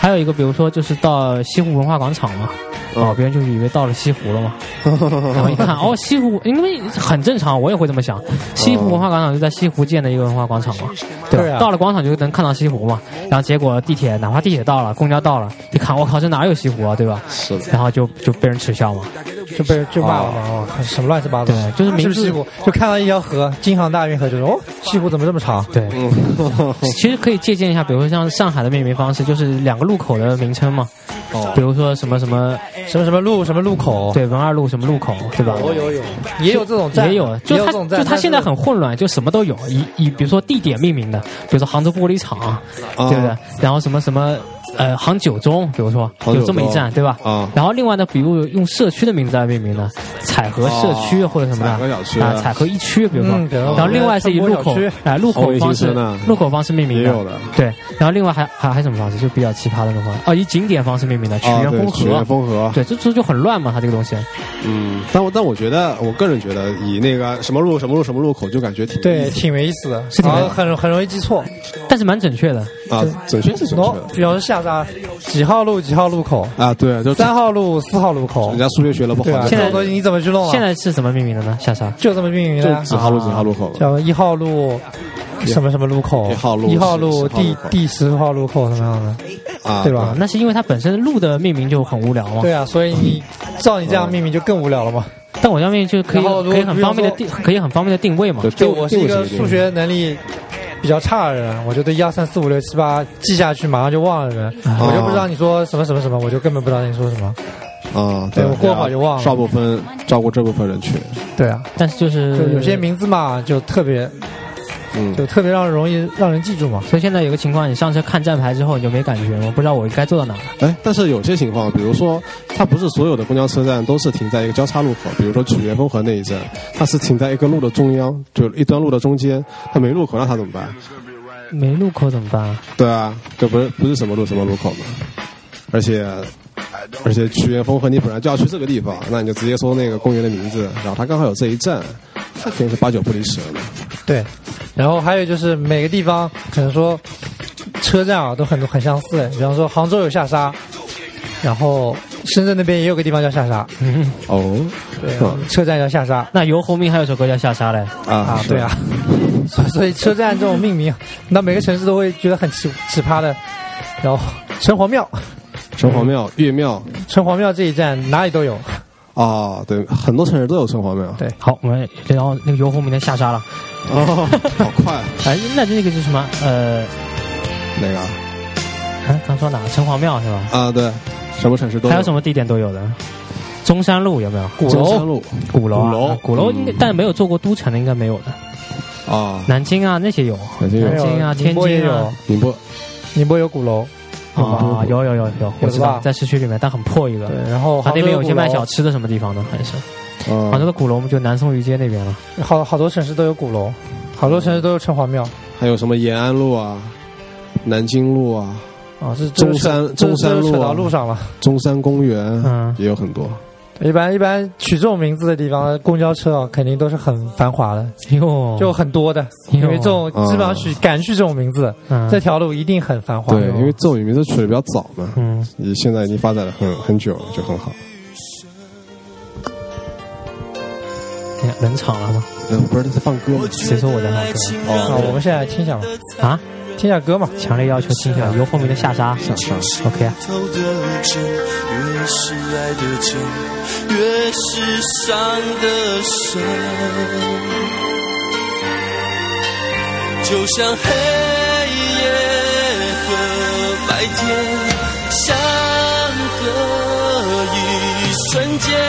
Speaker 3: 还有一个，比如说就是到西湖文化广场嘛，
Speaker 4: 嗯
Speaker 3: 哦，别人就以为到了西湖
Speaker 4: *laughs*
Speaker 3: 了嘛，然后一看哦，西湖，因为很正常，我也会这么想。
Speaker 4: 嗯
Speaker 3: 西湖文化广场就在西湖建的一个文化广场嘛，对
Speaker 5: 对
Speaker 3: 吧？
Speaker 5: 啊
Speaker 3: 到了广场就能看到西湖嘛，然后结果地铁哪怕地铁到了，公交到了，一看我靠，这哪有西湖啊，对吧？
Speaker 4: 是的，
Speaker 3: 然后就就被人耻笑嘛。
Speaker 5: 就被就骂了嘛，哦，什么乱七八糟
Speaker 3: 对
Speaker 5: 的，
Speaker 3: 就是名
Speaker 5: 是不
Speaker 3: 字
Speaker 5: 是西湖，就看到一条河，京杭大运河，就说哦，西湖怎么这么长？
Speaker 3: *laughs* 对，
Speaker 4: 嗯
Speaker 3: 其实可以借鉴一下，比如说像上海的命名方式，就是两个路口的名称嘛。哦，比如说什么什么，
Speaker 5: 什么什么路，什么路口，
Speaker 3: 对，文二路什么路口，对吧？
Speaker 5: 有有，也有这种站，
Speaker 3: 也有，就
Speaker 5: 也有
Speaker 3: 它
Speaker 5: 这种站，
Speaker 3: 就它现在
Speaker 5: 但是
Speaker 3: 很混乱，就什么都有，以以比如说地点命名的，比如说杭州玻璃厂，
Speaker 4: 啊
Speaker 3: 对不对？然后什么什么呃杭九中，比如说
Speaker 4: 杭九
Speaker 3: 有这么一站，
Speaker 4: 中
Speaker 3: 对吧？
Speaker 4: 啊
Speaker 3: 然后另外呢，比如用社区的名字来命名的，彩河社区
Speaker 4: 哦
Speaker 3: 或者什么的，
Speaker 4: 彩河小区
Speaker 3: 啊，彩河一区，比如说
Speaker 5: 嗯，比如说
Speaker 3: 然后另外是以路口
Speaker 5: 成都小区
Speaker 3: 哎路
Speaker 4: 好
Speaker 3: 口
Speaker 4: 卫
Speaker 3: 方
Speaker 4: 星
Speaker 3: 式
Speaker 4: 车呢
Speaker 3: 路口方式命名
Speaker 4: 也有的
Speaker 3: 对，然后另外还还还有什么方式就比较奇葩的那种哦，以景点方式命名的曲
Speaker 4: 啊，
Speaker 3: 园
Speaker 4: 对
Speaker 3: 风，
Speaker 4: 曲
Speaker 3: 荷
Speaker 4: 苑，风荷，
Speaker 3: 对，这这就很乱嘛，它这个东西。
Speaker 4: 嗯，但我但我觉得，我个人觉得，以那个什么路什么路什么路口，就感觉挺
Speaker 5: 对挺没意思的，
Speaker 3: 是挺
Speaker 5: 然
Speaker 3: 没
Speaker 5: 后很很容易记错。
Speaker 3: 但是蛮准确的，
Speaker 4: 啊，准确是准确
Speaker 5: 喏，
Speaker 4: 的
Speaker 5: 比方说下沙几号路几号路口，
Speaker 4: 啊，对，就
Speaker 5: 三号路四号路口
Speaker 4: 人，家数学学的不好
Speaker 5: 对吧？，
Speaker 3: 现
Speaker 5: 这
Speaker 3: 在
Speaker 5: 种东西你怎么去弄啊？
Speaker 3: 现在是怎么命名的呢？夏莎，
Speaker 5: 就这么命名的呀
Speaker 4: 就，几号路几号路口嘛，
Speaker 5: 叫一号路什么什么路口，
Speaker 4: 一号路
Speaker 5: 一号
Speaker 4: 十
Speaker 5: 路
Speaker 4: 十号路
Speaker 5: 第
Speaker 4: 口
Speaker 5: 第十号路口什么样的，
Speaker 4: 啊，
Speaker 5: 对
Speaker 3: 啊
Speaker 5: 吧，？
Speaker 3: 那是因为它本身路的命名就很无聊
Speaker 4: 哦
Speaker 3: 嘛。
Speaker 5: 对啊，所以你照你这样命名就更无聊了嘛。
Speaker 3: 但我这边就可以
Speaker 5: 然后如果
Speaker 3: 可以很方便的定，可以很方便的定位嘛
Speaker 4: 对？
Speaker 5: 就
Speaker 4: 定
Speaker 5: 啊我是一个
Speaker 4: 定位
Speaker 5: 数学能力比较差的人，我就对一二三四五六七八记下去马上就忘了的人，
Speaker 4: 哦
Speaker 5: 我就不知道你说什么什么什么，我就根本不知道你说什么。
Speaker 4: 啊，
Speaker 5: 对我过会儿就忘了
Speaker 4: 少部分照顾这部分人群，
Speaker 5: 对啊，
Speaker 3: 但是就是
Speaker 5: 就有些，名字嘛，就特别
Speaker 4: 嗯，
Speaker 5: 就特别让人容易让人记住嘛。
Speaker 3: 所以现在有个情况，你上车看站牌之后你就没感觉，我不知道我该坐到哪了。
Speaker 4: 哎，但是有些情况，比如说，它不是所有的公交车站都是停在一个交叉路口，比如说曲园风和那一站，它是停在一个路的中央，就一段路的中间，它没路口，那它怎么办？
Speaker 3: 没路口怎么办？
Speaker 4: 对啊，这不是不是什么路什么路口嘛，而且。而且曲园风和你本来就要去这个地方，那你就直接搜那个公园的名字，然后它刚好有这一站，它肯定是八九不离十了。
Speaker 5: 对，然后还有就是每个地方可能说车站啊都很很相似，比方说杭州有下沙，然后深圳那边也有个地方叫下沙，
Speaker 3: 嗯，
Speaker 4: 哦，对
Speaker 5: 对啊车站叫下沙。
Speaker 3: 那游鸿明还有首歌叫下沙嘞，
Speaker 4: 啊
Speaker 5: 啊，，对啊，所以所以车站这种命名，那每个城市都会觉得很奇奇葩的。然后城隍庙，
Speaker 4: 城隍庙、岳庙
Speaker 5: 城隍庙这一站哪里都有，
Speaker 4: 啊，对，很多城市都有城隍庙。
Speaker 5: 对
Speaker 3: 好，我们然后那个游鸿明的下沙了。
Speaker 4: 哦，好快，
Speaker 3: 哎，那那个是什么？呃，
Speaker 4: 那个
Speaker 3: 啊刚说哪？城隍庙是吧？
Speaker 4: 啊，对，什么城市都
Speaker 3: 还有什
Speaker 4: 么
Speaker 3: 么地点都有的？中山路有没有？
Speaker 5: 鼓
Speaker 4: 中山
Speaker 5: 楼
Speaker 4: 路
Speaker 3: 鼓楼啊，
Speaker 4: 鼓楼
Speaker 5: 嗯
Speaker 3: 鼓楼应该，但没有做过都城的应该没有的。
Speaker 4: 啊，
Speaker 3: 南京啊那些有，
Speaker 4: 南京有
Speaker 3: 南京啊，
Speaker 5: 宁
Speaker 3: 天
Speaker 5: 波也
Speaker 3: 津
Speaker 5: 有
Speaker 3: 啊，，
Speaker 4: 宁波
Speaker 5: 宁波有鼓楼，
Speaker 3: 啊有有有有，我知
Speaker 5: 有
Speaker 3: 道
Speaker 5: 吧
Speaker 3: 在市区里面，但很破一个
Speaker 5: 对。，然后
Speaker 3: 啊，
Speaker 5: 哦杭
Speaker 3: 那
Speaker 5: 州
Speaker 3: 边有
Speaker 5: 鼓
Speaker 3: 些卖
Speaker 5: 楼嗯
Speaker 3: 小吃的什么地方呢？还是
Speaker 4: 啊
Speaker 3: 杭州的鼓楼，我们就南宋御街那边了。
Speaker 5: 好好多城市都有鼓楼，好多城市都有城隍庙
Speaker 4: 啊还有什么延安路啊、南京路啊、
Speaker 5: 啊，是
Speaker 4: 中山
Speaker 5: 这
Speaker 4: 中
Speaker 5: 就扯
Speaker 4: 山
Speaker 5: 这就
Speaker 4: 路
Speaker 5: 扯
Speaker 4: 啊
Speaker 5: 到路上了。
Speaker 4: 中山公园，
Speaker 3: 嗯
Speaker 4: 也有很多。
Speaker 5: 一般一般取这种名字的地方，公交车啊肯定都是很繁华的，
Speaker 3: 哟，
Speaker 5: *laughs* 就很多的，因为这种
Speaker 4: 嗯
Speaker 5: 基本上取敢取这种名字，
Speaker 3: 哦嗯
Speaker 5: 这条路一定很繁华。
Speaker 4: 对，因为这种名字取的比较早嘛，
Speaker 3: 嗯，
Speaker 4: 你现在已经发展了很很久了，就很好。
Speaker 3: 哎呀冷场了吗？
Speaker 4: 嗯，不是在放歌吗？
Speaker 3: 谁说我在放歌？
Speaker 5: 啊，
Speaker 4: 哦，
Speaker 5: 我们现在听一下嘛，
Speaker 3: 啊，
Speaker 5: 听一下歌嘛。
Speaker 3: 强烈要求听一下游鸿明的下沙。
Speaker 4: 下沙
Speaker 3: OK 啊，
Speaker 7: 头的针，越是爱的真，越是伤的深。就像黑夜和白天相隔一瞬间，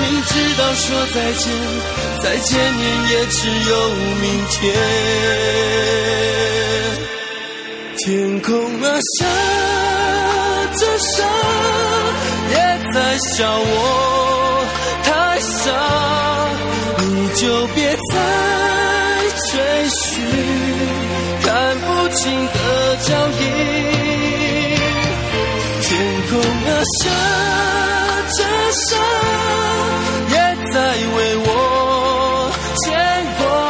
Speaker 7: 明知道说再见，再见面也只有明天。天空啊，下着沙，也在笑我太傻，你就别再追寻看不清的脚印。天空啊，下着沙，也在为我牵挂。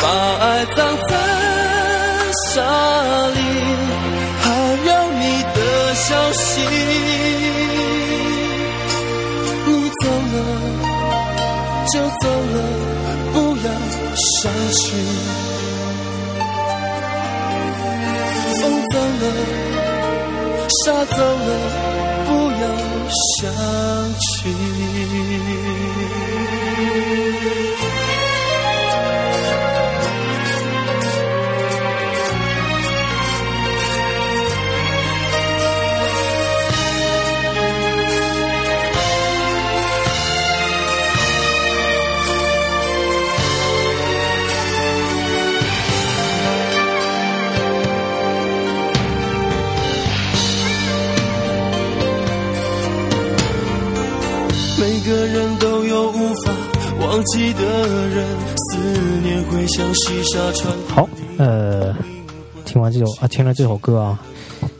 Speaker 7: 把爱葬在沙里，还有你的消息。你走了就走了，不要伤心。风走了，沙走了，不要想起。每个人都有无法忘记的人，思念会像细沙穿过。
Speaker 3: 好，呃，听完这首啊，听了这首歌啊，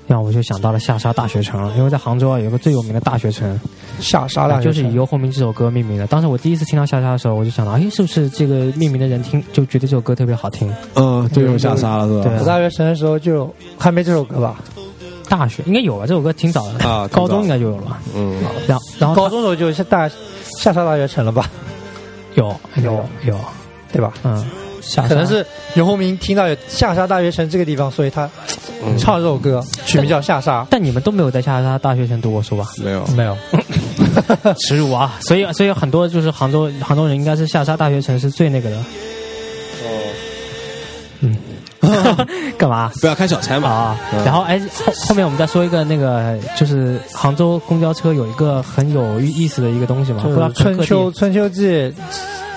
Speaker 3: 让我就想到了下沙大学城了，因为在杭州啊有一个最有名的大学城，
Speaker 5: 下沙大
Speaker 3: 哎就是
Speaker 5: 学
Speaker 3: 以
Speaker 5: 城
Speaker 3: 游鸿明这首歌命名的。当时我第一次听到下沙的时候，我就想到，哎，是不是这个命名的人听就觉得这首歌特别好听？
Speaker 4: 嗯，就又下沙了是
Speaker 3: 对啊
Speaker 4: 吧？
Speaker 5: 我大学生的时候就还没这首歌吧，
Speaker 3: 大学应该有啊，这首歌挺早的，
Speaker 4: 啊挺早
Speaker 3: 高中应该就有了吧？
Speaker 4: 嗯，
Speaker 3: 然后然后
Speaker 5: 高中的时候就下大下沙大学城了吧，
Speaker 3: 有有有，
Speaker 5: 对吧？
Speaker 3: 嗯，下沙
Speaker 5: 可能是游鸿明听到有下沙大学城这个地方，所以他
Speaker 4: 嗯
Speaker 5: 唱了这首歌，取名叫《下沙》。
Speaker 3: 但你们都没有在下沙大学城读过书吧？
Speaker 4: 没有， *laughs*
Speaker 5: 没有，
Speaker 3: 耻辱啊！所以所以很多就是杭州杭州人应该是下沙大学城是最那个的。哦，
Speaker 4: 哦
Speaker 3: 嗯， *laughs* 干
Speaker 4: *laughs*
Speaker 3: 嘛？
Speaker 4: 不要开小差嘛。
Speaker 3: 啊，然后哎，后后面我们再说一个那个，就是杭州公交车有一个很有意思的一个东西嘛，
Speaker 5: 就
Speaker 3: 布拉
Speaker 5: 是
Speaker 3: 克
Speaker 5: 春
Speaker 3: 特
Speaker 5: 秋
Speaker 3: 地
Speaker 5: 春秋季，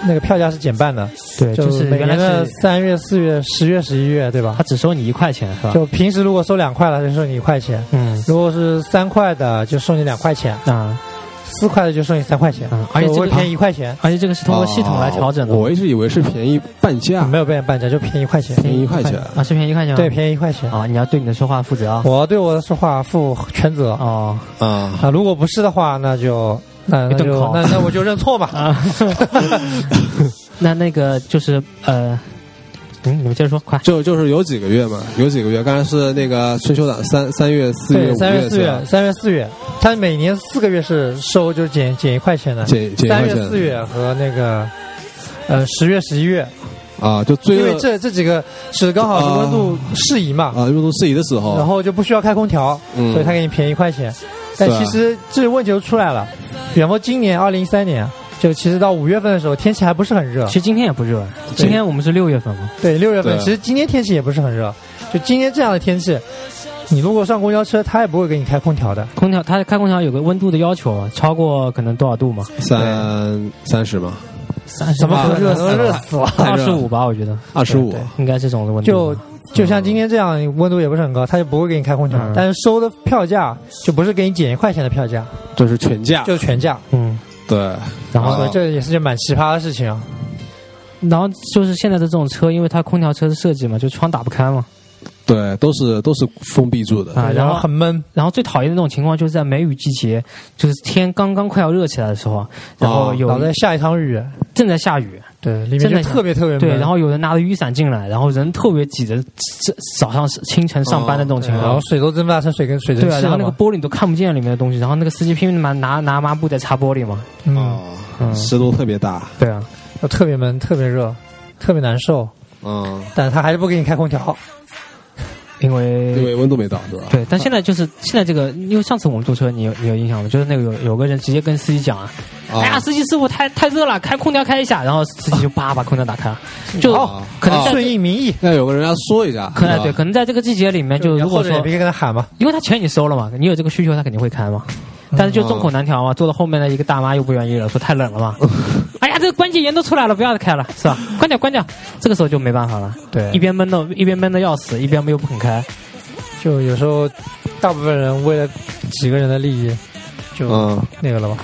Speaker 5: 那个票价是减半的，
Speaker 3: 对，就
Speaker 5: 就是每
Speaker 3: 原来
Speaker 5: 年的
Speaker 3: 是
Speaker 5: 三月、四月、十月、十一月，对吧
Speaker 3: 他？只收你一块钱是吧？
Speaker 5: 就平时如果收两块了，就收你一块钱；
Speaker 3: 嗯
Speaker 5: 如果是三块的，就收你两块钱；
Speaker 3: 啊，
Speaker 5: 四块的就收你三块钱
Speaker 3: 嗯，而且
Speaker 5: 就
Speaker 3: 这个
Speaker 5: 会便宜一块钱，
Speaker 3: 而且这个是通过系统来调整的，
Speaker 4: 啊我一直以为是便宜半价，
Speaker 5: 没有被人半价，就便宜一块钱。
Speaker 4: 便宜一块钱。
Speaker 3: 啊，是便宜一块钱吗
Speaker 5: 对，便宜一块钱。
Speaker 3: 啊，你要对你的说话负责啊。
Speaker 5: 我对我的说话负全责啊！
Speaker 3: 哦，
Speaker 4: 啊，
Speaker 5: 如果不是的话，那就那那
Speaker 3: 一顿
Speaker 5: 就
Speaker 3: 烤
Speaker 5: 那那我就认错吧。
Speaker 3: *laughs* 那那个就是呃，嗯，你们接着说，快。
Speaker 4: 就就是有几个月嘛，有几个月，刚才是那个春秋档三三月、四月、
Speaker 5: 对，
Speaker 4: 五
Speaker 5: 三
Speaker 4: 月
Speaker 5: 四
Speaker 4: 是吧
Speaker 5: 月，三月四月，它每年四个月是收就是减减一块钱的，
Speaker 4: 减减一
Speaker 5: 三
Speaker 4: 块
Speaker 5: 月四
Speaker 4: 钱
Speaker 5: 月和那个呃十月十一月，
Speaker 4: 啊，就最
Speaker 5: 因为
Speaker 4: 热
Speaker 5: 这这几个是刚好是温度适宜嘛，
Speaker 4: 啊入冬适宜的时
Speaker 5: 然
Speaker 4: 候，
Speaker 5: 后就不需要开空调，
Speaker 4: 嗯
Speaker 5: 所以它给你便宜一块钱。但
Speaker 4: 对啊
Speaker 5: 其实这个问题就出来了，远峰今年二零一三年。就其实到五月份的时候，天气还不是很热
Speaker 3: 其。实今天也不热，今天我们是六月份嘛，
Speaker 5: 对，六月
Speaker 4: 对啊
Speaker 5: 份其实今天天气也不是很热。就今天这样的天气，你如果上公交车，它也不会给你开空调的。
Speaker 3: 空调啊它开空调有个温度的要求，超过可能多少度嘛？
Speaker 4: 三三十嘛，
Speaker 3: 三十
Speaker 5: 怎么可能
Speaker 3: 能
Speaker 5: 热死了？
Speaker 4: 太
Speaker 3: 二
Speaker 4: 热
Speaker 3: 十
Speaker 4: 了
Speaker 3: 五吧，我觉得
Speaker 4: 二十五
Speaker 5: 对，
Speaker 3: 应该这种
Speaker 4: 嗯
Speaker 3: 的温度
Speaker 5: 就就像今天这样，温度也不是很高，他就不会给你开空调，
Speaker 3: 嗯
Speaker 5: 但是收的票价就不是给你减一块钱的票价，
Speaker 4: 这是全价。
Speaker 5: 就是全价。
Speaker 3: 嗯，
Speaker 4: 对，
Speaker 3: 然
Speaker 4: 啊
Speaker 3: 后
Speaker 5: 所以这也是件蛮奇葩的事情啊。
Speaker 3: 然后就是现在的这种车，因为它空调车的设计嘛，就窗打不开嘛
Speaker 4: 对，都是都是封闭住的。
Speaker 3: 啊，
Speaker 5: 然
Speaker 3: 然
Speaker 5: 后
Speaker 3: 后
Speaker 5: 很闷，
Speaker 3: 然后最讨厌的那种情况就是在梅雨季节，就是天刚刚快要热起来的时候，然后
Speaker 4: 哦
Speaker 3: 有
Speaker 5: 老在下一场雨，
Speaker 3: 正在下雨，
Speaker 5: 对，里面
Speaker 3: 真
Speaker 5: 就
Speaker 3: 的
Speaker 5: 特别特别闷。
Speaker 3: 对，然后有人拿着雨伞进来，然后人特别挤的，这早上清晨上班的那种
Speaker 5: 对
Speaker 3: 情
Speaker 5: 然
Speaker 3: 况
Speaker 5: 后。水都蒸发成水跟水蒸
Speaker 3: 对啊，
Speaker 5: 气
Speaker 3: 然后
Speaker 5: 了
Speaker 3: 那个
Speaker 5: 嘛。
Speaker 3: 玻璃你都看不见里面的东西，然后那个司机拼命拿拿拿抹布在擦玻璃嘛。
Speaker 5: 嗯，
Speaker 4: 哦，
Speaker 3: 嗯，
Speaker 4: 湿度特别大。
Speaker 3: 对啊，
Speaker 5: 特别闷，特别热，特别难受，
Speaker 4: 嗯，
Speaker 5: 但是他还是不给你开空调。
Speaker 3: 因
Speaker 4: 因
Speaker 3: 为
Speaker 4: 为温度没到是吧？啊
Speaker 3: 对，但现在就是现在这个，因为上次我们坐车，你有你有印象吗？就是那个有有个人直接跟司机讲啊，
Speaker 5: 哦
Speaker 3: 哎呀，
Speaker 4: 啊，
Speaker 3: 司机师傅太太热了，开空调开一下，然后司机就叭把空调打开了，就
Speaker 4: 哦
Speaker 3: 可能在
Speaker 5: 顺应民意，
Speaker 4: 要有个人要说一下，
Speaker 3: 可
Speaker 4: 是
Speaker 3: 能
Speaker 4: 吧
Speaker 3: 对，可能在这个季节里面，就如果说
Speaker 5: 也别跟他喊嘛，
Speaker 3: 因为他钱你收了嘛，你有这个需求，他肯定会开嘛。但是就众口难调嘛，坐到后面的一个大妈又不愿意了，说太冷了嘛。哎呀，这个关节炎都出来了，不要开了，是吧？关掉，关掉。这个时候就没办法了，
Speaker 5: 对
Speaker 3: 一边闷的，一边闷的要死，一边又不肯开。
Speaker 5: 就有时候大部分人为了几个人的利益，就
Speaker 4: 嗯，
Speaker 5: 那个了吧。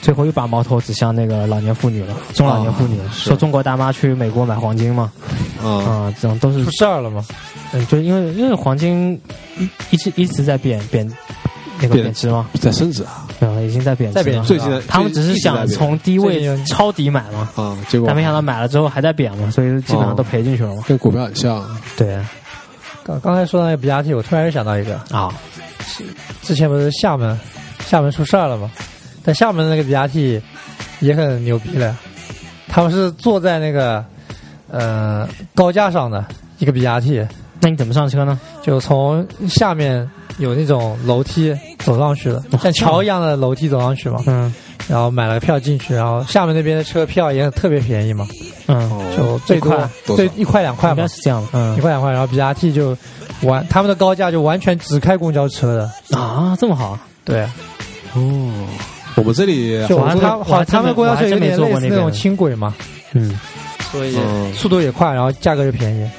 Speaker 3: 最后又把矛头指向那个老年妇女了，中老年妇女，
Speaker 4: 是
Speaker 3: 说中国大妈去美国买黄金嘛，
Speaker 4: 嗯
Speaker 3: 啊、这种都是
Speaker 5: 出，事儿了嘛？
Speaker 3: 嗯，就是因为因为黄金一一直一直在贬贬，那个
Speaker 4: 贬
Speaker 3: 贬值嘛，
Speaker 4: 在深圳啊
Speaker 3: 嗯，已经在贬值
Speaker 5: 在贬
Speaker 3: 了。
Speaker 4: 最近的
Speaker 3: 他们只是想从低
Speaker 5: 最近
Speaker 3: 位
Speaker 5: 有
Speaker 3: 抄底买嘛，
Speaker 4: 啊，结果
Speaker 3: 但没想到买了之后还在贬嘛，所以基本上都赔进去了嘛。
Speaker 4: 跟股票很像啊
Speaker 3: 哦对啊、
Speaker 5: 刚刚才说到那个比亚迪，我突然又想到一个，之前不是厦门，厦门出事儿了吗？但厦门的那个比亚迪也很牛逼了，他们是坐在那个呃高架上的一个比亚迪，
Speaker 3: 那你怎么上车呢？
Speaker 5: 就从下面有那种楼梯走上去的，像桥一样的楼梯走上去嘛。
Speaker 3: 哦嗯
Speaker 5: 然后买了个票进去，然后厦门那边的车票也特别便宜嘛，
Speaker 3: 嗯，
Speaker 4: 哦
Speaker 5: 就最
Speaker 3: 一
Speaker 5: 多
Speaker 3: 块
Speaker 4: 多
Speaker 5: 最
Speaker 4: 少
Speaker 5: 一块两块
Speaker 3: 应
Speaker 5: 嘛
Speaker 3: 该，是这样的。
Speaker 5: 一
Speaker 3: 嗯
Speaker 5: 块两块。然后比亚迪就完，他们的高架就完全只开公交车的，
Speaker 3: 啊，这么好。
Speaker 5: 对。
Speaker 4: 哦，我们这里
Speaker 5: 就
Speaker 3: 我还
Speaker 5: 他
Speaker 3: 真
Speaker 5: 好像他们公交车有点
Speaker 3: 我还真没坐
Speaker 5: 类
Speaker 3: 过
Speaker 5: 似
Speaker 3: 那
Speaker 5: 那
Speaker 3: 边
Speaker 5: 种轻轨嘛，
Speaker 3: 嗯，
Speaker 5: 所以 *laughs*
Speaker 4: 嗯 *laughs*
Speaker 5: 速度也快，然后价格又便宜。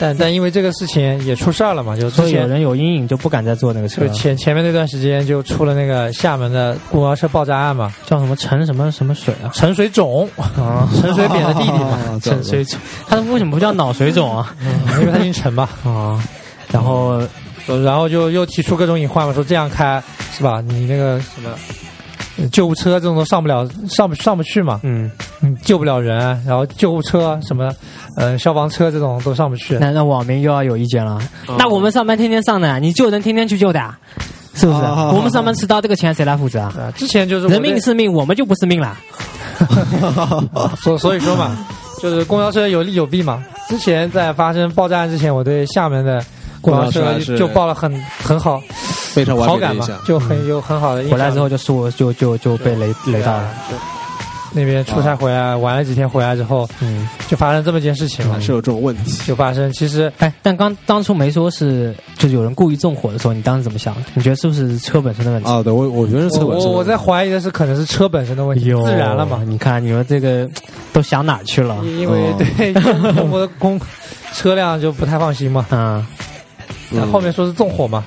Speaker 5: 但但因为这个事情也出事儿了嘛，就之
Speaker 3: 所以有
Speaker 5: 前
Speaker 3: 人有阴影就不敢再坐那个车
Speaker 5: 就
Speaker 3: 了。
Speaker 5: 前前面那段时间就出了那个厦门的公交车爆炸案嘛，
Speaker 3: 叫什么陈什么什么水啊？
Speaker 5: 陈
Speaker 3: *laughs*
Speaker 5: 水肿，
Speaker 3: 啊，
Speaker 5: 陈水扁的弟弟嘛，
Speaker 4: 啊，这
Speaker 3: 陈
Speaker 4: 样
Speaker 3: 水肿，他为什么不叫脑水肿啊？
Speaker 5: 因为他姓 *laughs* 陈嘛，
Speaker 3: 啊，然后
Speaker 5: 然后就又提出各种隐患嘛，说这样开是吧？你那个什么。呃救护车这种都上不了，上不上不去嘛，
Speaker 3: 嗯，
Speaker 5: 嗯，救不了人，然后救护车什么，呃，消防车这种都上不去。啊
Speaker 3: 那那网民又要有意见了。
Speaker 5: 哦
Speaker 3: 那我们上班天天上的，你救人天天去救的啊，是不是？
Speaker 4: 啊
Speaker 3: 我们上班迟到，这个钱谁来负责啊？
Speaker 5: 啊，之前就是我
Speaker 3: 人
Speaker 5: 哦对
Speaker 3: 命是命，我们就不是命了。
Speaker 5: 所所以说嘛，
Speaker 3: 嗯
Speaker 5: 就是公交车有利有弊嘛。之前在发生爆炸案之前，我对厦门的公交
Speaker 4: 公
Speaker 5: 车
Speaker 4: 交车是
Speaker 5: 就抱了很很好
Speaker 4: 非常
Speaker 5: 好
Speaker 4: 完美的
Speaker 5: 感
Speaker 4: 一
Speaker 5: 嘛
Speaker 4: 下，，
Speaker 5: 就很有很好的印象。
Speaker 3: 回来之后就输，就就就被雷雷到了。
Speaker 5: 对，啊那边出差回来玩了几天，回来之后
Speaker 3: 嗯，
Speaker 5: 就发生这么件事情嘛
Speaker 4: 还，是有这种问题。
Speaker 5: 就发生。其实
Speaker 3: 哎，但刚当初没说是，就是有人故意纵火的时候，你当时怎么想的？你觉得是不是车本身的
Speaker 5: 哦
Speaker 3: 问题？
Speaker 4: 啊，对我我觉得是
Speaker 5: 我
Speaker 4: 车本
Speaker 5: 我
Speaker 4: 身的
Speaker 5: 我在怀疑的是，可能是车本身的问题，
Speaker 3: 哟
Speaker 5: 自燃了嘛。
Speaker 3: 哎
Speaker 5: 嗯
Speaker 3: 你看，你们这个都想哪儿去了？
Speaker 5: 因因为
Speaker 4: 哦
Speaker 5: 对中国的公车辆就不太放心嘛，
Speaker 3: 嗯，
Speaker 5: 但后面说是纵火嘛，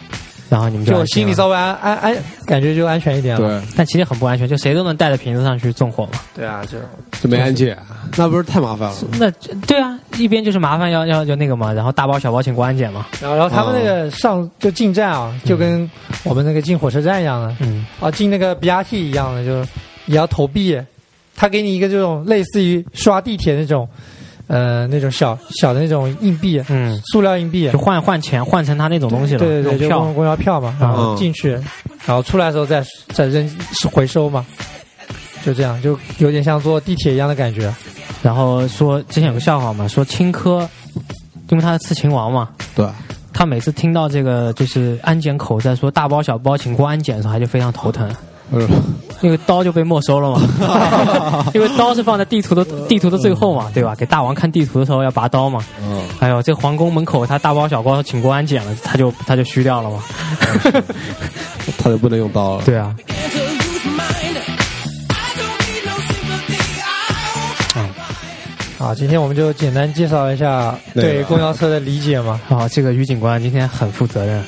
Speaker 3: 然后你们就
Speaker 5: 就
Speaker 3: 安心
Speaker 5: 心
Speaker 3: 了
Speaker 5: 里稍微安安安，感觉就安全一点了。
Speaker 4: 对
Speaker 3: 但其实很不安全，就谁都能带着瓶子上去纵火嘛。
Speaker 5: 对啊，就
Speaker 4: 就没安检，那不是太麻烦了？
Speaker 5: 嗯
Speaker 3: 那对啊，一边就是麻烦要要要那个嘛，然后大包小包请过安检嘛。
Speaker 5: 啊然后，然后他们那个上就进站啊，就跟我们那个进火车站一样的，
Speaker 3: 嗯，
Speaker 5: 啊，进那个 BRT 一样的，就是也要投币，啊他给你一个这种类似于刷地铁那种，呃，那种小小的那种硬币，
Speaker 3: 嗯，
Speaker 5: 塑料硬币
Speaker 3: 就，换换钱换成他那种东西了，
Speaker 5: 对对
Speaker 3: 那种
Speaker 5: 对，就
Speaker 3: 票
Speaker 5: 公。公交票嘛，然后
Speaker 4: 嗯
Speaker 5: 进去，然后出来的时候再再扔回收嘛，就这样，就有点像坐地铁一样的感觉。
Speaker 3: 然后说之前有个笑话嘛，说青稞，因为他是刺秦王嘛，
Speaker 4: 对，
Speaker 3: 他每次听到这个就是安检口在说大包小包请过安检的时候，他就非常头疼，
Speaker 4: 呃
Speaker 3: 因为刀就被没收了
Speaker 5: *laughs*
Speaker 3: 嘛， *laughs* 因为刀是放在地图的地图的最后嘛，对吧？给大王看地图的时候要拔刀嘛，
Speaker 4: 嗯，
Speaker 3: 哎呦，这皇宫门口他大包小包请过安检了，他就他就虚掉
Speaker 5: *laughs*
Speaker 3: 了嘛， *laughs*
Speaker 4: 他就不能用刀了。
Speaker 3: 对啊，
Speaker 6: I don't need no sympathy. I
Speaker 5: 好，啊今天我们就简单介绍一下
Speaker 4: 对
Speaker 5: 对
Speaker 4: 吧
Speaker 5: 公交车的理解嘛。
Speaker 3: 啊，这个于警官今天很负责任，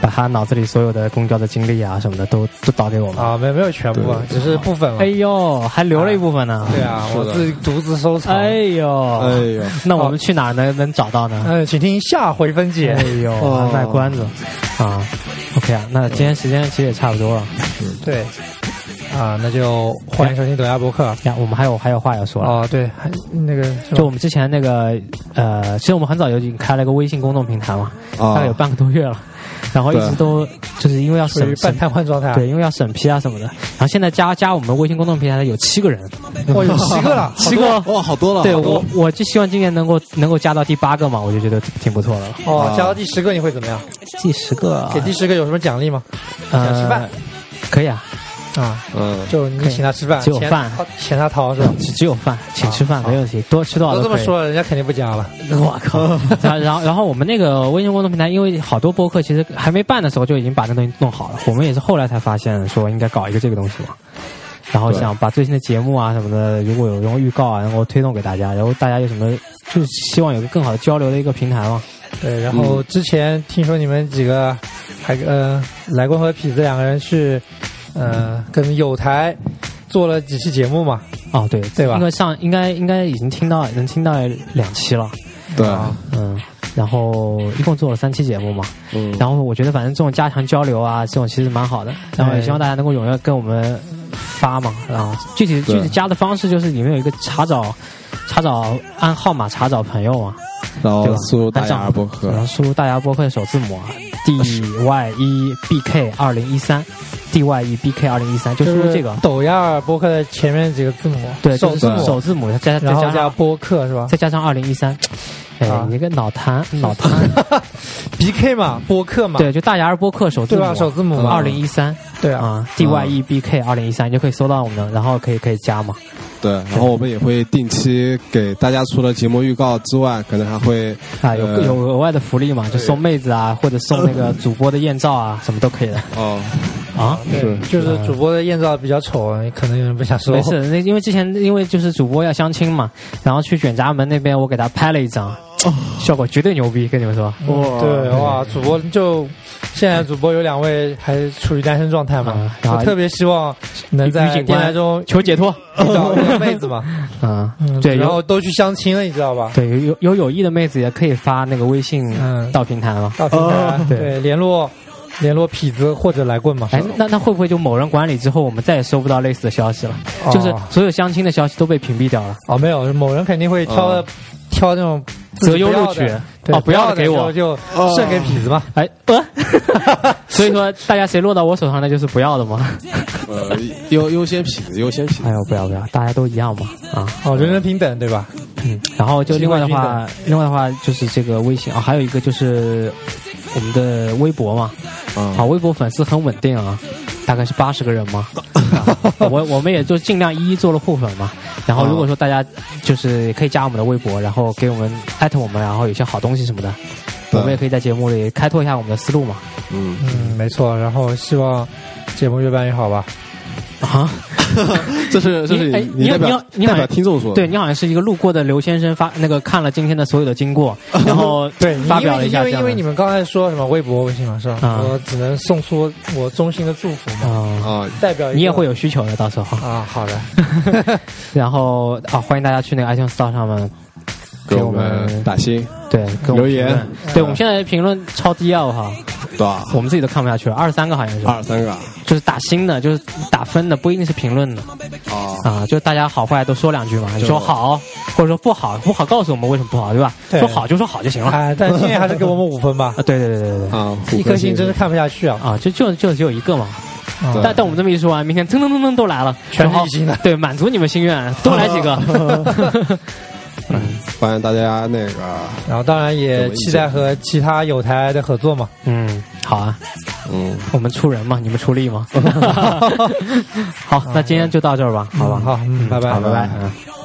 Speaker 3: 把他脑子里所有的公交的经历啊什么的都都导给我们。
Speaker 5: 啊，没没有全部啊，只是部分嘛
Speaker 3: 哎。呦，还留了一部分呢。
Speaker 5: 对啊，
Speaker 4: 是
Speaker 5: 我
Speaker 4: 的
Speaker 5: 自己独自收藏。
Speaker 3: 哎
Speaker 4: 哎
Speaker 3: 呦，
Speaker 4: 呦，
Speaker 3: 那我们去哪儿能能找到呢？
Speaker 5: 嗯，请听下回分解
Speaker 3: 哎。呦，
Speaker 4: 哦
Speaker 3: 还卖关子啊！OK 啊，那今天时间其实也差不多了
Speaker 5: 对，啊，那就欢迎收听抖亚博客。
Speaker 3: 呀，我们还有还有话要说了。
Speaker 5: 哦，对，还那个是吧
Speaker 3: 就我们之前那个，呃，其实我们很早就已经开了个微信公众平台嘛，大概有
Speaker 4: 啊，
Speaker 3: 半个多月了，然后一直
Speaker 4: 对
Speaker 3: 都就是因为要
Speaker 5: 属于
Speaker 3: 审
Speaker 5: 半
Speaker 3: 审
Speaker 5: 瘫痪状态。
Speaker 3: 对，，因为要审批啊什么的。然后现在加加我们微信公众平台的有七个人，，
Speaker 5: 哦，有七个了
Speaker 3: *laughs* 七个。
Speaker 4: 哇，好多了，
Speaker 3: 对
Speaker 4: 好多
Speaker 3: 我，我就希望今年能够能够加到第八个嘛，我就觉得挺不错的了。
Speaker 5: 哦，加到第十个你会怎么样？
Speaker 3: 第十个啊
Speaker 5: 给第十个有什么奖励吗？想吃
Speaker 3: 呃
Speaker 5: 饭，
Speaker 3: 可以啊，
Speaker 5: 啊，
Speaker 4: 嗯，
Speaker 5: 就你请他吃饭，
Speaker 3: 只有
Speaker 5: 钱
Speaker 3: 饭
Speaker 5: 掏钱他掏是吧？
Speaker 3: 只只有饭，请吃饭
Speaker 5: 好
Speaker 3: 没问题，多吃多少
Speaker 5: 都
Speaker 3: 都
Speaker 5: 这么
Speaker 3: 可以。
Speaker 5: 说了，人家肯定不加了。
Speaker 3: 我靠！ *laughs* 然后然后然后我们那个微信公众平台，因为好多播客其实还没办的时候就已经把那东西弄好了，我们也是后来才发现说应该搞一个这个东西嘛。然后
Speaker 4: 对
Speaker 3: 想把最新的节目啊什么的，如果有什么预告啊，能够推动给大家，然后大家有什么就是希望有个更好的交流的一个平台嘛。
Speaker 5: 对，然
Speaker 3: 嗯
Speaker 5: 后之前听说你们几个还呃来过和痞子两个人去呃跟有台做了几期节目嘛？
Speaker 3: 哦，对
Speaker 5: 对吧
Speaker 3: 应该上应该应该已经听到能听到两期了，
Speaker 4: 对，
Speaker 3: 嗯，然后一共做了三期节目嘛。
Speaker 4: 嗯，
Speaker 3: 然后我觉得反正这种加强交流啊，这种其实蛮好的。然后也希望大家能够踊跃跟我们发嘛。啊，具体
Speaker 4: 对
Speaker 3: 具体加的方式就是里面有一个查找，查找按号码查找朋友嘛，啊
Speaker 4: 然后
Speaker 5: 哦
Speaker 3: 对吧？
Speaker 4: 输入大
Speaker 3: 按账
Speaker 4: 家
Speaker 3: 号
Speaker 4: 阿伯
Speaker 3: 然
Speaker 4: 克
Speaker 3: 后，输入大牙播客的首字母啊，D Y E B K 二零一三，D Y E B K 二零一三，就输入这个。
Speaker 5: 抖亚尔播客的前面几个字母，
Speaker 3: 对，
Speaker 5: 首
Speaker 3: 就是
Speaker 5: 字
Speaker 4: 对
Speaker 5: 母
Speaker 3: 首，字母，再再
Speaker 5: 然后
Speaker 3: 加
Speaker 5: 加
Speaker 3: 上
Speaker 5: 播客是吧
Speaker 3: 再加上二零一三，哎
Speaker 5: 啊，
Speaker 3: 你这个脑瘫脑
Speaker 5: *laughs*
Speaker 3: 瘫，
Speaker 5: ？BK 嘛，播客嘛，
Speaker 3: 对，就大牙儿播客首字
Speaker 5: 对
Speaker 3: 母
Speaker 5: 吧？首字母嘛
Speaker 3: 二零一三，
Speaker 5: 对啊，
Speaker 3: 啊，D Y E B K 二零一三，你就可以搜到我们，然后可以可以加嘛。
Speaker 4: 对，然后我们也会定期给大家除了节目预告之外，可能还会
Speaker 3: 啊，有
Speaker 4: 呃
Speaker 3: 有额外的福利嘛，就送妹子啊，或者送那
Speaker 5: *laughs*
Speaker 3: 个主播的艳照啊，什么都可以的
Speaker 4: 哦，
Speaker 3: 啊。
Speaker 5: 对，就是主播的艳照比较丑，可能有人不想收
Speaker 3: 没。事，那因为之前因为就是主播要相亲嘛，然后去卷闸门那边，我给他拍了一张，
Speaker 5: 哦
Speaker 3: 效果绝对牛逼，跟你们说
Speaker 4: 哇
Speaker 3: 哦
Speaker 5: 对，哇，主播就现在主播有两位还处于单身状态嘛
Speaker 3: 啊，然
Speaker 5: 我
Speaker 3: 后
Speaker 5: 特别希望能
Speaker 3: 于
Speaker 5: 在
Speaker 3: 警官
Speaker 5: 电台中
Speaker 3: 求解 *laughs* 脱
Speaker 5: 找一个妹 *laughs* 子
Speaker 3: *laughs*
Speaker 5: 嘛。
Speaker 3: 啊
Speaker 5: 哦嗯，，
Speaker 3: 对，
Speaker 5: 然
Speaker 3: 有
Speaker 5: 后都去相亲了，你知道吧？
Speaker 3: 对有有有有意的妹子也可以发那个微信
Speaker 5: 嗯
Speaker 3: 到平台嘛。
Speaker 5: 到平台
Speaker 3: 哦
Speaker 5: 对联络联络痞子或者来棍嘛。
Speaker 3: 哎，那那会不会就某人管理之后，我们再也收不到类似的消息了？
Speaker 5: 哦
Speaker 3: 就是所有相亲的消息都被屏蔽掉了，
Speaker 5: 哦，没有，某人肯定会挑的挑那种自
Speaker 3: 哦择
Speaker 5: 己
Speaker 3: 优
Speaker 5: 不要
Speaker 3: 录
Speaker 5: 的
Speaker 3: 取。
Speaker 5: 对
Speaker 3: 哦，不要的给
Speaker 5: 时候
Speaker 3: 我。
Speaker 5: 就剩给痞子嘛。
Speaker 3: 哎，呃，所以说大家谁落到我手上，那就是不要的嘛。
Speaker 4: 呃，优优先品，优先品
Speaker 3: 哎，呦，不要不要，大家都一样嘛啊。
Speaker 5: 哦，人人平等，对吧？
Speaker 3: 嗯，然后就另外的
Speaker 5: 机会
Speaker 3: 话，另外的话就是这个微信啊、还有一个就是我们的微博嘛，啊，
Speaker 4: 啊，
Speaker 3: 微博粉丝很稳定啊，大概是八十个人嘛。啊我我们也就尽量一一做了互粉嘛。然后如果说大家就是也可以加我们的微博，然后给我们艾特我们，然后有些好东西什么的，我
Speaker 4: 对
Speaker 3: 们也可以在节目里开拓一下我们的思路嘛。
Speaker 4: 嗯，
Speaker 5: 嗯，没错。然后希望节目越办越好吧。
Speaker 3: *laughs* 啊，
Speaker 4: *laughs* 这是这是
Speaker 3: 哎
Speaker 4: 你
Speaker 3: 你
Speaker 4: 代表
Speaker 3: 你你好
Speaker 4: 代表听众说的，
Speaker 3: 对你好像是一个路过的刘先生发那个看了今天的所有的经
Speaker 5: *laughs*
Speaker 3: 过，然后
Speaker 5: 对，
Speaker 3: 发表了一下这
Speaker 5: 因为因为
Speaker 3: 样
Speaker 5: 因为你
Speaker 3: 的。
Speaker 5: 们刚才说什么微博、微信嘛，是吧？
Speaker 3: 啊
Speaker 5: 我只能送出我衷心的祝福嘛，
Speaker 3: 啊，
Speaker 4: 啊，
Speaker 5: 代表一个
Speaker 3: 你也会有需求的，到时候。
Speaker 5: 哦啊，好的，
Speaker 3: *laughs* 然后啊，欢迎大家去那个 iTunes Store 上面
Speaker 4: 给我
Speaker 3: 给我
Speaker 4: 们
Speaker 3: 们
Speaker 4: 打星，
Speaker 3: 对给我们
Speaker 4: 留言
Speaker 3: 评论
Speaker 5: 嗯
Speaker 3: 对我们现在评论超低啊，我靠，
Speaker 4: 对吧？
Speaker 3: 我们自己都看不下去了，二十三个好像是，
Speaker 4: 二三个啊
Speaker 3: 就是打星的，就是打分的，不一定是评论的
Speaker 4: 啊，
Speaker 3: 啊，就是大家好坏都说两句嘛，你说好或者说不好，不好告诉我们为什么不好，对吧？
Speaker 5: 对
Speaker 3: 说好就说好就行了啊，，
Speaker 5: 哎，但建议还是给我们五分吧
Speaker 3: 对对对对对对。
Speaker 4: 啊，
Speaker 5: 一
Speaker 4: 五
Speaker 5: 颗
Speaker 4: 颗
Speaker 5: 星真
Speaker 4: 的
Speaker 5: 是看不下去啊，
Speaker 3: 啊，就就就只有一个嘛，
Speaker 5: 啊
Speaker 4: 对
Speaker 3: 但但我们这么一说完，明天蹭蹭蹭蹭都来了，
Speaker 5: 全是
Speaker 3: 然后
Speaker 5: 一星的
Speaker 3: 对，满足你们心愿，多来几
Speaker 5: *laughs*
Speaker 3: 个。
Speaker 4: 欢迎大家那个，
Speaker 5: 然后当然也期待和其他有台的合作嘛，
Speaker 3: 嗯，好啊，
Speaker 4: 嗯，
Speaker 3: 我们出人嘛， *laughs* 你们出力嘛。好，那今天就到这儿吧，好吧，
Speaker 5: 好，嗯，拜拜，
Speaker 3: 好，拜拜。嗯。
Speaker 7: "Oh, Mm,